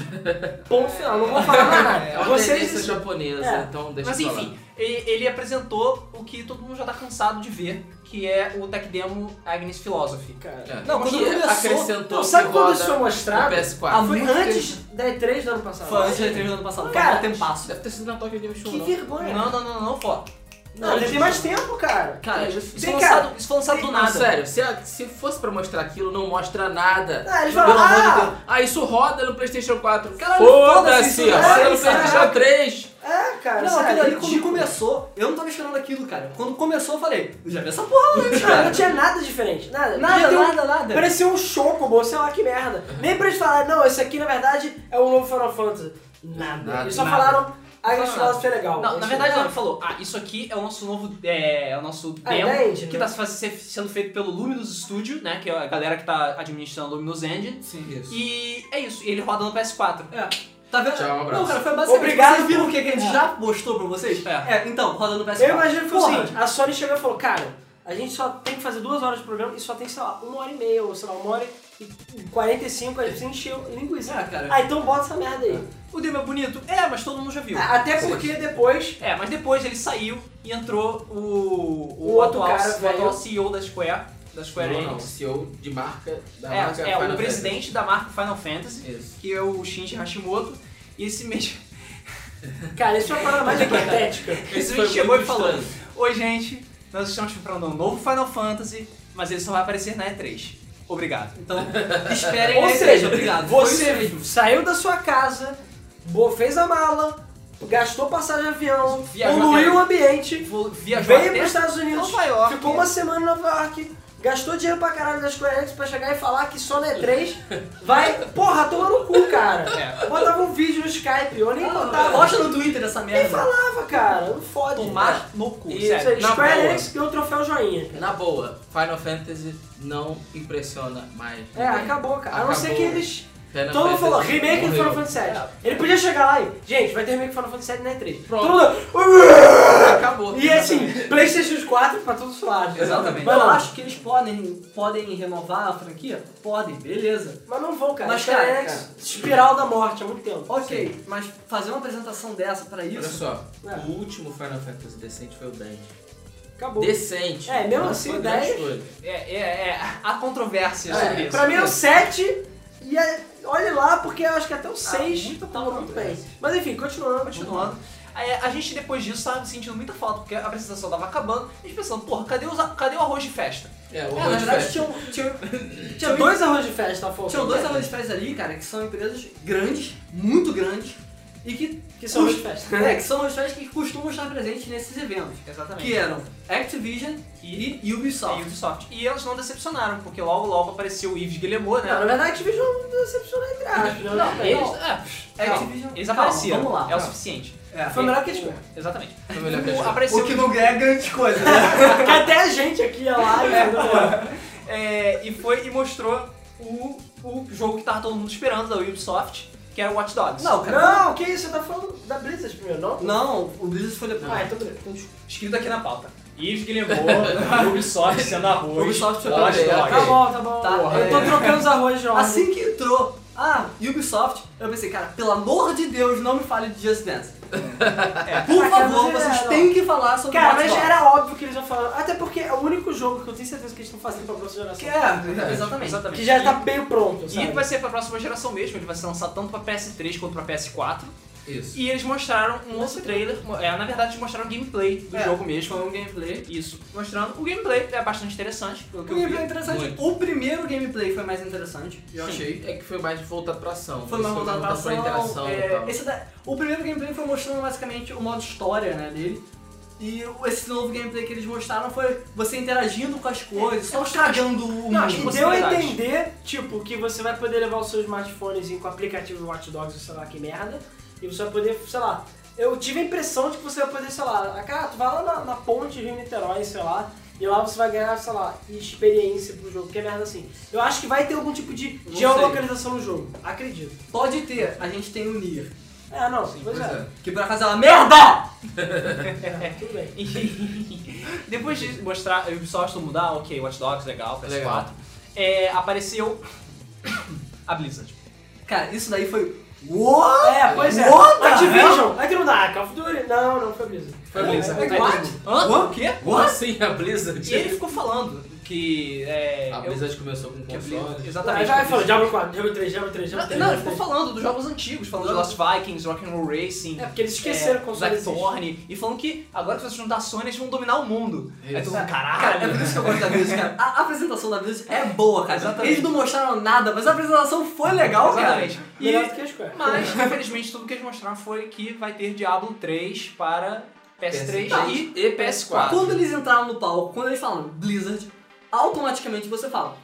Speaker 1: Ponto final, não vou falar mais nada.
Speaker 3: É uma
Speaker 1: Vocês.
Speaker 3: tendência japonesa,
Speaker 1: É.
Speaker 3: então deixa
Speaker 2: Mas
Speaker 3: eu
Speaker 2: enfim, e- ele apresentou o que todo mundo já tá cansado de ver, que é o tech demo Agnes Philosophy.
Speaker 1: Cara,
Speaker 3: É.
Speaker 1: Não, quando começou.
Speaker 3: acrescentou
Speaker 1: Não, sabe
Speaker 3: que
Speaker 1: quando
Speaker 3: roda
Speaker 1: isso foi mostrado? Ah,
Speaker 3: No PS4.
Speaker 1: Foi
Speaker 5: música-
Speaker 1: antes da E3 do ano passado.
Speaker 5: Foi um antes da E3 do ano passado.
Speaker 1: Cara,
Speaker 5: Cara, tem passo.
Speaker 3: Deve ter sido na Tokyo Game Show,
Speaker 1: Que
Speaker 3: não.
Speaker 1: vergonha.
Speaker 2: Não, não, não, não, pô.
Speaker 1: Não, ele tem mais tempo, cara.
Speaker 2: Cara, isso
Speaker 1: Tem
Speaker 2: foi
Speaker 1: cara-
Speaker 2: lançado, isso foi lançado do
Speaker 3: Não,
Speaker 2: nada.
Speaker 3: sério, se, a- se fosse pra mostrar aquilo, não mostra nada.
Speaker 1: Ah, eles
Speaker 3: Pelo
Speaker 1: falam,
Speaker 3: amor de
Speaker 1: ah,
Speaker 3: Deus. Ah, isso roda no PlayStation 4.
Speaker 2: Caralho, foda-se,
Speaker 3: Foda-se,
Speaker 2: isso
Speaker 3: roda
Speaker 1: é
Speaker 3: no
Speaker 1: isso, caraca.
Speaker 3: PlayStation 3.
Speaker 1: é, cara,
Speaker 5: Não,
Speaker 1: isso
Speaker 5: aquilo
Speaker 1: é
Speaker 5: ali quando
Speaker 1: ridículo.
Speaker 5: começou, eu não tava esperando aquilo, cara. Quando começou, eu falei, eu já vi essa porra antes,
Speaker 1: Cara,
Speaker 5: cara.
Speaker 1: não tinha nada diferente, nada.
Speaker 5: Nada,
Speaker 1: Podia ter um-
Speaker 5: nada,
Speaker 2: É.
Speaker 5: nada.
Speaker 1: Parecia um chocobo, sei lá que merda. Nem pra eles falarem, não, esse aqui na verdade é o novo Final Fantasy. Nada.
Speaker 3: Nada,
Speaker 1: eles só
Speaker 3: nada.
Speaker 1: falaram, a
Speaker 2: Não,
Speaker 1: gente falou é legal.
Speaker 2: Não, na
Speaker 1: Isso.
Speaker 2: verdade ela falou, ah, isso aqui é o nosso novo, é, é o nosso
Speaker 1: Ah,
Speaker 2: demo,
Speaker 1: da engine,
Speaker 2: que
Speaker 1: né?
Speaker 2: tá se- se- sendo feito pelo Luminous Studio, né, que é a galera que tá administrando a Luminous Engine.
Speaker 3: Sim, isso.
Speaker 2: E é isso, e ele roda no PS4.
Speaker 5: Tá vendo?
Speaker 3: Tchau, um abraço.
Speaker 5: Não, cara, foi basicamente.
Speaker 1: Obrigado
Speaker 5: Vocês viram o que que a
Speaker 1: por-
Speaker 5: gente já mostrou pra vocês?
Speaker 2: É.
Speaker 5: É, então, roda no PS4.
Speaker 1: Eu imagino que foi o
Speaker 5: Porra,
Speaker 1: seguinte, a Sony chegou e falou, cara, a gente só tem que fazer duas horas de programa e só tem, sei lá, uma hora e meia, ou sei lá, uma hora e 45, a gente precisa encher o linguiça.
Speaker 5: É, cara.
Speaker 1: Ah, então bota essa merda aí.
Speaker 2: O demo é bonito? É, mas todo mundo já viu.
Speaker 1: Até porque depois
Speaker 2: É, mas depois ele saiu e entrou o, o,
Speaker 1: O outro
Speaker 2: atual,
Speaker 1: cara,
Speaker 2: o atual
Speaker 1: velho.
Speaker 2: CEO da Square, da Square
Speaker 3: Não,
Speaker 2: Enix.
Speaker 3: não, o CEO de marca da marca
Speaker 2: É, é
Speaker 3: Final
Speaker 2: o presidente da marca Final Fantasy,
Speaker 3: Fantasy. Isso.
Speaker 2: que é o Shinji Hashimoto, e esse mês
Speaker 1: Cara, isso é uma parada mais hipotética.
Speaker 2: Esse
Speaker 3: foi
Speaker 2: gente chegou e
Speaker 3: muito
Speaker 2: falou:
Speaker 3: estranho.
Speaker 2: Oi, gente, nós estamos preparando um novo Final Fantasy, mas ele só vai aparecer na E3. Obrigado.
Speaker 5: Então, esperem
Speaker 1: Ou
Speaker 5: aí,
Speaker 1: seja,
Speaker 5: obrigado. Foi isso
Speaker 1: Você
Speaker 5: mesmo.
Speaker 1: saiu da sua casa, bo- fez a mala, gastou passagem de avião,
Speaker 2: Viajou
Speaker 1: poluiu
Speaker 2: até-
Speaker 1: o ambiente,
Speaker 2: Vou- Viajou
Speaker 1: veio
Speaker 2: até
Speaker 1: para os Estados Unidos,
Speaker 2: Nova York.
Speaker 1: ficou uma semana em Nova York, gastou dinheiro pra caralho da Square Enix pra chegar e falar que só na E3 vai, porra, toma no cu,
Speaker 2: É.
Speaker 1: cara. Botava um vídeo no Skype, eu nem
Speaker 2: Ah,
Speaker 5: Tá,
Speaker 1: botava,
Speaker 5: Mostra no Twitter essa merda.
Speaker 1: nem falava, cara, não fode. cara.
Speaker 2: tomar no cu,
Speaker 1: Isso,
Speaker 2: sério.
Speaker 1: aí,
Speaker 3: na
Speaker 1: Square
Speaker 3: boa.
Speaker 1: Enix ganhou o troféu joinha. cara.
Speaker 3: Na boa, Final Fantasy não impressiona mais.
Speaker 1: É,
Speaker 2: Uhum.
Speaker 1: acabou, cara. A não ser
Speaker 3: Acabou.
Speaker 1: que eles
Speaker 3: Final
Speaker 1: Todo mundo
Speaker 3: Fantasy
Speaker 1: falou, remake do
Speaker 3: morreu.
Speaker 1: Final Fantasy VII. Ele podia chegar lá e, gente, vai ter remake do Final Fantasy VII na E3.
Speaker 3: Pronto.
Speaker 1: Todo
Speaker 3: Acabou.
Speaker 1: mundo... E assim, Playstation 4 pra todos os lados.
Speaker 2: Exatamente.
Speaker 1: Vai
Speaker 5: Eu
Speaker 1: lá.
Speaker 5: acho que eles podem, podem renovar a franquia? Podem, beleza.
Speaker 1: Mas não vão, cara.
Speaker 5: Mas,
Speaker 1: Square
Speaker 5: cara,
Speaker 1: Enix, espiral da morte há muito tempo.
Speaker 5: Ok, mas fazer uma apresentação dessa pra
Speaker 3: Olha
Speaker 5: isso.
Speaker 3: só,
Speaker 1: É.
Speaker 3: o último Final Fantasy decente foi o 10.
Speaker 1: Acabou.
Speaker 3: Decente.
Speaker 1: É, mesmo
Speaker 3: Não
Speaker 1: assim,
Speaker 3: foi
Speaker 1: o 10
Speaker 3: grande coisa.
Speaker 2: É, é, é, há controvérsia sobre
Speaker 1: É,
Speaker 2: isso.
Speaker 1: pra mim é o 7 e é- olha lá, porque eu acho que até o 6
Speaker 5: muita
Speaker 1: tava muito bem.
Speaker 5: controvérsia.
Speaker 1: Mas enfim, continuando.
Speaker 2: Continuando. é, a gente depois disso tava sentindo muita falta, porque a apresentação tava acabando, a gente pensando, porra, cadê, os, a- cadê o arroz de festa?
Speaker 3: É, o
Speaker 5: É, na
Speaker 3: Road
Speaker 5: verdade,
Speaker 3: Fest.
Speaker 5: tinham, tinham,
Speaker 1: um- Tinha dois arroz de festa, né? Afonso.
Speaker 5: tinham dois arroz de festa ali, cara, que são empresas grandes, muito grandes, e que,
Speaker 1: Que são arroz de
Speaker 5: cust-
Speaker 1: festa.
Speaker 5: É, que são as festas que costumam estar presentes nesses eventos.
Speaker 2: Exatamente.
Speaker 5: Que eram Activision e, Ubisoft.
Speaker 2: E Ubisoft. E eles não decepcionaram, porque logo logo apareceu o Yves Guillemot, né?
Speaker 1: Não, na verdade, Activision decepcionou entre aspas. né?
Speaker 2: Não, eles. É,
Speaker 5: Calma,
Speaker 2: Activision- eles
Speaker 5: calma,
Speaker 2: apareceram.
Speaker 5: vamos lá,
Speaker 2: é o
Speaker 5: calma.
Speaker 2: suficiente.
Speaker 5: É.
Speaker 1: Foi melhor que tipo, a gente.
Speaker 2: Exatamente.
Speaker 5: um
Speaker 3: Foi melhor que a
Speaker 2: O-
Speaker 3: gente.
Speaker 2: apareceu um-
Speaker 5: O que não é grande coisa, né?
Speaker 1: Que até a gente aqui ia lá e
Speaker 2: É, e foi e mostrou o, o jogo que tava todo mundo esperando da Ubisoft, que era o Watch Dogs.
Speaker 5: Não, cara.
Speaker 1: Não, que isso? Você tá falando da Blizzard primeiro, não?
Speaker 5: Não, o Blizzard foi depois.
Speaker 1: Ah, então beleza.
Speaker 2: Escrito aqui na pauta. Yves Guillemot, Ubisoft sendo arroz.
Speaker 5: Ubisoft foi
Speaker 2: Watch
Speaker 3: primeiro.
Speaker 2: Dogs.
Speaker 1: Tá bom, tá bom.
Speaker 5: Tá,
Speaker 1: eu tô
Speaker 5: é.
Speaker 1: trocando os arroz de ordem.
Speaker 5: Assim que entrou, ah, Ubisoft, eu pensei, cara, pelo amor de Deus, não me fale de Just Dance. Por
Speaker 1: Ah, cara,
Speaker 5: favor,
Speaker 1: mas é,
Speaker 5: vocês
Speaker 1: não.
Speaker 5: têm que falar sobre
Speaker 1: Cara,
Speaker 5: Watch
Speaker 1: mas
Speaker 5: Dogs.
Speaker 1: era óbvio que eles iam falar. Até porque é o único jogo que eu tenho certeza que eles estão fazendo pra próxima geração.
Speaker 5: Que é, exatamente.
Speaker 2: Exatamente.
Speaker 1: Que já tá meio pronto,
Speaker 2: E
Speaker 1: sabe?
Speaker 2: vai ser pra próxima geração mesmo, ele vai ser lançado tanto pra PS3 quanto pra PS4.
Speaker 3: Isso.
Speaker 2: E eles mostraram um outro trailer, é, na verdade eles mostraram gameplay do
Speaker 5: É.
Speaker 2: jogo mesmo.
Speaker 5: Foi um gameplay.
Speaker 2: Isso, mostrando. O gameplay é bastante interessante, pelo
Speaker 5: O
Speaker 2: que eu vi.
Speaker 5: gameplay é interessante.
Speaker 3: Muito.
Speaker 5: O primeiro gameplay foi mais interessante, eu
Speaker 3: Sim,
Speaker 5: achei.
Speaker 3: É que foi mais voltado pra ação.
Speaker 5: assim, Foi mais voltado pra ação.
Speaker 3: interação
Speaker 5: é,
Speaker 3: e tal.
Speaker 5: esse da- o primeiro gameplay foi mostrando basicamente o modo história né, dele. E o- esse novo gameplay que eles mostraram foi você interagindo com as coisas, só estragando
Speaker 2: Não,
Speaker 5: o um mundo.
Speaker 2: acho que
Speaker 1: E deu a
Speaker 2: possibilidade.
Speaker 1: entender, tipo, que você vai poder levar o seu smartphonezinho com o aplicativo Watch Dogs, ou sei lá que merda, e você vai poder, sei lá. Eu tive a impressão de que você vai poder, sei lá, "Ah, cara, tu vai lá na, na ponte Rio Niterói, sei lá, e lá você vai ganhar, sei lá, experiência pro jogo, que é merda assim. Eu acho que vai ter algum tipo de
Speaker 5: Não
Speaker 1: geolocalização no jogo, acredito.
Speaker 5: Pode ter, a gente tem o Nier.
Speaker 1: É, não,
Speaker 3: Sim,
Speaker 1: pois é.
Speaker 2: Que por acaso ela, merda!
Speaker 1: é. Tudo bem.
Speaker 2: Depois de mostrar o Ubisoft mudar, ok, Watch Dogs, legal, PS4.
Speaker 3: Legal.
Speaker 2: É, apareceu a Blizzard.
Speaker 5: Cara, isso daí foi. Uou!
Speaker 1: É, pois é.
Speaker 5: What the
Speaker 1: Activision! Aí não dá, Call of Duty. Não, não foi Blizzard.
Speaker 3: Foi Blizzard.
Speaker 1: É,
Speaker 5: What?
Speaker 2: Hã? O quê?
Speaker 3: Como assim a Blizzard?
Speaker 2: E ele ficou falando que. É,
Speaker 3: A
Speaker 2: eu-
Speaker 3: Blizzard começou com
Speaker 2: que a Blizzard-
Speaker 3: consoles.
Speaker 1: Exatamente.
Speaker 2: Exatamente.
Speaker 1: Ah, Já falou,
Speaker 2: Não,
Speaker 1: Diablo 4, Diablo 3, Diablo 3, Diablo 3.
Speaker 2: ele ficou falando dos jogos antigos, falando de Lost Vikings, Rock'n'Roll Racing.
Speaker 1: É, porque eles esqueceram
Speaker 2: é,
Speaker 1: o console existe.
Speaker 2: Blackthorn, e falando que agora que vocês não da Sony, eles vão dominar o mundo. Aí todo
Speaker 3: Isso.
Speaker 2: mundo,
Speaker 5: Cara, é
Speaker 2: caralho.
Speaker 5: por isso que eu gosto da Blizzard, cara. A a apresentação da Blizzard é boa, cara.
Speaker 2: Exatamente.
Speaker 5: Eles não mostraram nada, mas a apresentação foi legal, cara.
Speaker 2: Exatamente. E-
Speaker 1: Melhor do que a Square.
Speaker 2: mas, infelizmente, tudo que eles mostraram foi que vai ter Diablo 3 para PS3
Speaker 5: Tá.
Speaker 2: e, e PS4.
Speaker 5: Quando eles entraram no palco, quando eles falam Blizzard, automaticamente você fala.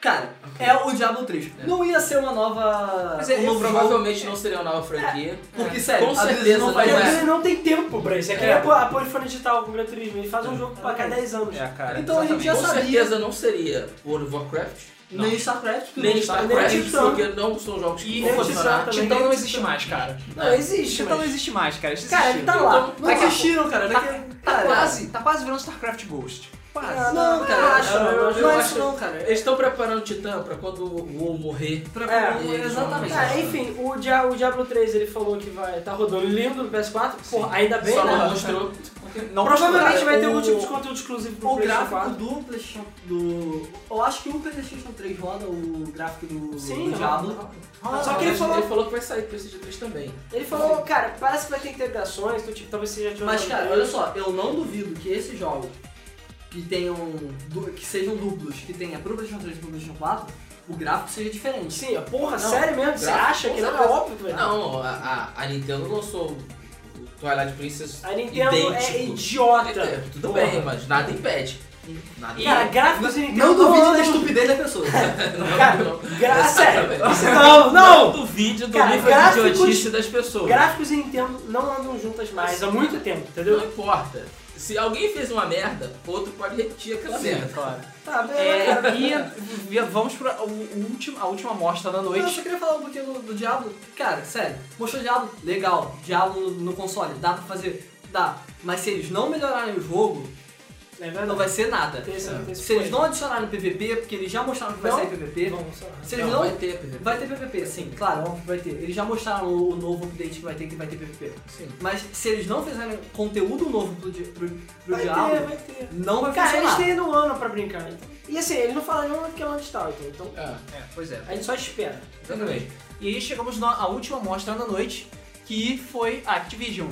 Speaker 5: Cara, é o Diablo 3. Não ia ser uma nova.
Speaker 2: Mas é-
Speaker 5: um
Speaker 2: eu
Speaker 5: novo jogo, É,
Speaker 3: Provavelmente não seria uma nova franquia.
Speaker 5: porque sério,
Speaker 3: com
Speaker 5: a Blizzard
Speaker 3: certeza
Speaker 5: não
Speaker 3: não
Speaker 5: faz
Speaker 1: Porque
Speaker 3: vai é.
Speaker 5: mais.
Speaker 1: ele não tem tempo pra isso. É que nem a a Polifone Digital com o Gran Turismo. Ele faz
Speaker 5: É.
Speaker 1: um jogo pra cada 10 anos.
Speaker 2: É, cara,
Speaker 5: Então a gente já
Speaker 3: Com
Speaker 5: sabia. tá
Speaker 3: certeza não seria World of Warcraft,
Speaker 2: Não.
Speaker 5: Nem StarCraft,
Speaker 3: nem
Speaker 1: nem
Speaker 3: StarCraft,
Speaker 1: Titan.
Speaker 3: porque não são jogos que
Speaker 2: E
Speaker 3: vão
Speaker 1: Titan.
Speaker 3: funcionar.
Speaker 1: também
Speaker 2: Titã Então não
Speaker 1: tem-
Speaker 2: existe mais, cara.
Speaker 1: Não, existe,
Speaker 5: tá
Speaker 2: Titã não
Speaker 1: mas...
Speaker 2: existe mais, cara. Eles
Speaker 1: Cara, ele tá lá.
Speaker 5: Não assistiram, cara. Daqui,
Speaker 2: Tá
Speaker 5: cara, ah,
Speaker 2: quase, tá quase virando StarCraft Ghost. Quase.
Speaker 5: Não, cara, eu acho,
Speaker 1: não,
Speaker 5: eu
Speaker 1: eu
Speaker 5: não
Speaker 1: tipo, acho-
Speaker 5: acho não, cara.
Speaker 3: Eles estão preparando o Titã pra quando o WoW morrer.
Speaker 5: Pra-
Speaker 3: É,
Speaker 5: exatamente.
Speaker 1: Ah, enfim, o, Dia- o Diablo 3 ele falou que vai tá rodando lindo no PS4, porra, ainda bem,
Speaker 3: Só
Speaker 1: né?
Speaker 3: não mostrou.
Speaker 2: Não,
Speaker 1: Provavelmente
Speaker 5: cara,
Speaker 1: vai ter
Speaker 5: o-
Speaker 1: algum tipo de conteúdo exclusivo pro
Speaker 5: O
Speaker 1: PlayStation
Speaker 5: gráfico
Speaker 1: 4.
Speaker 5: do PlayStation. Do, eu acho que o PlayStation 3 roda o gráfico do,
Speaker 1: Sim,
Speaker 5: do
Speaker 1: roda.
Speaker 5: Diablo. Ah,
Speaker 1: Só que ele
Speaker 3: Mas
Speaker 1: falou,
Speaker 3: ele falou que vai sair pro PS3 também.
Speaker 1: ele falou, cara, parece que vai ter integrações, então tipo, talvez seja de
Speaker 5: Mas, cara, olha só, eu não duvido que esses jogos que tenham. du- que sejam duplos, que tenha pro PlayStation 3 e pro PlayStation 4, o gráfico seja diferente. tá?
Speaker 1: Sim, ó, porra,
Speaker 5: Não,
Speaker 1: sério mesmo? Você
Speaker 3: gráfico,
Speaker 1: acha que
Speaker 3: com
Speaker 1: não é
Speaker 3: certeza.
Speaker 1: óbvio, velho?
Speaker 3: Não, a, a- a Nintendo lançou o Twilight Princess
Speaker 1: A Nintendo é
Speaker 3: idêntico.
Speaker 1: idiota.
Speaker 3: É, tudo
Speaker 1: Porra.
Speaker 3: bem, mas nada impede. Nada
Speaker 1: Cara,
Speaker 3: impede.
Speaker 1: gráficos de Nintendo.
Speaker 5: Não duvido da
Speaker 1: rodam-
Speaker 5: estupidez da pessoa.
Speaker 1: Cara,
Speaker 3: não.
Speaker 1: gra- sério.
Speaker 3: É, Exatamente.
Speaker 1: Não, não!
Speaker 3: do vídeo do
Speaker 1: Cara,
Speaker 3: nível de
Speaker 1: gráficos-
Speaker 3: idiotice das pessoas.
Speaker 1: Gráficos e Nintendo não andam juntas mais há muito tempo,
Speaker 3: Não
Speaker 1: entendeu?
Speaker 3: importa. Se alguém fez uma merda, outro pode repetir aquela merda.
Speaker 2: claro.
Speaker 1: Tá, beleza.
Speaker 2: É, e e vamos pra o, o último, a última mostra da
Speaker 5: Eu
Speaker 2: noite.
Speaker 5: só queria falar um pouquinho do, do Diablo. Cara, sério, mostrou Diablo, legal. Diablo no console, dá pra fazer? Dá. Mas se eles não melhorarem o jogo,
Speaker 1: É
Speaker 5: não
Speaker 1: verdade.
Speaker 5: vai ser nada.
Speaker 1: Tem esse- tem esse
Speaker 5: Se eles
Speaker 1: ponto.
Speaker 5: não adicionarem PVP, porque eles já mostraram que vai
Speaker 1: Não.
Speaker 5: sair PVP.
Speaker 1: Vamos, sei lá.
Speaker 5: Se eles
Speaker 3: Não,
Speaker 5: não.
Speaker 3: vai ter PVP.
Speaker 5: Vai ter PVP, sim, claro, óbvio que vai ter. Eles já mostraram o o novo update que vai ter, que vai ter PVP.
Speaker 3: Sim.
Speaker 5: Mas se eles não fizerem conteúdo novo pro, di- pro, pro
Speaker 1: Vai
Speaker 5: Diablo,
Speaker 1: ter, vai ter.
Speaker 5: não vai
Speaker 1: Cara, eles
Speaker 5: funcionar.
Speaker 1: têm no ano pra brincar. então. E assim, eles não falam nenhum que é onde está, então. então
Speaker 3: Ah,
Speaker 2: É, pois é.
Speaker 1: a gente só espera.
Speaker 3: exatamente.
Speaker 2: E aí chegamos na a última mostra da noite, que foi a Activision.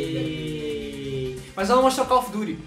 Speaker 2: Yay! Mas ela não mostrou Call of Duty.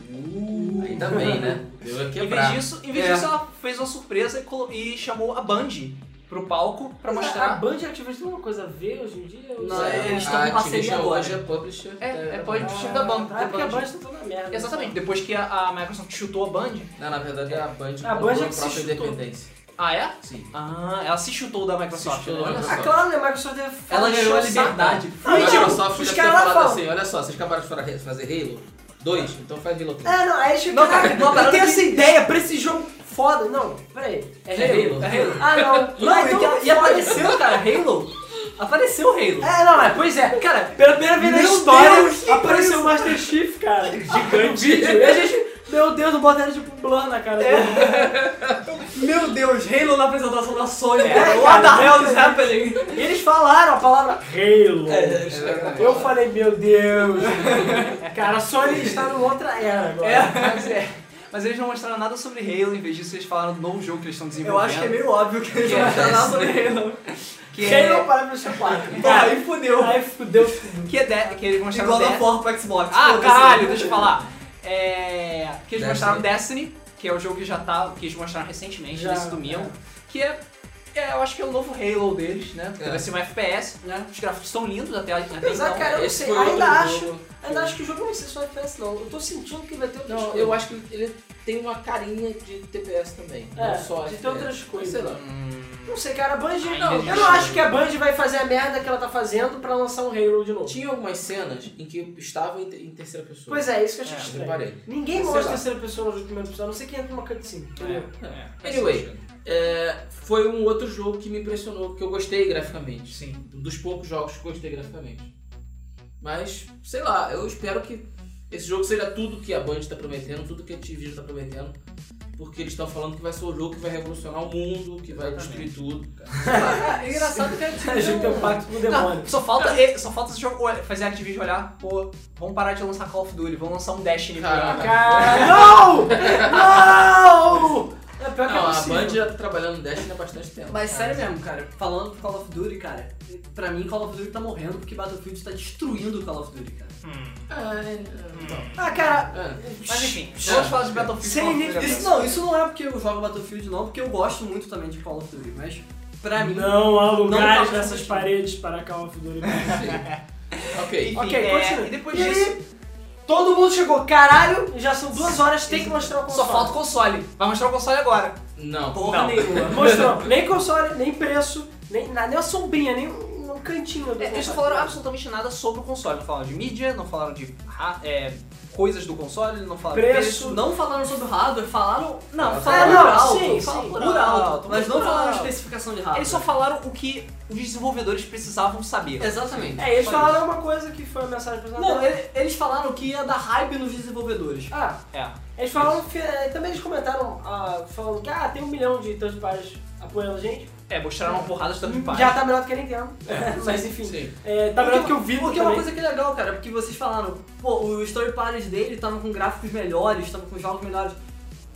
Speaker 3: Ainda bem, né? Eu ia
Speaker 2: Em vez
Speaker 3: quebrar.
Speaker 2: disso, em vez
Speaker 5: É.
Speaker 2: disso ela fez uma surpresa e, colo- e chamou a Bungie pro palco pra
Speaker 1: A
Speaker 2: mostrar.
Speaker 1: Band e a Activision tem alguma coisa a ver hoje em dia?
Speaker 5: Não,
Speaker 1: Ou-
Speaker 5: é- eles estão
Speaker 3: A
Speaker 5: com parceria
Speaker 3: Activision
Speaker 5: agora.
Speaker 3: hoje é publisher.
Speaker 2: É,
Speaker 3: da-
Speaker 2: é
Speaker 3: da-
Speaker 2: pode-
Speaker 1: Ah,
Speaker 2: da Band,
Speaker 1: Ah, é porque
Speaker 2: da
Speaker 1: a
Speaker 2: Band.
Speaker 1: Band tá toda merda.
Speaker 2: Exatamente, depois que a, a Microsoft chutou a Bungie.
Speaker 3: Não, na verdade é a Band
Speaker 1: A
Speaker 3: comprou
Speaker 1: Band é que se
Speaker 3: própria
Speaker 1: chutou.
Speaker 3: independência.
Speaker 2: Ah, é?
Speaker 3: Sim.
Speaker 2: Ah, ela se chutou da Microsoft.
Speaker 3: Se chutou,
Speaker 2: né?
Speaker 3: olha
Speaker 1: Ah, claro, né? Microsoft é
Speaker 5: Ela ganhou a
Speaker 1: Sabe?
Speaker 5: liberdade.
Speaker 1: Não,
Speaker 3: a
Speaker 1: então,
Speaker 3: Microsoft
Speaker 1: os
Speaker 3: deve ter
Speaker 1: caras lá
Speaker 3: falado
Speaker 1: falam.
Speaker 3: assim, olha só, vocês acabaram de fazer- fazer Halo 2, então faz Halo 3.
Speaker 1: É, não, aí
Speaker 2: né?
Speaker 1: eles ficam,
Speaker 5: Não, cara, assim,
Speaker 1: "Caraca,
Speaker 5: uma
Speaker 1: eu
Speaker 5: parada
Speaker 1: tenho
Speaker 5: que-
Speaker 1: essa ideia pra esse jogo foda. Não, peraí. É
Speaker 3: É
Speaker 1: Halo.
Speaker 3: Halo.
Speaker 5: Halo.
Speaker 1: Ah, não.
Speaker 5: Não, então
Speaker 1: Ah,
Speaker 5: e que- e,
Speaker 1: foda.
Speaker 5: apareceu, cara, Halo. Apareceu o Halo.
Speaker 1: É, não, é, pois é.
Speaker 5: Cara,
Speaker 1: Pela primeira vez na
Speaker 5: Meu
Speaker 1: história
Speaker 5: Deus, que
Speaker 1: apareceu
Speaker 5: coisa.
Speaker 1: o Master Chief, cara. Gigante. e a gente, meu Deus, não bota ele tipo blur na cara
Speaker 5: É.
Speaker 1: dele.
Speaker 5: Meu Deus, Halo na apresentação da Sony.
Speaker 2: É,
Speaker 5: é,
Speaker 1: cara,
Speaker 5: What the
Speaker 1: cara,
Speaker 5: hell is happening?
Speaker 1: E eles falaram a palavra Halo.
Speaker 5: É,
Speaker 3: exatamente.
Speaker 1: Eu falei, meu Deus. cara, a Sony está numa outra era agora.
Speaker 2: É, mas é. Mas eles não mostraram nada sobre Halo, em vez disso eles falaram do novo jogo que eles estão
Speaker 5: Eu
Speaker 2: desenvolvendo.
Speaker 5: acho que é meio óbvio que eles
Speaker 2: Que
Speaker 5: vão
Speaker 2: é
Speaker 5: falar
Speaker 2: esse,
Speaker 5: sobre Halo.
Speaker 2: Que
Speaker 1: Halo
Speaker 2: é,
Speaker 1: para meu C4.
Speaker 5: Pô, aí fudeu.
Speaker 1: Aí fudeu tudo.
Speaker 2: que é de- que eles mostraram
Speaker 5: Igual da
Speaker 2: Death-
Speaker 5: Forra pro Xbox.
Speaker 2: Ah,
Speaker 5: foda-se. né?
Speaker 2: caralho, deixa eu falar. É, que eles
Speaker 3: Destiny.
Speaker 2: mostraram Destiny, que é o jogo que já tá, que eles mostraram recentemente,
Speaker 1: Já,
Speaker 2: nesse domingo. Que é, é, eu acho que é o novo Halo deles, né? Que
Speaker 3: É.
Speaker 2: vai ser um FPS, né? Os gráficos estão lindos até, até
Speaker 1: Apesar,
Speaker 2: então.
Speaker 1: cara, eu não
Speaker 3: Esse
Speaker 1: sei.
Speaker 3: foi outro
Speaker 1: Ainda acho,
Speaker 3: jogo.
Speaker 1: ainda acho que o jogo não vai ser só FPS, não. Eu tô sentindo que vai ter outras
Speaker 3: Não,
Speaker 1: coisas.
Speaker 3: eu acho que ele tem uma carinha de TPS também.
Speaker 1: É,
Speaker 3: não só
Speaker 1: de ter
Speaker 3: FPS.
Speaker 1: outras coisas.
Speaker 3: Sei lá.
Speaker 2: Hum,
Speaker 1: Não sei, cara, a Bungie.
Speaker 2: Ainda
Speaker 1: Não, eu
Speaker 2: existe,
Speaker 1: não
Speaker 2: né?
Speaker 1: acho que a Bungie vai fazer a merda que ela tá fazendo pra lançar um Halo de novo.
Speaker 3: Tinha algumas cenas em que estavam em, em terceira pessoa.
Speaker 1: Pois é, isso que eu achei
Speaker 2: É,
Speaker 3: Eu
Speaker 1: estranho.
Speaker 3: reparei.
Speaker 1: Ninguém
Speaker 3: Sei
Speaker 1: mostra
Speaker 3: lá.
Speaker 1: é a terceira pessoa no primeiro episódio, a não ser que entra numa cutscene. entendeu?
Speaker 2: É,
Speaker 3: Anyway. É, foi um outro jogo que me impressionou, que eu gostei graficamente.
Speaker 2: Sim.
Speaker 3: Um Dos poucos jogos que eu gostei graficamente. Mas, sei lá, eu espero que esse jogo seja tudo que a Band está prometendo, tudo que a Activision está prometendo. Porque eles estão falando que vai ser o jogo que vai revolucionar o mundo, que vai destruir tudo.
Speaker 2: É engraçado que a
Speaker 1: A gente tem um pacto com o demônio.
Speaker 2: Não, só falta, e- só falta esse jogo olha, fazer a Activision olhar, pô, vamos parar de lançar Call of Duty, vamos lançar um Destiny pra
Speaker 3: Caraca.
Speaker 1: Cara, não! Não! É pior que é
Speaker 3: Não, a
Speaker 1: possível.
Speaker 3: Band já tá trabalhando no Destiny há bastante tempo.
Speaker 5: Mas sério mesmo, cara, falando do Call of Duty, cara, pra mim Call of Duty tá morrendo porque Battlefield tá destruindo o Call of Duty, cara.
Speaker 3: Ai, não.
Speaker 1: Ah, cara,
Speaker 3: Ah,
Speaker 2: Mas enfim, vamos falar de Battlefield.
Speaker 1: Sem
Speaker 2: Call of
Speaker 1: nível-
Speaker 2: Duty
Speaker 5: Isso não, isso não é porque eu jogo Battlefield não, porque eu gosto muito também de Call of Duty, mas pra mim...
Speaker 1: Não há lugares
Speaker 5: Não tá-
Speaker 1: nessas paredes para Call of Duty.
Speaker 3: ok.
Speaker 2: agora.
Speaker 1: Ok,
Speaker 2: Enfim, é,
Speaker 1: continua.
Speaker 2: E depois
Speaker 1: E
Speaker 2: disso,
Speaker 1: aí, todo mundo chegou, caralho, já são duas horas, tem que mostrar o console.
Speaker 2: só falta o console. Vai mostrar o console agora.
Speaker 3: Não.
Speaker 5: Porra
Speaker 2: Não.
Speaker 5: nenhuma.
Speaker 1: Mostrou, nem console, nem preço, nem, nada, nem uma sombrinha, nem um, um cantinho do
Speaker 2: É, eles não
Speaker 1: console.
Speaker 2: falaram absolutamente nada sobre o console. Não falaram de mídia, não falaram de ra- é, coisas do console, não falaram
Speaker 1: Preço.
Speaker 2: de
Speaker 5: Não falaram sobre o hardware, falaram... Não,
Speaker 3: Ah,
Speaker 5: falaram
Speaker 1: não,
Speaker 5: por alto,
Speaker 1: sim,
Speaker 5: falaram
Speaker 1: sim.
Speaker 5: por
Speaker 2: Por
Speaker 5: alto,
Speaker 2: alto,
Speaker 5: mas não
Speaker 2: por
Speaker 5: falaram
Speaker 2: alto.
Speaker 5: especificação de hardware.
Speaker 2: Eles só falaram o que os desenvolvedores precisavam saber.
Speaker 5: Exatamente.
Speaker 1: É, eles
Speaker 5: Só
Speaker 1: falaram uma coisa que foi a mensagem
Speaker 5: isso.
Speaker 1: personal.
Speaker 5: Não, ele- eles falaram que ia dar hype nos desenvolvedores.
Speaker 1: Ah,
Speaker 2: É.
Speaker 1: eles falaram, que- eh, também eles comentaram, ah, falando que, ah, tem um milhão de tantos pares apoiando a gente.
Speaker 2: É, mostraram uma porrada de third party.
Speaker 1: Já tá melhor do que a Nintendo. Mas enfim,
Speaker 3: Um É, Sim.
Speaker 1: eh, tá melhor do que o Vivo
Speaker 5: Porque
Speaker 1: também.
Speaker 5: é uma coisa que é legal, cara, porque vocês falaram, pô, os story parties dele estavam com gráficos melhores, estavam com jogos melhores.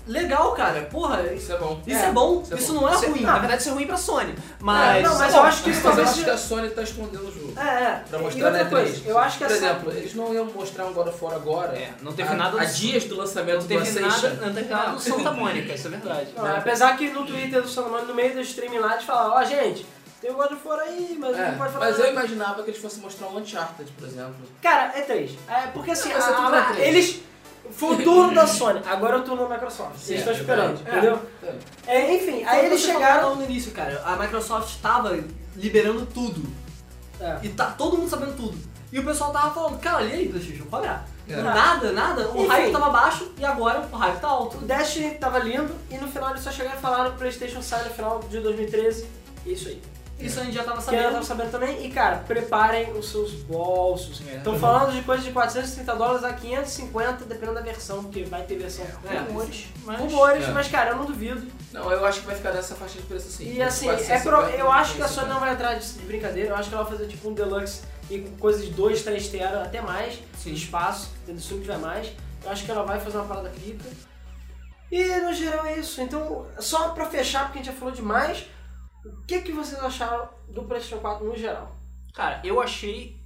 Speaker 5: Legal, cara, porra, isso
Speaker 3: Isso é bom.
Speaker 5: é, bom,
Speaker 3: isso é
Speaker 5: isso
Speaker 3: bom.
Speaker 5: não é
Speaker 2: Isso é-
Speaker 5: ruim.
Speaker 2: na verdade, isso é ruim pra Sony. Mas.
Speaker 1: não, mas
Speaker 2: Bom,
Speaker 1: eu acho que isso
Speaker 3: Mas eu
Speaker 1: talvez
Speaker 3: acho que
Speaker 1: seja...
Speaker 3: a Sony tá escondendo o jogo.
Speaker 1: É, é.
Speaker 3: Pra
Speaker 1: e
Speaker 3: mostrar
Speaker 1: outra
Speaker 3: na
Speaker 1: coisa,
Speaker 3: E3.
Speaker 1: eu acho que
Speaker 3: Por
Speaker 1: essa...
Speaker 3: exemplo, eles não iam mostrar um God of War agora.
Speaker 2: É, não teve
Speaker 3: há,
Speaker 2: nada
Speaker 3: Há
Speaker 2: do-
Speaker 3: dias do lançamento
Speaker 2: Não
Speaker 3: do
Speaker 2: teve nada,
Speaker 3: PlayStation.
Speaker 2: não teve nada do Santa Mônica, isso é verdade.
Speaker 1: Não,
Speaker 3: né?
Speaker 1: apesar que no Twitter do Salomão, no meio do streaming lá, eles falam, ó, gente, tem o God of War aí, mas
Speaker 3: É,
Speaker 1: não pode falar
Speaker 3: mas
Speaker 1: nada."
Speaker 3: eu imaginava que eles fossem mostrar um Uncharted, por exemplo.
Speaker 1: Cara, é três. É, porque assim,
Speaker 3: Vai ser
Speaker 1: a-
Speaker 3: tudo
Speaker 1: a-
Speaker 3: na três.
Speaker 1: eles... Foi o turno da Sony, agora é o turno da Microsoft. Vocês
Speaker 3: É,
Speaker 1: estão
Speaker 3: verdade.
Speaker 1: esperando, entendeu? É, enfim, aí eles
Speaker 5: Você
Speaker 1: chegaram...
Speaker 5: falou no início, cara, a Microsoft tava liberando tudo.
Speaker 1: É.
Speaker 5: E tá todo mundo sabendo tudo. E o pessoal tava falando, cara, olha aí, Playstation, qual é?
Speaker 3: É.
Speaker 5: Nada, nada, o
Speaker 1: Enfim.
Speaker 5: hype tava baixo e agora o hype tá alto.
Speaker 1: O Destiny tava lindo e no final eles só chegaram e falaram que o PlayStation sai no final de 2013. Isso aí.
Speaker 5: é Isso a gente já tava
Speaker 1: Que eu tava
Speaker 5: sabendo.
Speaker 1: sabendo também. E cara, preparem os seus bolsos.
Speaker 2: É.
Speaker 1: Estão falando de coisa de 430 dólares a 550, dependendo da versão, porque vai ter versão com
Speaker 5: É.
Speaker 1: rumores.
Speaker 2: Mas-
Speaker 1: Rumores,
Speaker 3: É.
Speaker 1: mas cara, eu não duvido.
Speaker 3: Não, eu acho que vai ficar nessa faixa de preço assim.
Speaker 1: E assim, é pro- eu acho que a Sony não vai entrar de, de brincadeira. Eu acho que ela vai fazer tipo um deluxe e com coisas de 2, 3 tera, até mais.
Speaker 5: Sim.
Speaker 1: Espaço, tendo suco tiver mais. Eu acho que ela vai fazer uma parada rica. E no geral é isso. Então, só pra fechar, porque a gente já falou demais, o que, que vocês acharam do PlayStation 4 no geral?
Speaker 2: Cara, eu achei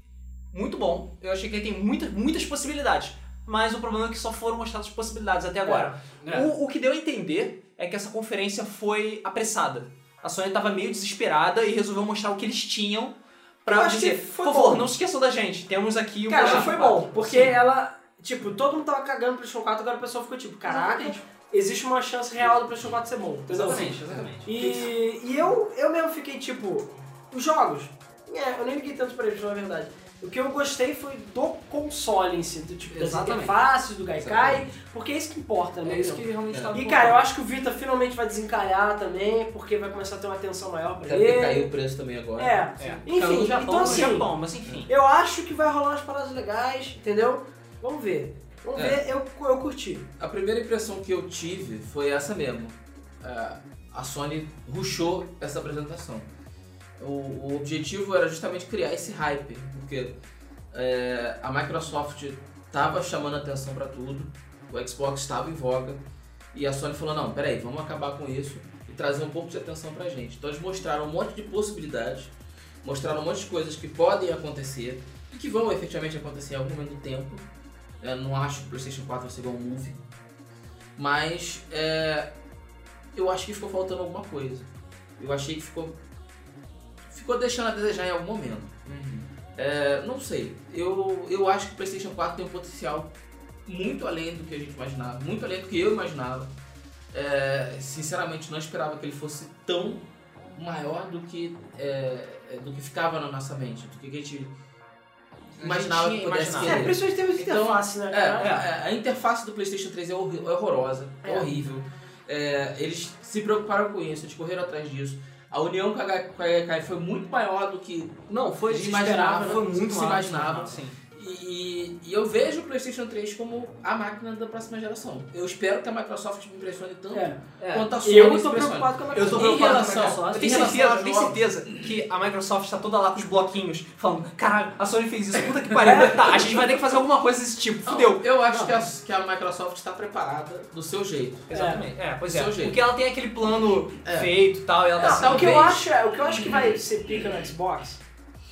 Speaker 2: muito bom. Eu achei que ele tem muitas, muitas possibilidades. Mas o problema é que só foram mostradas possibilidades até agora.
Speaker 1: É,
Speaker 2: O, o que deu a entender é que essa conferência foi apressada. A Sony estava meio desesperada e resolveu mostrar o que eles tinham
Speaker 1: Eu
Speaker 2: pra
Speaker 1: acho
Speaker 2: dizer,
Speaker 1: que foi
Speaker 2: por favor,
Speaker 1: bom."
Speaker 2: não se esqueçam da gente. Temos aqui um
Speaker 1: Cara,
Speaker 2: PlayStation
Speaker 1: foi
Speaker 2: 4."
Speaker 1: bom, porque ela, tipo, todo mundo tava cagando pro PlayStation 4, agora o pessoal ficou tipo, caraca, existe uma chance real do PlayStation 4 ser bom. Entendeu?
Speaker 2: Exatamente, exatamente.
Speaker 1: E, e eu, eu mesmo fiquei tipo, os jogos. É, eu nem liguei tanto pra eles, na verdade. O que eu gostei foi do console em si, do, tipo, das
Speaker 5: Exatamente.
Speaker 1: interfaces, do Gaikai, porque é isso que importa, né?
Speaker 5: É isso que realmente
Speaker 3: É.
Speaker 5: tava
Speaker 1: E cara, eu acho que o Vita finalmente vai desencalhar também, porque vai começar a ter uma atenção maior pra
Speaker 3: Até porque
Speaker 1: ele.
Speaker 3: caiu o preço também agora.
Speaker 1: É.
Speaker 2: É.
Speaker 5: Caiu
Speaker 1: Enfim,
Speaker 5: no Japão,
Speaker 1: então
Speaker 5: no
Speaker 1: assim,
Speaker 2: Bom, mas enfim.
Speaker 1: eu acho que vai rolar umas paradas legais, entendeu? Vamos ver. Vamos
Speaker 3: É.
Speaker 1: ver, eu, eu curti.
Speaker 3: A primeira impressão que eu tive foi essa mesmo. É, a Sony ruxou essa apresentação. O, o objetivo era justamente criar esse hype, porque é, a Microsoft estava chamando atenção para tudo, o Xbox estava em voga, e a Sony falou, não, peraí, vamos acabar com isso e trazer um pouco de atenção pra gente. Então eles mostraram um monte de possibilidades, mostraram um monte de coisas que podem acontecer e que vão efetivamente acontecer em algum momento do tempo. Eu não acho que o PlayStation 4 vai ser igual um movie. Mas é, eu acho que ficou faltando alguma coisa. Eu achei que ficou. Ficou deixando a desejar em algum momento.
Speaker 2: Uhum.
Speaker 3: É, não sei. Eu, eu acho que o PlayStation 4 tem um potencial muito além do que a gente imaginava, muito além do que eu imaginava. É, sinceramente, não esperava que ele fosse tão maior do que, é, é, do que ficava na nossa mente, do que a gente
Speaker 2: gente
Speaker 3: imaginava que
Speaker 2: tinha
Speaker 3: pudesse
Speaker 2: imaginado.
Speaker 3: querer.
Speaker 1: É, principalmente temos
Speaker 3: Então,
Speaker 1: interface, né,
Speaker 3: É,
Speaker 1: cara?
Speaker 3: é, a interface do PlayStation 3 é, horri- é horrorosa, é,
Speaker 1: É.
Speaker 3: horrível. É, eles se preocuparam com isso, eles correram atrás disso. A união com a Ga- com a Gaikai foi muito maior do que
Speaker 5: Não, foi
Speaker 3: se imaginava,
Speaker 5: desesperado, foi
Speaker 3: do que
Speaker 5: muito
Speaker 3: se
Speaker 5: massa.
Speaker 3: imaginava.
Speaker 2: Sim.
Speaker 3: E, e- e eu vejo o PlayStation 3 como a máquina da próxima geração. Eu espero que a Microsoft me impressione tanto
Speaker 1: É.
Speaker 5: É.
Speaker 3: quanto a Sony
Speaker 1: Eu
Speaker 3: se
Speaker 1: tô
Speaker 3: impressione.
Speaker 1: preocupado com a
Speaker 5: Eu tô
Speaker 1: Microsoft.
Speaker 3: Em
Speaker 5: preocupado com a
Speaker 3: relação-
Speaker 5: Microsoft.
Speaker 3: em
Speaker 2: Tem
Speaker 3: relação
Speaker 2: certeza,
Speaker 3: aos
Speaker 2: tem
Speaker 3: jogos,
Speaker 2: certeza que a Microsoft tá toda lá com os bloquinhos falando, caralho, a Sony fez isso, puta que pariu, tá, a gente vai ter que fazer alguma coisa desse tipo,
Speaker 3: Não,
Speaker 2: fudeu.
Speaker 3: Eu acho que a, que a Microsoft está preparada do seu jeito.
Speaker 2: Exatamente. É, pois é.
Speaker 3: Seu jeito.
Speaker 2: Porque ela tem aquele plano
Speaker 3: É.
Speaker 2: feito e tal, e ela
Speaker 1: Ah,
Speaker 3: Assim,
Speaker 2: tá
Speaker 1: o, que eu
Speaker 2: bem.
Speaker 1: acho, é- o que eu acho que
Speaker 3: Uhum.
Speaker 1: vai ser pica no Xbox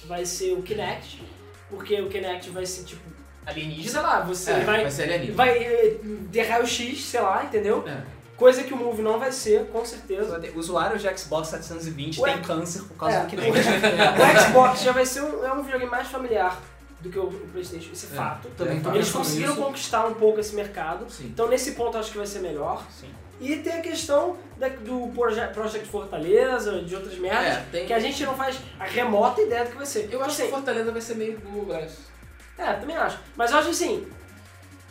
Speaker 1: vai ser o Kinect, porque o Kinect vai ser tipo, sei
Speaker 2: alienígena.
Speaker 1: lá, você
Speaker 3: É,
Speaker 1: vai,
Speaker 3: vai ser alienígena.
Speaker 1: vai eh, derrar o X, sei lá, entendeu?
Speaker 3: É.
Speaker 1: Coisa que o Move não vai ser, com certeza.
Speaker 2: O usuário de Xbox 720
Speaker 1: Ué.
Speaker 2: tem câncer por causa
Speaker 1: É.
Speaker 2: do Kinect.
Speaker 1: O Xbox já vai ser um, é um videogame mais familiar do que o o PlayStation, isso é,
Speaker 3: É,
Speaker 1: fato.
Speaker 3: também
Speaker 1: Eles
Speaker 3: fato.
Speaker 1: conseguiram
Speaker 3: Isso.
Speaker 1: conquistar um pouco esse mercado.
Speaker 3: Sim.
Speaker 1: Então, nesse ponto, eu acho que vai ser melhor.
Speaker 2: Sim.
Speaker 1: E tem a questão da- do proje Project Fortaleza, de outras merdas,
Speaker 3: É, tem-
Speaker 1: que a gente não faz a remota ideia do que vai ser.
Speaker 3: Eu acho que
Speaker 1: Assim,
Speaker 3: Fortaleza vai ser meio um Google Glass.
Speaker 1: É, também acho. Mas eu acho assim,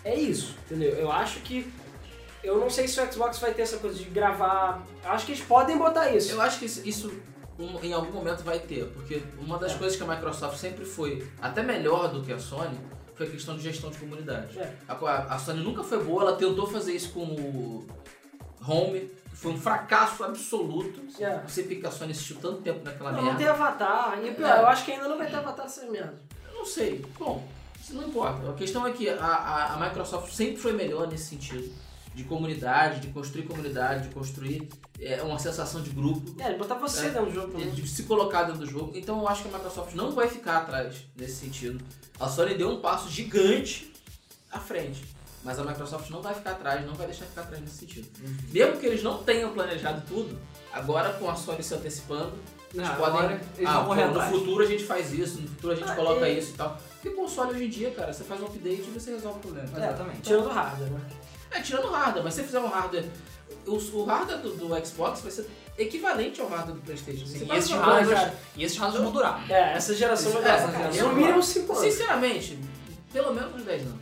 Speaker 1: é isso, entendeu? Eu acho que. Eu não sei se o Xbox vai ter essa coisa de gravar. Eu acho que eles podem botar isso.
Speaker 3: Eu acho que isso, isso, um- em algum momento vai ter, porque uma das
Speaker 1: É.
Speaker 3: coisas que a Microsoft sempre foi até melhor do que a Sony foi a questão de gestão de comunidade.
Speaker 1: É.
Speaker 3: A, a- a Sony nunca foi boa, ela tentou fazer isso com o Home, que foi um fracasso absoluto.
Speaker 1: É.
Speaker 3: Você fica a Sony assistiu tanto tempo naquela
Speaker 1: Não,
Speaker 3: merda.
Speaker 1: não tem Avatar. E pior,
Speaker 3: É.
Speaker 1: eu acho que ainda não vai ter Avatar essas merdas.
Speaker 3: Eu não sei. Bom, isso não importa. A questão é que a, a, a Microsoft sempre foi melhor nesse sentido. De comunidade, de construir comunidade, de construir é, uma sensação de grupo.
Speaker 1: É, botar você
Speaker 3: É.
Speaker 1: dentro do jogo também.
Speaker 3: de se colocar dentro do jogo. Então eu acho que a Microsoft não vai ficar atrás nesse sentido. A Sony deu um passo gigante à frente. Mas a Microsoft não vai ficar atrás, não vai deixar ficar atrás nesse sentido.
Speaker 5: Uhum.
Speaker 3: Mesmo que eles não tenham planejado tudo, agora com a Sony se antecipando, eles
Speaker 5: Não,
Speaker 3: podem.
Speaker 5: agora eles
Speaker 3: ah,
Speaker 5: vão correr
Speaker 3: pô, no
Speaker 5: atrás.
Speaker 3: futuro a gente faz isso, no futuro a gente
Speaker 1: Ah,
Speaker 3: coloca
Speaker 1: é.
Speaker 3: isso e tal. Porque console hoje em dia, cara, você faz um update e você resolve o problema.
Speaker 2: É,
Speaker 5: Exatamente.
Speaker 1: Tirando o hardware, né?
Speaker 3: É, tirando o hardware, mas se você fizer um hardware. O, o hardware do, do Xbox vai ser equivalente ao hardware do PlayStation. Você
Speaker 2: Sim, e
Speaker 3: faz
Speaker 2: esses
Speaker 3: uma
Speaker 1: hardware-
Speaker 2: hardwares- e esses hardwares vão durar.
Speaker 1: É, essa geração vai
Speaker 3: Isso,
Speaker 1: durar
Speaker 3: essa
Speaker 1: pra caralho.
Speaker 3: geração
Speaker 1: No
Speaker 3: vai.
Speaker 1: mínimo 5 anos.
Speaker 3: Sinceramente, pelo menos uns 10 anos.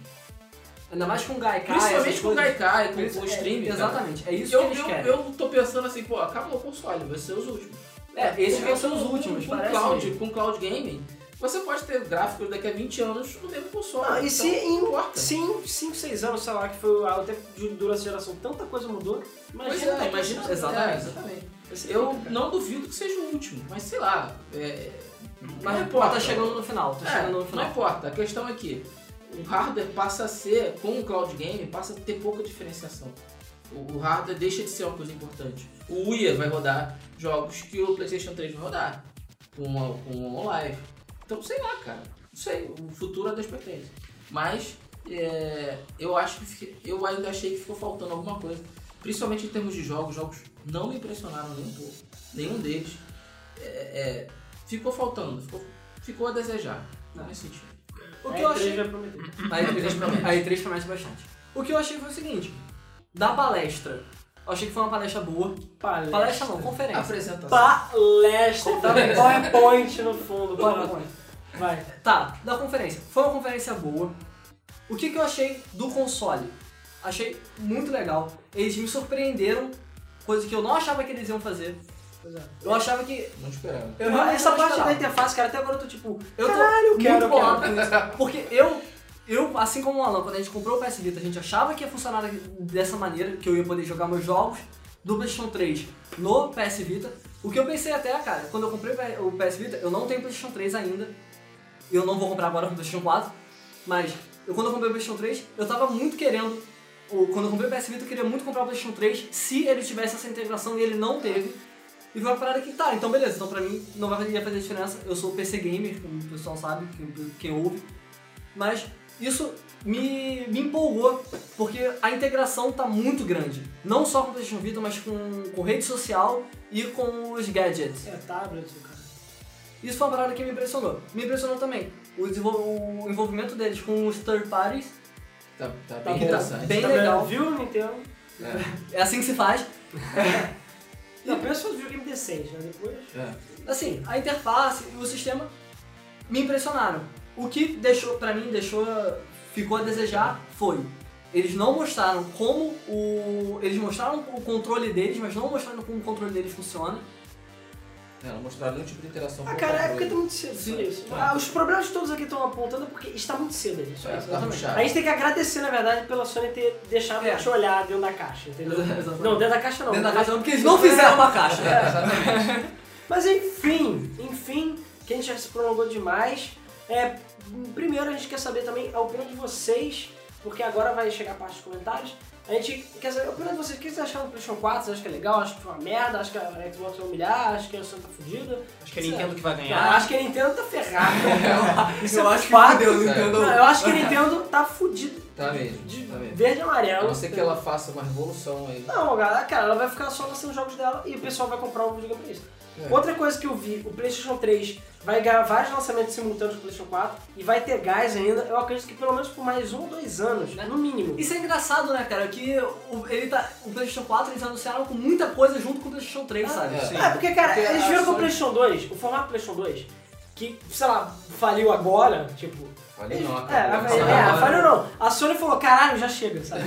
Speaker 5: Ainda mais com o Gaikai.
Speaker 3: Principalmente com o
Speaker 5: Gaikai.
Speaker 3: Gaikai, com, com o streaming. cara.
Speaker 5: Exatamente, é isso
Speaker 3: Eu,
Speaker 5: que eles
Speaker 3: eu,
Speaker 5: querem.
Speaker 3: eu tô pensando assim, pô, acabou o console, vai ser os últimos.
Speaker 5: É, esses
Speaker 3: Porque
Speaker 5: vão ser os
Speaker 3: com-
Speaker 5: últimos,
Speaker 3: com,
Speaker 5: parece
Speaker 3: cloud, com cloud gaming, você pode ter gráficos daqui a 20 anos no mesmo console.
Speaker 1: Ah, e
Speaker 3: então,
Speaker 1: se em
Speaker 3: não importa.
Speaker 1: 5, 6 anos, sei lá, que foi o tempo de duração geração, tanta coisa mudou.
Speaker 3: Pois
Speaker 1: Imagina.
Speaker 3: é, imagina.
Speaker 5: Exatamente.
Speaker 3: é, exatamente.
Speaker 1: vai ser
Speaker 3: Eu
Speaker 1: pica, cara.
Speaker 3: não duvido que seja o último, mas sei lá. é,
Speaker 5: Mas pô, tá chegando no final, tá
Speaker 3: É,
Speaker 5: chegando no
Speaker 3: não
Speaker 5: final.
Speaker 3: importa, a questão é que o hardware passa a ser, com o cloud game, passa a ter pouca diferenciação. O, o hardware deixa de ser uma coisa importante. O UIA vai rodar jogos que o PlayStation 3 vai rodar, com, a- com o Live. Então, sei lá, cara. Não sei, o futuro é das pertence. Mas, é, eu acho que fica- eu ainda achei que ficou faltando alguma coisa. Principalmente em termos de jogos, jogos não me impressionaram nem um pouco. Nenhum deles. É, é, ficou faltando, ficou, ficou a desejar. Não nesse sentido.
Speaker 5: O
Speaker 1: É,
Speaker 5: que eu
Speaker 1: três
Speaker 5: achei.
Speaker 1: vai prometer.
Speaker 5: A E3 promete. A E3 promete é bastante. O que eu achei foi o seguinte: da palestra. Eu achei que foi uma palestra boa.
Speaker 1: Palestra.
Speaker 5: Palestra não, conferência.
Speaker 3: Apresentação.
Speaker 1: Palestra. Tá com PowerPoint no fundo. PowerPoint.
Speaker 5: PowerPoint.
Speaker 1: Vai.
Speaker 5: Tá, da conferência. Foi uma conferência boa. O que, que eu achei do console? Achei muito legal. Eles me surpreenderam, coisa que eu não achava que eles iam fazer.
Speaker 1: Pois é.
Speaker 5: Eu achava que.
Speaker 3: Não esperava.
Speaker 5: Eu
Speaker 1: Mas
Speaker 5: realmente
Speaker 1: essa
Speaker 5: não
Speaker 1: parte
Speaker 5: esperava.
Speaker 1: da interface, cara, até agora eu tô tipo,
Speaker 5: Eu tô
Speaker 1: caralho, eu
Speaker 5: muito
Speaker 1: quero, eu
Speaker 5: bolado
Speaker 1: quero.
Speaker 5: com isso. Porque eu, eu, assim como o Alan, quando a gente comprou o PS Vita, a gente achava que ia funcionar dessa maneira, que eu ia poder jogar meus jogos do PlayStation 3 no PS Vita. O que eu pensei até, cara, quando eu comprei o PS Vita, eu não tenho PlayStation 3 ainda. Eu não vou comprar agora o PlayStation 4. Mas eu, quando eu comprei o PlayStation 3, eu tava muito querendo. o- Quando eu comprei o PS Vita, eu queria muito comprar o PlayStation 3 se ele tivesse essa integração e ele não teve. E foi uma parada que, tá, então beleza, então pra mim não vai fazer, ia fazer diferença. Eu sou PC gamer, como o pessoal sabe, quem, quem ouve. Mas isso me, me empolgou, porque a integração tá muito grande. Não só com o PlayStation Vita, mas com, com rede social e com os gadgets.
Speaker 1: É tablet, cara.
Speaker 5: Isso foi uma parada que me impressionou. Me impressionou também o, desenvol- o envolvimento deles com os third parties.
Speaker 3: Tá, tá
Speaker 1: Tá
Speaker 3: bem É,
Speaker 1: bom.
Speaker 3: interessante.
Speaker 5: Bem
Speaker 1: Tá
Speaker 5: legal.
Speaker 1: vendo? Viu, Nintendo?
Speaker 3: É.
Speaker 5: É assim que se faz.
Speaker 1: Não, pensa foi um videogame decente, mas depois.
Speaker 3: é.
Speaker 5: Assim, a interface e o sistema me impressionaram. O que deixou, pra mim, deixou, ficou a desejar foi. Eles não mostraram como o. Eles mostraram o controle deles, mas não mostraram como o controle deles funciona.
Speaker 3: É, não mostraram nenhum tipo de interação
Speaker 1: Ah,
Speaker 3: com
Speaker 1: cara, é
Speaker 3: outra
Speaker 1: porque tá
Speaker 3: coisa.
Speaker 1: muito cedo.
Speaker 3: Sim.
Speaker 1: só isso. Ah, os problemas todos aqui estão apontando porque está muito cedo ali, só
Speaker 3: É,
Speaker 1: isso.
Speaker 3: tá
Speaker 1: exatamente.
Speaker 3: puxado.
Speaker 1: A gente tem que agradecer, na verdade, pela Sony ter deixado
Speaker 5: É.
Speaker 1: a gente olhar dentro da caixa, entendeu?
Speaker 5: Exatamente.
Speaker 1: Não, dentro da caixa não. é
Speaker 5: Dentro da caixa, não, porque eles não fizeram uma caixa.
Speaker 1: Mas enfim, enfim, que a gente já se prolongou demais. É, primeiro a gente quer saber também a opinião de vocês, porque agora vai chegar a parte dos comentários. A gente quer saber a opinião de vocês. O que vocês acharam do PlayStation 4? Vocês acham que é legal? Acho que foi uma merda? Acho que a Xbox vai humilhar? Acho que a Sony tá fudida?
Speaker 2: Acho que a Nintendo que vai ganhar.
Speaker 1: Acho que a Nintendo tá ferrada. Isso é
Speaker 5: Eu acho que
Speaker 1: fato.
Speaker 5: fudeu,
Speaker 3: Sério.
Speaker 5: Nintendo.
Speaker 1: Não, eu acho que a Nintendo tá fudida
Speaker 3: Tá mesmo,
Speaker 1: de
Speaker 3: tá mesmo.
Speaker 1: verde e
Speaker 3: A
Speaker 1: amarelo.
Speaker 3: não ser que ela faça uma revolução aí.
Speaker 1: Não, cara, cara, ela vai ficar só lançando jogos dela e o pessoal vai comprar o videogame pra isso.
Speaker 3: É.
Speaker 1: Outra coisa que eu vi, o PlayStation 3 vai ganhar vários lançamentos simultâneos com o PlayStation 4 e vai ter gás ainda, eu acredito que pelo menos por mais um ou dois anos,
Speaker 5: Né?
Speaker 1: no mínimo.
Speaker 5: Isso é engraçado, né, cara? Que o, ele tá, o PlayStation 4 eles anunciaram com muita coisa junto com o PlayStation 3, sabe?
Speaker 3: é.
Speaker 5: Sim.
Speaker 1: É, porque, cara,
Speaker 3: Porque
Speaker 1: eles
Speaker 3: a
Speaker 1: viram que o
Speaker 3: Sony-
Speaker 1: PlayStation 2, o formato do PlayStation 2, que, sei lá, faliu agora, tipo.
Speaker 3: Falei
Speaker 1: eles-
Speaker 3: não,
Speaker 1: é,
Speaker 3: acabou.
Speaker 1: a- é, a faliu não. A Sony falou, caralho, já chega, sabe?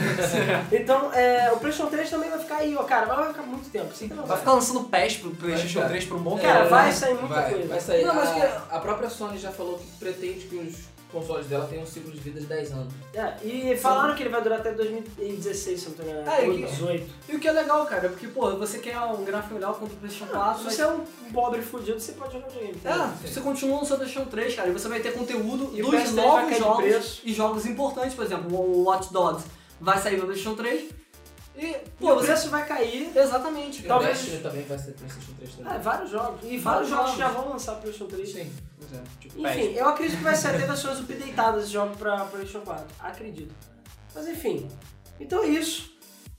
Speaker 1: então, é, o PlayStation 3 também vai ficar aí, ó, cara, mas vai ficar muito tempo. Assim, não
Speaker 5: Vai
Speaker 1: vai.
Speaker 5: ficar lançando PES pro PlayStation
Speaker 3: Vai, cara.
Speaker 5: 3 por um bom
Speaker 1: Cara,
Speaker 5: tempo.
Speaker 1: vai sair muita
Speaker 3: Vai,
Speaker 1: coisa.
Speaker 3: vai sair.
Speaker 5: Não, mas
Speaker 3: a,
Speaker 5: que-
Speaker 3: a própria Sony já falou que pretende que os consoles dela tenham um ciclo de vida de 10 anos.
Speaker 1: É, e falaram que ele vai durar até 2016, se eu não tô enganado.
Speaker 5: Ah, e
Speaker 1: ou
Speaker 5: que-
Speaker 1: 18.
Speaker 5: E o que é legal, cara, é porque, pô, você quer um gráfico melhor contra o PlayStation
Speaker 1: Se
Speaker 5: 4, Ah, mas...
Speaker 1: você é um pobre fudido, você pode jogar videogame. tá?
Speaker 5: É, você continua no seu PlayStation 3, cara, e você vai ter conteúdo
Speaker 1: E o
Speaker 5: dos
Speaker 1: PS3 vai
Speaker 5: novos
Speaker 1: cair de
Speaker 5: jogos
Speaker 1: preço.
Speaker 5: e jogos importantes, por exemplo, o Watch Dogs vai sair no PlayStation 3 e,
Speaker 1: E
Speaker 5: pô,
Speaker 1: o
Speaker 5: você...
Speaker 1: preço vai cair.
Speaker 5: Exatamente,
Speaker 3: E
Speaker 5: cara.
Speaker 3: o
Speaker 1: Talvez-
Speaker 3: Destiny também vai ser PlayStation 3 também.
Speaker 1: Ah, vários jogos. E
Speaker 5: Vários
Speaker 1: vários jogos
Speaker 5: jogos.
Speaker 1: já vão lançar pro PlayStation 3.
Speaker 3: Sim, pois é. Tipo,
Speaker 1: Enfim, eu acredito que vai ser até versões updateadas esse jogo pra pra PlayStation 4. Acredito. Mas enfim, então é isso.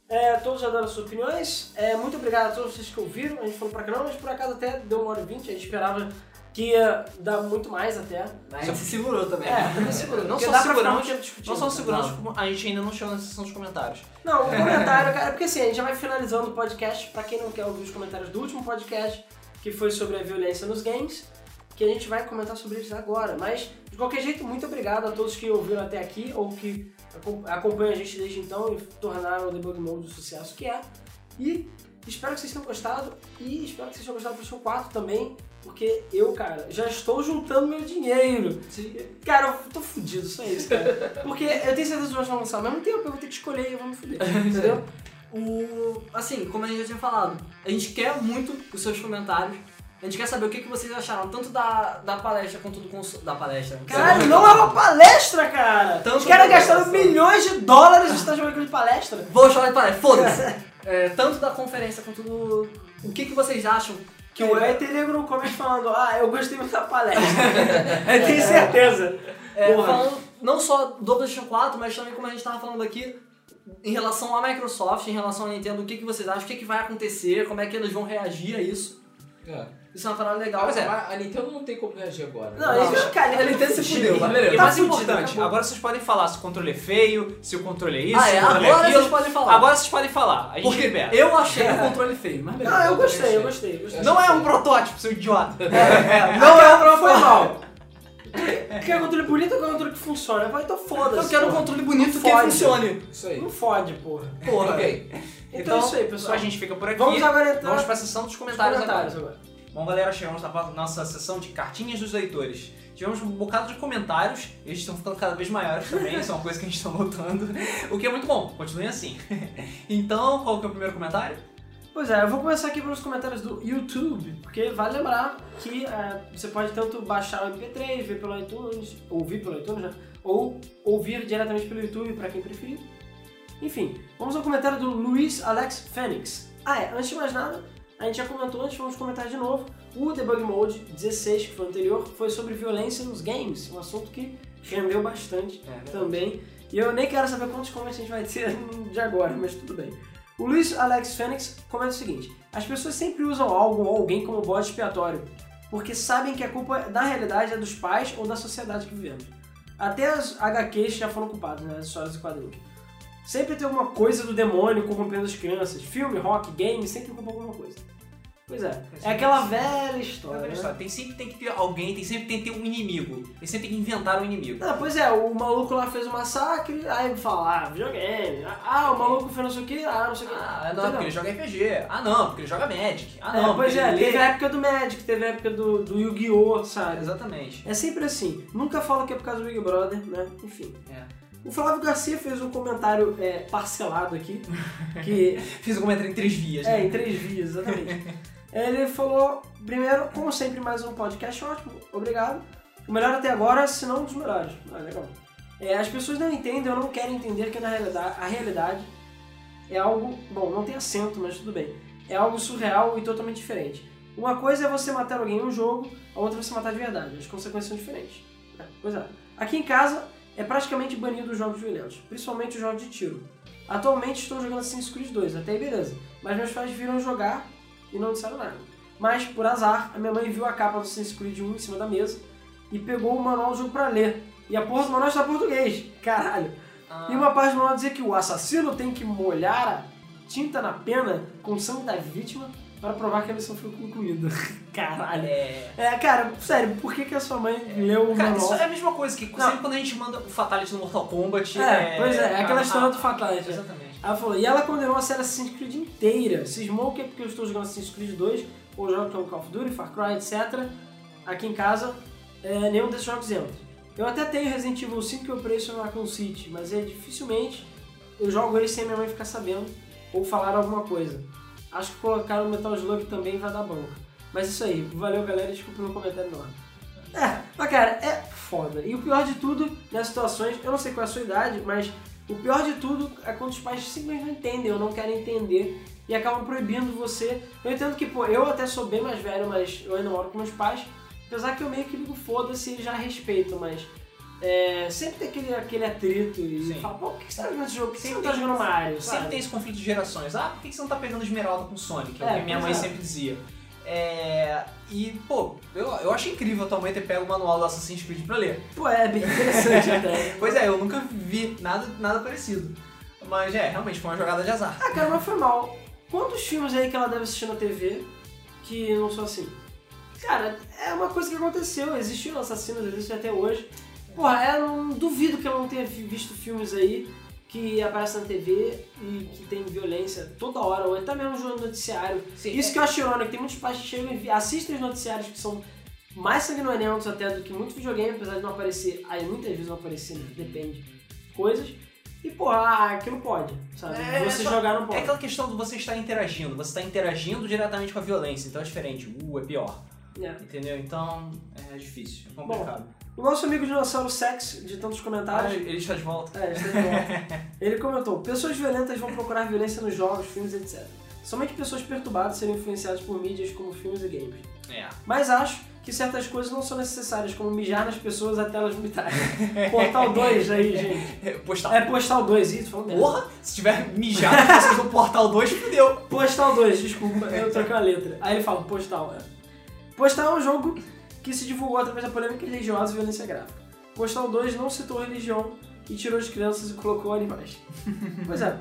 Speaker 1: É, todos já deram suas opiniões. É, muito obrigado a todos vocês que ouviram. A gente falou pra caramba, mas por acaso até deu uma hora e vinte. A gente esperava que ia dar muito mais até.
Speaker 5: Mas você se segurou também.
Speaker 1: É, não segurou.
Speaker 2: Não
Speaker 1: Porque
Speaker 2: só
Speaker 1: dá pra
Speaker 2: seguramos,
Speaker 1: ficar muito tempo discutindo.
Speaker 2: Não só
Speaker 1: Tá?
Speaker 2: segurança, como a gente ainda não chegou na sessão dos comentários.
Speaker 1: Não, o comentário, cara, porque assim, a gente já vai finalizando o podcast, pra quem não quer ouvir os comentários do último podcast, que foi sobre a violência nos games, que a gente vai comentar sobre eles agora. Mas, de qualquer jeito, muito obrigado a todos que ouviram até aqui, ou que acom- acompanham a gente desde então e tornaram o Debug Mode o sucesso que é. E espero que vocês tenham gostado, e espero que vocês tenham gostado do PlayStation 4 também, porque eu, cara, já estou juntando meu dinheiro. Cara, eu tô fudido, só isso, cara. Porque eu tenho certeza que os vão lançar ao mesmo tempo, eu vou ter que escolher e eu vou me fuder, entendeu?
Speaker 5: O, assim, como a gente já tinha falado, a gente quer muito os seus comentários. A gente quer saber o que, que vocês acharam, tanto da, da palestra quanto do console. Da palestra.
Speaker 1: Caralho, não é uma palestra, cara!
Speaker 5: Tanto
Speaker 1: os caras
Speaker 5: da
Speaker 1: gastaram
Speaker 5: gravação.
Speaker 1: milhões de dólares e estão jogando aquilo de palestra.
Speaker 5: Vou chamar de palestra, foda-se! É, tanto da conferência quanto do. O que, que vocês acham
Speaker 1: Que
Speaker 5: que o.
Speaker 1: o ET Negro no começo falando, ah, eu gostei muito da palestra. eu tenho certeza.
Speaker 5: É,
Speaker 1: Porra.
Speaker 5: falando não só do PlayStation 4, mas também como a gente tava falando aqui, em relação à Microsoft, em relação à Nintendo, o que, que vocês acham, o que, que vai acontecer, como é que eles vão reagir a isso.
Speaker 3: é.
Speaker 5: Isso é uma parada legal.
Speaker 3: Mas é, a Nintendo não tem como reagir agora.
Speaker 1: Não, é
Speaker 5: Não,
Speaker 1: ele, cara,
Speaker 5: a Nintendo se fudeu, mas beleza.
Speaker 2: E o
Speaker 1: Tá
Speaker 2: mais
Speaker 1: fudido,
Speaker 2: importante,
Speaker 1: acabou.
Speaker 2: agora vocês podem falar se o controle é feio, se o controle é isso,
Speaker 5: ah, é,
Speaker 2: se o controle
Speaker 5: agora
Speaker 2: é aquilo.
Speaker 5: vocês podem falar.
Speaker 2: Agora vocês podem falar, a gente
Speaker 5: Porque
Speaker 2: libera.
Speaker 5: eu achei o controle feio,
Speaker 3: Ah,
Speaker 5: mas beleza.
Speaker 1: Não, Ah, eu gostei, eu gostei. eu gostei.
Speaker 2: Não é um protótipo, seu idiota.
Speaker 1: não é uma foi mal. Quer controle bonito ou quer controle que funciona? Eu falei, então foda-se.
Speaker 5: Eu quero um
Speaker 1: porra.
Speaker 5: controle bonito
Speaker 1: Não
Speaker 5: que
Speaker 1: fode.
Speaker 5: funcione.
Speaker 3: Isso aí.
Speaker 1: Não fode, porra.
Speaker 5: Porra.
Speaker 3: Ok.
Speaker 1: Então, é isso aí, pessoal.
Speaker 2: A gente fica por aqui.
Speaker 1: Vamos agora entrar
Speaker 2: Vamos pra sessão dos
Speaker 1: nos
Speaker 2: comentários,
Speaker 1: comentários
Speaker 2: agora.
Speaker 1: agora.
Speaker 2: Bom, galera, chegamos na nossa sessão de cartinhas dos leitores. Tivemos um bocado de comentários, eles estão ficando cada vez maiores também, isso é uma coisa que a gente está notando, o que é muito bom, continuem assim. Então, qual que é o primeiro comentário?
Speaker 1: Pois é, eu vou começar aqui pelos comentários do YouTube, porque vale lembrar que eh, você pode tanto baixar o MP3, ver pelo iTunes, ouvir pelo iTunes, né? ou ouvir diretamente pelo YouTube, para quem preferir. Enfim, vamos ao comentário do Luiz Alex Fênix. Ah, é, antes de mais nada, a gente já comentou antes, vamos comentar de novo. O Debug Mode 16, que foi o anterior, foi sobre violência nos games, um assunto que rendeu bastante
Speaker 2: É, Então,
Speaker 1: também. E eu nem quero saber quantos comentários a gente vai ter de agora, mas tudo bem. O Luiz Alex Fênix comenta o seguinte: as pessoas sempre usam algo ou alguém como bode expiatório, porque sabem que a culpa, na realidade, é dos pais ou da sociedade que vivemos. Até as HQs já foram culpadas, né? As histórias e quadrinhos. Sempre tem alguma coisa do demônio corrompendo as crianças. Filme, rock, game, sempre culpa alguma coisa. Pois é. É aquela velha história.
Speaker 2: Olha
Speaker 1: né?
Speaker 2: só, Tem sempre tem que ter alguém, tem sempre tem que ter um inimigo. Tem sempre tem que inventar um inimigo.
Speaker 1: Ah, pois é, o maluco lá fez o massacre, aí fala, ah, videogame. Ah, o maluco fez não sei o que, ah, não sei o que.
Speaker 2: Ah, não, porque ele joga RPG. Ah, não, porque ele joga Magic. Ah, não,
Speaker 1: é, pois
Speaker 2: porque
Speaker 1: é,
Speaker 2: ele lê-
Speaker 1: teve a época do Magic, teve a época do, do Yu-Gi-Oh!, sabe?
Speaker 2: Exatamente.
Speaker 1: É sempre assim. Nunca fala que é por causa do Big Brother, né? Enfim.
Speaker 2: É.
Speaker 1: O Flávio Garcia fez um comentário é, parcelado aqui, que
Speaker 2: Fiz um comentário em três vias,
Speaker 1: é
Speaker 2: né?
Speaker 1: em três dias, exatamente. Ele falou, primeiro, como sempre, mais um podcast ótimo, obrigado. O melhor até agora, se não um dos melhores. Ah, legal. É, as pessoas não entendem ou não querem entender que na realidade, a realidade é algo. Bom, não tem acento, mas tudo bem. É algo surreal e totalmente diferente. Uma coisa é você matar alguém em um jogo, a outra é você matar de verdade. As consequências são diferentes. É, pois é. Aqui em casa é praticamente banido os jogos violentos, principalmente os jogos de tiro. Atualmente estou jogando Assassin's Creed 2, até aí beleza. Mas meus pais viram eu jogar e não disseram nada. Mas, por azar, a minha mãe viu a capa do Assassin's Creed 1 em cima da mesa e pegou o manual do jogo pra ler. E a porra do manual está em português. Caralho. E
Speaker 2: Ah.
Speaker 1: uma parte do manual dizia que o assassino tem que molhar a tinta na pena com o sangue da vítima para provar que a missão foi concluída. Caralho.
Speaker 2: É.
Speaker 1: É, cara, sério, por que, que a sua mãe leu o
Speaker 2: Cara,
Speaker 1: manual?
Speaker 2: isso é a mesma coisa que
Speaker 1: Não.
Speaker 2: sempre quando a gente manda o Fatality no Mortal Kombat.
Speaker 1: É, pois é, é
Speaker 2: cara,
Speaker 1: aquela história do
Speaker 2: ah,
Speaker 1: Fatality.
Speaker 2: Exatamente.
Speaker 1: Ela falou, e ela condenou a série Assassin's Creed inteira. Cismou que é porque eu estou jogando Assassin's Creed 2, ou jogos como Call of Duty, Far Cry, etc. Aqui em casa, é, nenhum desses jogos entra. Eu até tenho Resident Evil 5 que eu preço no Arkham City, mas é dificilmente eu jogo ele sem minha mãe ficar sabendo ou falar alguma coisa. Acho que colocar o Metal Slug também vai dar bom. Mas isso aí, valeu galera, desculpa meu comentário enorme. É, mas cara, é foda. E o pior de tudo, nas situações, eu não sei qual é a sua idade, mas o pior de tudo é quando os pais simplesmente não entendem ou não querem entender e acabam proibindo você. Eu entendo que, pô, eu até sou bem mais velho, mas eu ainda moro com meus pais, apesar que eu meio que ligo foda-se e já respeito, mas. É, sempre tem aquele, aquele atrito e
Speaker 2: Sim.
Speaker 1: fala, pô, por que que você tá jogando esse jogo? Por que você não
Speaker 2: Sempre
Speaker 1: tá
Speaker 2: tem-
Speaker 1: jogando Mario?
Speaker 2: Sempre
Speaker 1: sabe?
Speaker 2: tem esse conflito de gerações. Ah, por que você não tá pegando esmeralda com Sonic? É o
Speaker 1: É,
Speaker 2: que minha mãe
Speaker 1: pois é.
Speaker 2: sempre dizia. É, e, pô, eu, eu acho incrível a tua mãe ter pego o manual do Assassin's Creed pra ler.
Speaker 1: Pô, é bem interessante até.
Speaker 2: Pois é, eu nunca vi nada, nada parecido. Mas é, realmente foi uma jogada de azar.
Speaker 1: Ah, cara, mas foi mal. Quantos filmes aí que ela deve assistir na TV que não são assim? Cara, é uma coisa que aconteceu. Existiram assassinos, existem até hoje. Porra, é, eu não duvido que ela não tenha vi- visto filmes aí que aparecem na TV e que tem violência toda hora, ou até mesmo no noticiário.
Speaker 2: Sim, é.
Speaker 1: Isso que eu acho irônico, tem muitos pais que chegam e vi- assistem os noticiários que são mais sanguinolentos até do que muito videogame, apesar de não aparecer, aí muitas vezes não aparecer, né? depende, coisas. E porra, ah, aquilo pode, sabe?
Speaker 2: É,
Speaker 1: Você
Speaker 2: é só-
Speaker 1: jogar não
Speaker 2: É
Speaker 1: pode.
Speaker 2: aquela questão de você estar interagindo, você está interagindo diretamente com a violência, então é diferente. Uh, é pior.
Speaker 1: É.
Speaker 2: Entendeu? Então é difícil, é complicado.
Speaker 1: O nosso amigo dinossauro Sex, de tantos
Speaker 2: Ah,
Speaker 1: comentários,
Speaker 2: ele está de volta.
Speaker 1: É, isso é bom. Ele comentou: pessoas violentas vão procurar violência nos jogos, filmes, etc. Somente pessoas perturbadas serão influenciadas por mídias como filmes e games.
Speaker 2: É.
Speaker 1: Mas acho que certas coisas não são necessárias, como mijar nas pessoas até elas vomitarem. Portal 2 aí, gente.
Speaker 2: Postal.
Speaker 1: É Postal 2, isso, falando merda.
Speaker 2: tá. Porra, se tiver mijado com vocês no Portal 2, fudeu.
Speaker 1: Postal 2, desculpa, eu troquei a letra. Aí ele fala, Postal, é. Postal é um jogo que se divulgou através da polêmica religiosa e violência gráfica. Postal 2 não citou religião e tirou as crianças e colocou animais. pois é.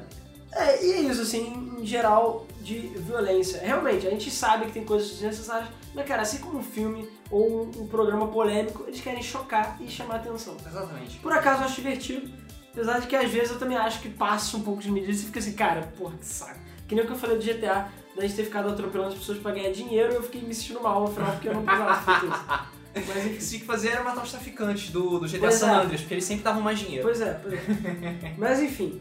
Speaker 1: É, e é isso, assim, em geral, de violência. Realmente, a gente sabe que tem coisas desnecessárias, mas, cara, assim como um filme ou um, um programa polêmico, eles querem chocar e chamar atenção.
Speaker 2: Exatamente.
Speaker 1: Por acaso, eu acho divertido, apesar de que às vezes eu também acho que passa um pouco de medida e você fica assim, cara, porra, que saco. Que nem o que eu falei do GTA, da gente ter ficado atropelando as pessoas pra ganhar dinheiro, eu fiquei me sentindo mal no final, porque eu não precisava fazer isso.
Speaker 2: Mas o que se tinha que fazer era matar os traficantes do, do GTA
Speaker 1: Pois
Speaker 2: San
Speaker 1: é.
Speaker 2: Andreas, porque eles sempre davam mais dinheiro.
Speaker 1: Pois é, pois é. Mas enfim.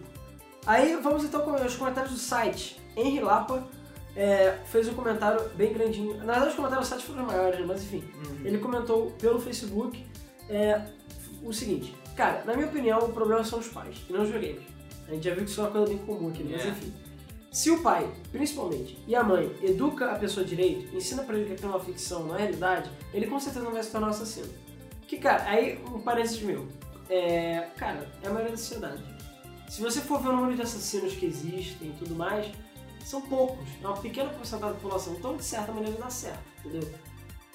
Speaker 1: Aí vamos então com os comentários do site. Henry Lapa é, fez um comentário bem grandinho. Na verdade, os comentários do site foram maiores, né? mas enfim. Ele comentou pelo Facebook é, o seguinte: Cara, na minha opinião, o problema são os pais e não os videogames. A gente já viu que isso é uma coisa bem comum aqui, né? mas
Speaker 2: É.
Speaker 1: enfim. Se o pai, principalmente, e a mãe educa a pessoa direito, ensina pra ele que aquilo é uma ficção, não é realidade, ele com certeza não vai se tornar um assassino. Que, cara, aí um parênteses meu. É, cara, é a maioria da sociedade. Se você for ver o número de assassinos que existem e tudo mais, são poucos. É uma pequena porcentagem da população. Então, de certa maneira, dá certo, entendeu?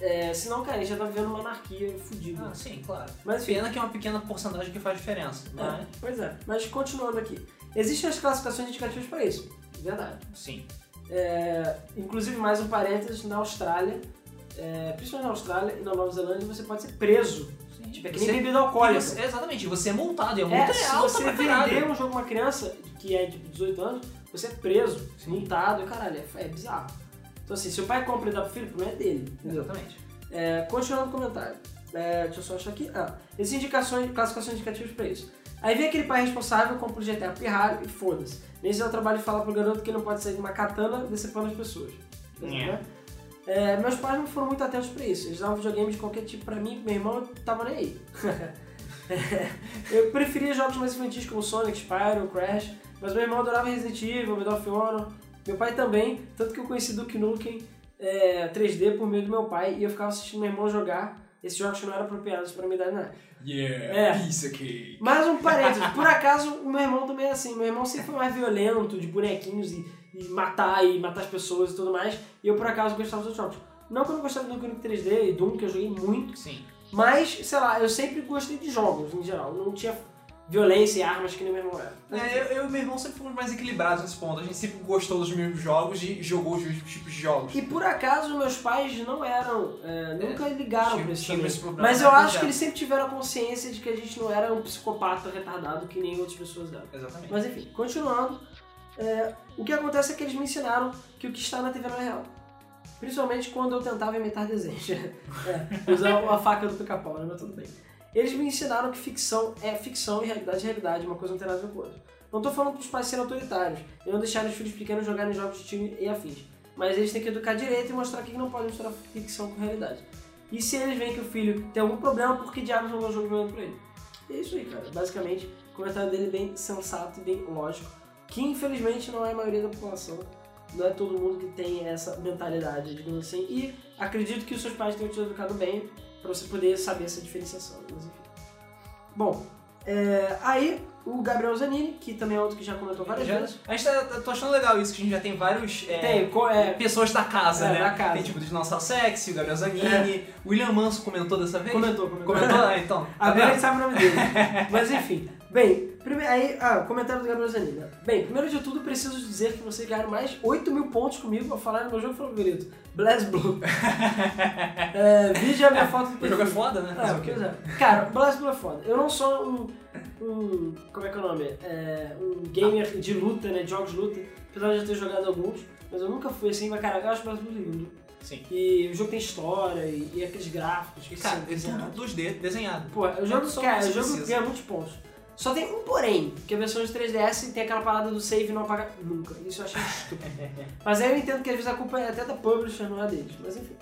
Speaker 1: É, senão, cara, a gente já tá vivendo uma anarquia fudida.
Speaker 2: Ah, sim, claro.
Speaker 1: Mas enfim,
Speaker 2: Pena que é uma pequena porcentagem que faz diferença, né?
Speaker 1: é,
Speaker 2: mas
Speaker 1: pois é. Mas continuando aqui. Existem as classificações indicativas para isso. Verdade.
Speaker 2: sim.
Speaker 1: É, inclusive, mais um parênteses, na Austrália, é, principalmente na Austrália e na Nova Zelândia, você pode ser preso. Tipo, é que nem
Speaker 2: Você-
Speaker 1: bebida alcoólica.
Speaker 2: Você- exatamente, você é multado, e a multa
Speaker 1: É,
Speaker 2: é,
Speaker 1: se
Speaker 2: alta
Speaker 1: você
Speaker 2: pra caralho.
Speaker 1: vender um jogo pra uma criança que é de 18 anos, você é preso, multado, e caralho, é, é bizarro. Então assim, se o pai compra e dá pro filho, o problema é dele, entendeu?
Speaker 2: Exatamente.
Speaker 1: É, continuando o comentário. É, deixa eu só achar aqui. Ah, existem indicações, classificações indicativas pra isso. Aí vem aquele pai responsável, compra o GTA pirralho e foda-se. Nesse é o trabalho de falar pro garoto que ele não pode sair de uma katana decepando as pessoas.
Speaker 2: É.
Speaker 1: Né? É, meus pais não foram muito atentos pra isso. Eles davam videogame de qualquer tipo pra mim, meu irmão, eu tava nem aí. eu preferia jogos mais infantis como Sonic, Spyro, Crash, mas meu irmão adorava Resident Evil, Medal of Honor. Meu pai também, tanto que eu conheci Duke Nukem é, 3D por meio do meu pai e eu ficava assistindo meu irmão jogar esses jogos que não eram apropriados para minha idade na época.
Speaker 4: Yeah,
Speaker 1: É.
Speaker 4: isso aqui.
Speaker 1: Mas um parênteses, por acaso o meu irmão também é assim, meu irmão sempre foi mais violento, de bonequinhos e, e matar e matar as pessoas e tudo mais, e eu por acaso gostava dos outros jogos. Não que eu não gostava do Duke Nukem 3D e Doom, que eu joguei muito,
Speaker 2: Sim.
Speaker 1: mas, sei lá, eu sempre gostei de jogos em geral, não tinha violência e armas que nem meu irmão era.
Speaker 4: É, eu, eu e meu irmão sempre fomos mais equilibrados nesse ponto. A gente sempre gostou dos mesmos jogos e jogou os mesmos tipos de jogos.
Speaker 1: E por acaso meus pais não eram, é, nunca ligaram
Speaker 4: tinha-
Speaker 1: pra isso
Speaker 4: tinha
Speaker 1: também.
Speaker 4: esse problema,
Speaker 1: Mas
Speaker 4: né?
Speaker 1: eu
Speaker 4: Pois
Speaker 1: acho
Speaker 4: é.
Speaker 1: que eles sempre tiveram a consciência de que a gente não era um psicopata retardado que nem outras pessoas eram.
Speaker 4: é, Exatamente.
Speaker 1: Mas enfim, continuando, é, o que acontece é que eles me ensinaram que o que está na TV não é real. Principalmente quando eu tentava imitar desenhos. é, usar uma faca do pica-pau, né? Mas tudo bem. Eles me ensinaram que ficção é ficção e realidade é realidade, uma coisa não tem nada a ver com a outra. Não tô falando pros pais serem autoritários e não deixarem os filhos pequenos jogarem jogos de time e afins. Mas eles têm que educar direito e mostrar que não pode misturar ficção com realidade. E se eles veem que o filho tem algum problema, por que diabos não vão jogo violento pra ele? E é isso aí, cara. Basicamente, o comentário dele é bem sensato e bem lógico, que infelizmente não é a maioria da população. Não é todo mundo que tem essa mentalidade, digamos assim. E acredito que os seus pais tenham te educado bem pra você poder saber essa diferenciação. Mas enfim. Bom, é, aí o Gabriel Zanini, que também é outro que já comentou várias
Speaker 4: Já-
Speaker 1: vezes.
Speaker 4: a gente tá, tá- tô achando legal isso, que a gente já tem vários é,
Speaker 1: Tem, co- é,
Speaker 4: pessoas da casa,
Speaker 1: É,
Speaker 4: né?
Speaker 1: da casa. É.
Speaker 4: Tem tipo o Dinossauro Sexy, o Gabriel Zanini, o William Manso comentou dessa vez?
Speaker 1: comentou, comentou.
Speaker 4: Comentou? Ah, então. tá
Speaker 1: Agora a
Speaker 4: vendo?
Speaker 1: gente sabe o nome dele. Mas enfim. Bem, prime... aí, ah, o comentário do Gabriel Zanina. Bem, primeiro de tudo, preciso dizer que vocês ganharam mais 8 mil pontos comigo ao falar no meu jogo favorito, BlazBlue. é, vídeo a minha foto do
Speaker 4: O jogo é
Speaker 1: perfil.
Speaker 4: foda, né? Fazer
Speaker 1: É,
Speaker 4: o quê?
Speaker 1: pois é. Cara, BlazBlue é foda. Eu não sou um, um- como é que é o nome? É, um gamer de luta, né, de jogos de luta, apesar de eu ter jogado alguns, mas eu nunca fui assim, mas cara, eu acho BlazBlue lindo.
Speaker 2: Sim.
Speaker 1: E o jogo tem história e, e aqueles gráficos que
Speaker 4: Cara,
Speaker 1: são
Speaker 4: é
Speaker 1: desenhados.
Speaker 4: tudo 2D desenhado.
Speaker 1: Pô, o jogo,
Speaker 4: É só
Speaker 1: cara,
Speaker 4: isso
Speaker 1: o
Speaker 4: que
Speaker 1: jogo
Speaker 4: precisa.
Speaker 1: ganha muitos pontos. Só tem um porém, que a versão de 3DS tem aquela parada do save não apagar nunca. Isso eu achei estúpido. Mas aí eu entendo que às vezes a culpa é até da publisher, não é deles. Mas enfim.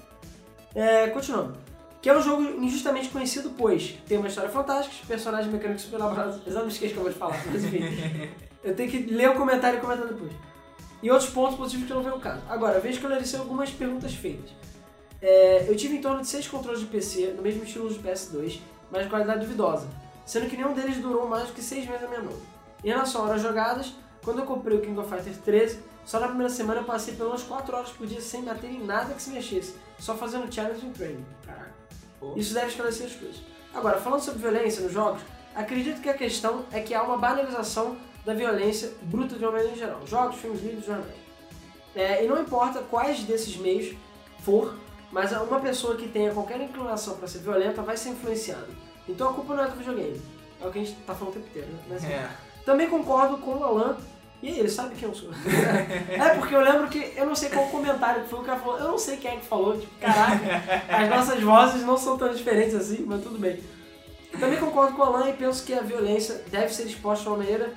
Speaker 1: É, continuando. Que é um jogo injustamente conhecido, pois tem uma história fantástica, os personagens mecânicos super elaborados. Exatamente esqueci o que eu vou te falar, mas enfim. eu tenho que ler o comentário e comentar depois. E outros pontos positivos que eu não vejo o caso. Agora, vejo que eu esclarecer algumas perguntas feitas. É, eu tive em torno de seis controles de PC, no mesmo estilo do PS2, mas de qualidade duvidosa, sendo que nenhum deles durou mais do que seis meses na minha mão. Em relação a horas jogadas, quando eu comprei o King of Fighters 13, só na primeira semana eu passei pelo menos 4 horas por dia sem bater em nada que se mexesse, só fazendo challenge e training. Caraca.
Speaker 4: Pô.
Speaker 1: Isso deve esclarecer as coisas. Agora, falando sobre violência nos jogos, acredito que a questão é que há uma banalização da violência bruta de uma maneira em geral. Jogos, filmes, vídeos, jornais. É, e não importa quais desses meios for, mas uma pessoa que tenha qualquer inclinação pra ser violenta vai ser influenciada. Então a culpa não é do videogame. É o que a gente tá falando o tempo inteiro, né? Mas,
Speaker 4: É.
Speaker 1: também concordo com o Alan. E aí, ele sabe quem eu sou. é, porque eu lembro que eu não sei qual comentário que foi, o cara falou, eu não sei quem é que falou, tipo, caraca, as nossas vozes não são tão diferentes assim, mas tudo bem. Também concordo com o Alan e penso que a violência deve ser exposta de uma maneira.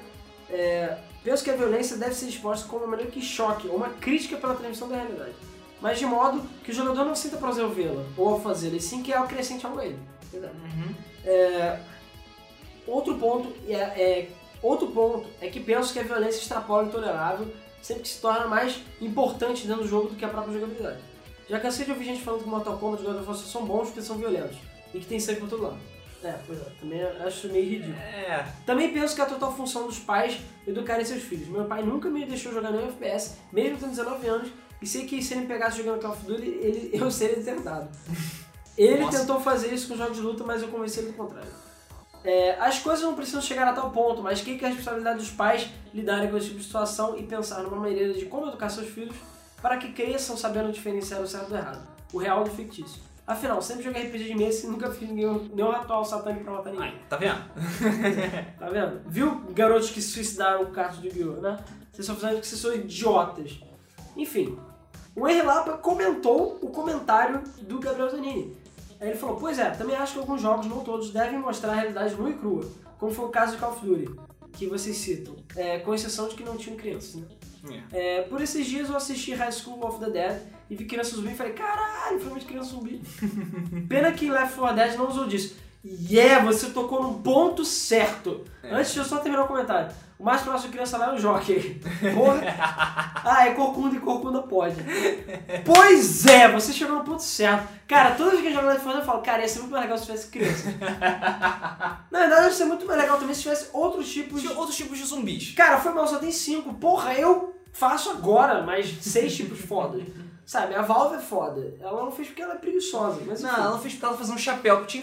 Speaker 1: é, penso que a violência deve ser exposta como uma maneira que choque, ou uma crítica pela transmissão da realidade. Mas de modo que o jogador não sinta prazer ao vê-la, ou ao fazê-la, e sim que é acrescente algo a ele. Exato. É, outro ponto é, é- outro ponto é que penso que a violência extrapola o intolerável, sempre que se torna mais importante dentro do jogo do que a própria jogabilidade. Já cansei de ouvir gente falando que Mortal Kombat e God of War só são bons porque são violentos e que tem sangue por todo lado. É, pois é, também acho meio ridículo.
Speaker 4: É.
Speaker 1: Também penso que é a total função dos pais educarem seus filhos. Meu pai nunca me deixou jogar nenhum FPS, mesmo tendo 19 anos, e sei que se ele me pegasse jogando Call of Duty, ele, eu seria detectado. Ele
Speaker 4: Nossa.
Speaker 1: tentou fazer isso com jogos de luta, mas eu convenci ele do contrário. É, as coisas não precisam chegar a tal ponto, mas que que é a responsabilidade dos pais lidarem com esse tipo de situação e pensar numa maneira de como educar seus filhos para que cresçam sabendo diferenciar o certo do errado, o real do fictício. Afinal, sempre joguei RPG de mesa e nunca fiz nenhum, nenhum ritual satânico pra matar ninguém.
Speaker 2: Aí, tá vendo?
Speaker 1: Tá vendo? Viu garotos que se suicidaram com cartas do Guiô, né? Vocês só fizeram que vocês são idiotas. Enfim, o Enrilapa comentou o comentário do Gabriel Zanini. Aí ele falou, pois é, também acho que alguns jogos, não todos, devem mostrar a realidade nua e crua, como foi o caso de Call of Duty, que vocês citam, é, com exceção de que não tinham crianças, né? É, por esses dias eu assisti High School of the Dead e vi criança zumbi e falei, caralho, finalmente criança zumbi. Pena que Left 4 Dead não usou disso. Yeah, você tocou no ponto certo. Antes de eu só terminar o comentário. O mais próximo de criança lá é o Jockey. Porra. ah, é corcunda e corcunda pode. pois é, você chegou no ponto certo. Cara, toda vez que eu jogo Left 4 Dead eu falo, cara, ia ser muito mais legal se tivesse criança. Na verdade, ia ser muito mais legal também se tivesse outros tipos Tipo de...
Speaker 2: Tinha outros tipos de zumbis.
Speaker 1: Cara, foi mal, só tem cinco. Porra, eu faço agora mais seis tipos fodas. Sabe, a Valve é foda. Ela não fez porque ela é preguiçosa. Mas
Speaker 2: Não,
Speaker 1: enfim.
Speaker 2: ela fez pra ela fazer um chapéu pro Team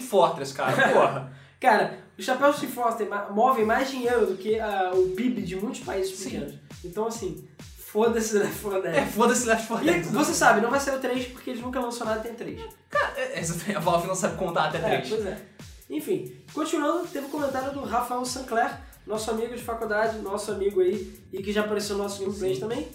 Speaker 2: Fortress, cara. Porra.
Speaker 1: Cara, os chapéus de Foster ma- movem mais dinheiro do que ah, o PIB de muitos países pequenos. Então, assim, foda-se Left 4
Speaker 2: É,
Speaker 1: Dead.
Speaker 2: foda-se Left 4
Speaker 1: E
Speaker 2: Dead.
Speaker 1: você sabe, não vai sair o 3 porque eles nunca lançou nada tem 3.
Speaker 2: É, Essa a Valve não sabe contar até
Speaker 1: É,
Speaker 2: 3.
Speaker 1: pois é. Enfim, continuando, teve o comentário do Rafael Sancler, nosso amigo de faculdade, nosso amigo aí, e que já apareceu no nosso gameplay também.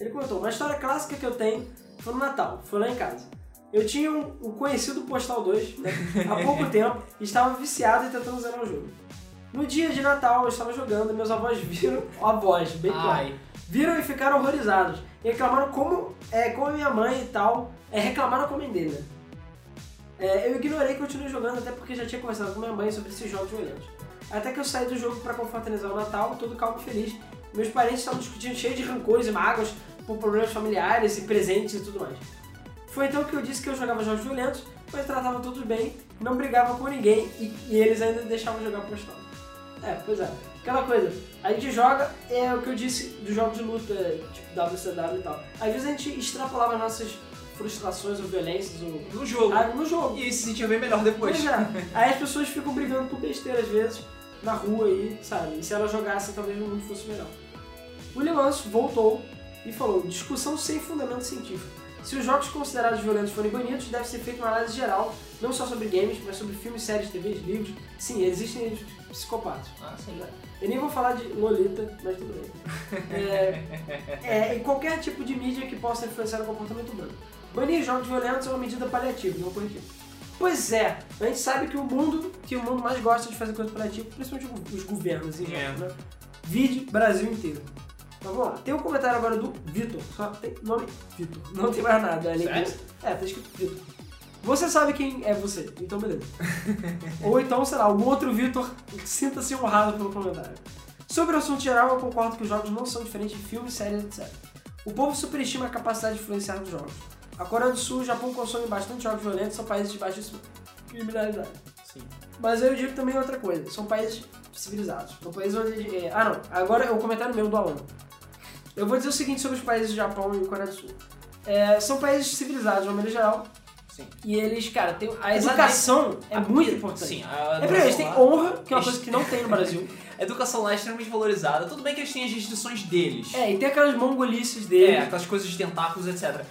Speaker 1: Ele comentou: Uma história clássica que eu tenho foi no Natal, foi lá em casa. Eu tinha um, um conhecido Postal 2 né, há pouco tempo e estava viciado e tentando zerar o jogo. No dia de Natal eu estava jogando e meus avós viram a voz, bem claro.
Speaker 2: Ai,
Speaker 1: Viram e ficaram horrorizados. E reclamaram como, é, como a minha mãe e tal. É, reclamaram com a menina. É, eu ignorei e continuei jogando, até porque já tinha conversado com minha mãe sobre esses jogos violentos. Até que eu saí do jogo para confraternizar o Natal, todo calmo e feliz. Meus parentes estavam discutindo cheio de rancores e mágoas por problemas familiares e presentes e tudo mais. Foi então que eu disse que eu jogava jogos violentos, mas tratava todos bem, não brigava com ninguém e, e eles ainda deixavam jogar postal. É, pois é. Aquela coisa, a gente joga, é o que eu disse dos jogos de luta, tipo WCW e tal. Às vezes a gente extrapolava nossas frustrações ou violências ou
Speaker 2: no jogo.
Speaker 1: ah, no jogo.
Speaker 2: E ele se sentiu bem melhor depois.
Speaker 1: Pois é. Aí as pessoas ficam brigando por besteira às vezes, na rua aí, sabe? E se elas jogassem, talvez o mundo fosse melhor. William Lance voltou e falou: discussão sem fundamento científico. Se os jogos considerados violentos forem banidos, deve ser feita uma análise geral, não só sobre games, mas sobre filmes, séries, TVs, livros. Sim, existem psicopatas.
Speaker 2: Ah, sim.
Speaker 1: Eu nem vou falar de Lolita, mas tudo bem. É, é, e qualquer tipo de mídia que possa influenciar o comportamento humano. Banir jogos violentos é uma medida paliativa, não corretiva. Pois é, a gente sabe que o mundo que o mundo mais gosta de fazer coisa paliativa, principalmente os governos em geral,
Speaker 2: É.
Speaker 1: né? Vide Brasil inteiro. Então vamos lá. Tem um comentário agora do Vitor. Só tem nome Vitor. Não tem mais nada. Além
Speaker 2: Sério?
Speaker 1: disso. É, tá escrito Vitor. Você sabe quem é você, então beleza. Ou então, sei lá, algum outro Vitor sinta-se honrado pelo comentário. Sobre o assunto geral, eu concordo que os jogos não são diferentes de filmes, séries, etc. O povo superestima a capacidade de influenciar nos jogos. A Coreia do Sul e o Japão consomem bastante jogos violentos, são países de baixíssima criminalidade.
Speaker 2: Sim.
Speaker 1: Mas eu digo também outra coisa, são países civilizados. São países onde... é, Ah não, agora é o comentário meu do Alan. Eu vou dizer o seguinte sobre os países do Japão e Coreia do Sul. É, são países civilizados, de uma maneira geral,
Speaker 2: Sim.
Speaker 1: e eles, cara, tem... A
Speaker 2: Apesar
Speaker 1: educação é
Speaker 2: A-
Speaker 1: muito importante.
Speaker 2: Sim, a
Speaker 1: É primeiro, eles têm
Speaker 2: lá-
Speaker 1: honra, que é uma coisa que não tem no Brasil.
Speaker 2: A educação lá é extremamente valorizada. Tudo bem que eles têm as restrições deles.
Speaker 1: É, e tem aquelas mongolices
Speaker 2: É,
Speaker 1: dele.
Speaker 2: aquelas coisas de tentáculos, etc.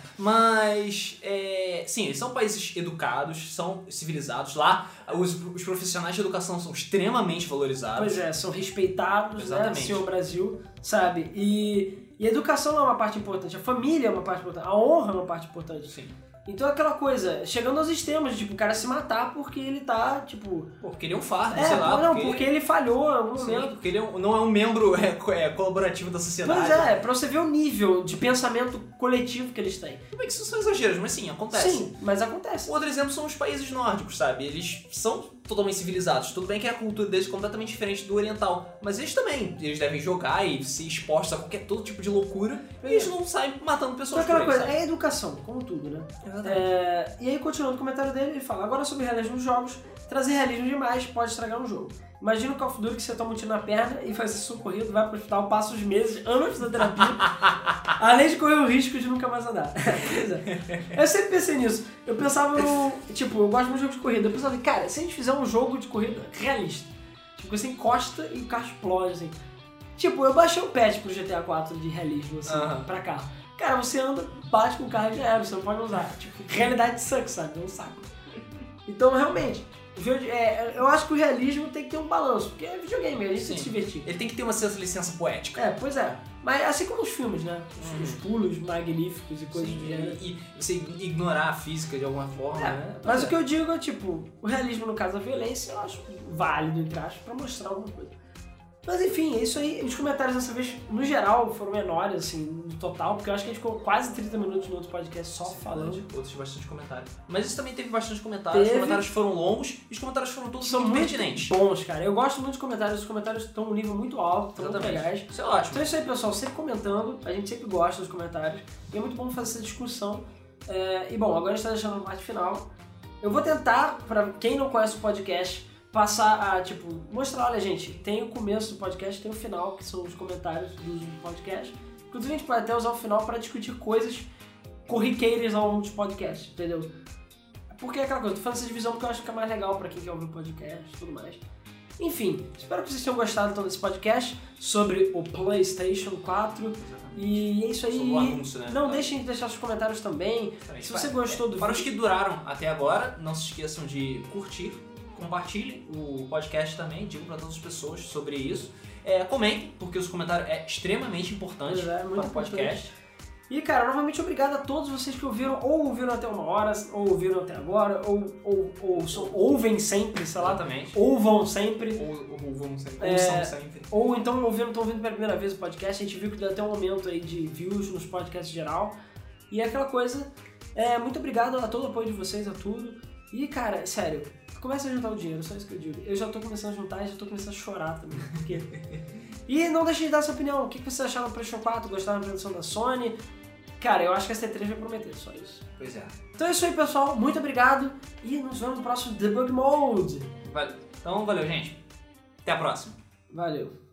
Speaker 2: Mas, é, sim, eles são países educados, são civilizados. Lá, os, os profissionais de educação são extremamente valorizados.
Speaker 1: Pois é, são respeitados, né,
Speaker 2: Exatamente.
Speaker 1: senhor Brasil, sabe? E, e a educação é uma parte importante, a família é uma parte importante, a honra é uma parte importante.
Speaker 2: Sim.
Speaker 1: Então é aquela coisa, chegando aos extremos, tipo, o cara se matar porque ele tá, tipo...
Speaker 2: Pô, porque ele é um fardo,
Speaker 1: É,
Speaker 2: sei lá.
Speaker 1: não, porque... ele falhou em algum
Speaker 2: Sim,
Speaker 1: momento.
Speaker 2: porque ele é um- não é um membro é, co- é, colaborativo da sociedade.
Speaker 1: Pois é, pra você ver o nível de pensamento coletivo que eles têm.
Speaker 2: Tudo bem é que isso são exageros, mas sim, acontece. Um
Speaker 1: Sim, mas acontece.
Speaker 2: Outro exemplo são os países nórdicos, sabe? Eles são totalmente civilizados. Tudo bem que a cultura deles é completamente diferente do oriental, mas eles também, eles devem jogar e se expostos a qualquer todo tipo de loucura, e
Speaker 1: é
Speaker 2: eles não saem matando
Speaker 1: Então é
Speaker 2: pessoas
Speaker 1: aquela
Speaker 2: por aí,
Speaker 1: coisa,
Speaker 2: sabe?
Speaker 1: é educação, como tudo, né?
Speaker 2: Exatamente.
Speaker 1: É, e aí, continuando o comentário dele, ele fala: agora sobre realismo dos jogos, trazer realismo demais pode estragar um jogo. Imagina o Call of Duty que você toma um tiro na perna e vai ser socorrido, vai pro hospital, passa os meses, anos da terapia, além de correr o risco de nunca mais andar. Pois é. Eu sempre pensei nisso. Eu pensava no. Tipo, eu gosto muito de jogo de corrida. Eu pensava, cara, se a gente fizer um jogo de corrida realista, tipo, você encosta e o carro explode, assim. Tipo, eu baixei o patch pro GTA IV de realismo, assim,
Speaker 2: Aham.
Speaker 1: pra carro. Cara, você anda, bate com o carro e já era, você não pode usar. Tipo, realidade sucks, sabe? É um saco. Então, realmente, o vide- é, eu acho que o realismo tem que ter um balanço, porque é videogame, a gente tem que se
Speaker 2: Sim.
Speaker 1: divertir.
Speaker 2: Ele tem que ter uma certa licença poética.
Speaker 1: É, pois é. Mas assim como os filmes, né? Os, os pulos magníficos e coisas do gênero.
Speaker 2: assim, E, e você ignorar a física de alguma forma,
Speaker 1: É,
Speaker 2: né?
Speaker 1: Mas o que eu digo é, tipo, o realismo no caso da violência eu acho válido, entre aspas, pra mostrar alguma coisa. Mas enfim, é isso aí. Os comentários dessa vez, no geral, foram menores, assim, no total, porque eu acho que a gente ficou quase 30 minutos no outro podcast só falando.
Speaker 2: Falando de outros bastante comentários. Mas isso também teve bastante comentários.
Speaker 1: Teve.
Speaker 2: Os comentários foram longos e os comentários foram todos
Speaker 1: São
Speaker 2: muito
Speaker 1: muito
Speaker 2: pertinentes.
Speaker 1: Bons, cara. Eu gosto muito dos comentários, os comentários estão um nível muito alto, estão muito
Speaker 2: Exatamente.
Speaker 1: legais.
Speaker 2: Isso é ótimo.
Speaker 1: Então é isso aí, pessoal. Sempre comentando, a gente sempre gosta dos comentários. E é muito bom fazer essa discussão. É, e bom, agora a gente tá deixando a parte final. Eu vou tentar, pra quem não conhece o podcast, passar a, tipo, mostrar, olha, gente, tem o começo do podcast, tem o final, que são os comentários do podcast. Inclusive, a gente pode até usar o final para discutir coisas corriqueiras ao longo dos podcasts, entendeu? Porque é aquela coisa, tô fazendo essa divisão porque eu acho que é mais legal pra quem quer ouvir o podcast e tudo mais. Enfim, espero que vocês tenham gostado então desse podcast sobre o PlayStation 4. E é isso aí.
Speaker 2: Sobre o anúncio, né? Então
Speaker 1: Não deixem de deixar seus comentários também.
Speaker 2: Exatamente.
Speaker 1: Se você gostou do
Speaker 2: é, Para os
Speaker 1: vídeo-
Speaker 2: que duraram até agora, não se esqueçam de curtir, compartilhem o podcast também, digam para todas as pessoas sobre isso. É, comentem, porque os comentários é extremamente importante
Speaker 1: Pois é,
Speaker 2: para
Speaker 1: muito
Speaker 2: o podcast.
Speaker 1: E, cara, novamente obrigado a todos vocês que ouviram, ou ouviram até uma hora, ou ouviram até agora, ou, ou, ou só ouvem sempre, sei Tá lá,
Speaker 2: Exatamente.
Speaker 1: ouvam sempre.
Speaker 2: Ou, ou vão sempre.
Speaker 1: É.
Speaker 2: Ou são sempre.
Speaker 1: Ou então ouviram, estão ouvindo pela primeira vez o podcast, a gente viu que deu até um aumento aí de views nos podcasts em geral. E é aquela coisa, é, muito obrigado a todo o apoio de vocês, a tudo. E, cara, sério, começa a juntar o dinheiro, só isso que eu digo. Eu já tô começando a juntar e já tô começando a chorar também, porque... E não deixe de dar sua opinião, o que que vocês acharam do PlayStation 4, gostaram da apresentação da Sony? Cara, eu acho que a C3 vai prometer, só isso.
Speaker 2: Pois é.
Speaker 1: Então é isso aí, pessoal, muito obrigado e nos vemos no próximo Debug Mode.
Speaker 2: Vale. Então, valeu, gente. Até a próxima.
Speaker 1: Valeu.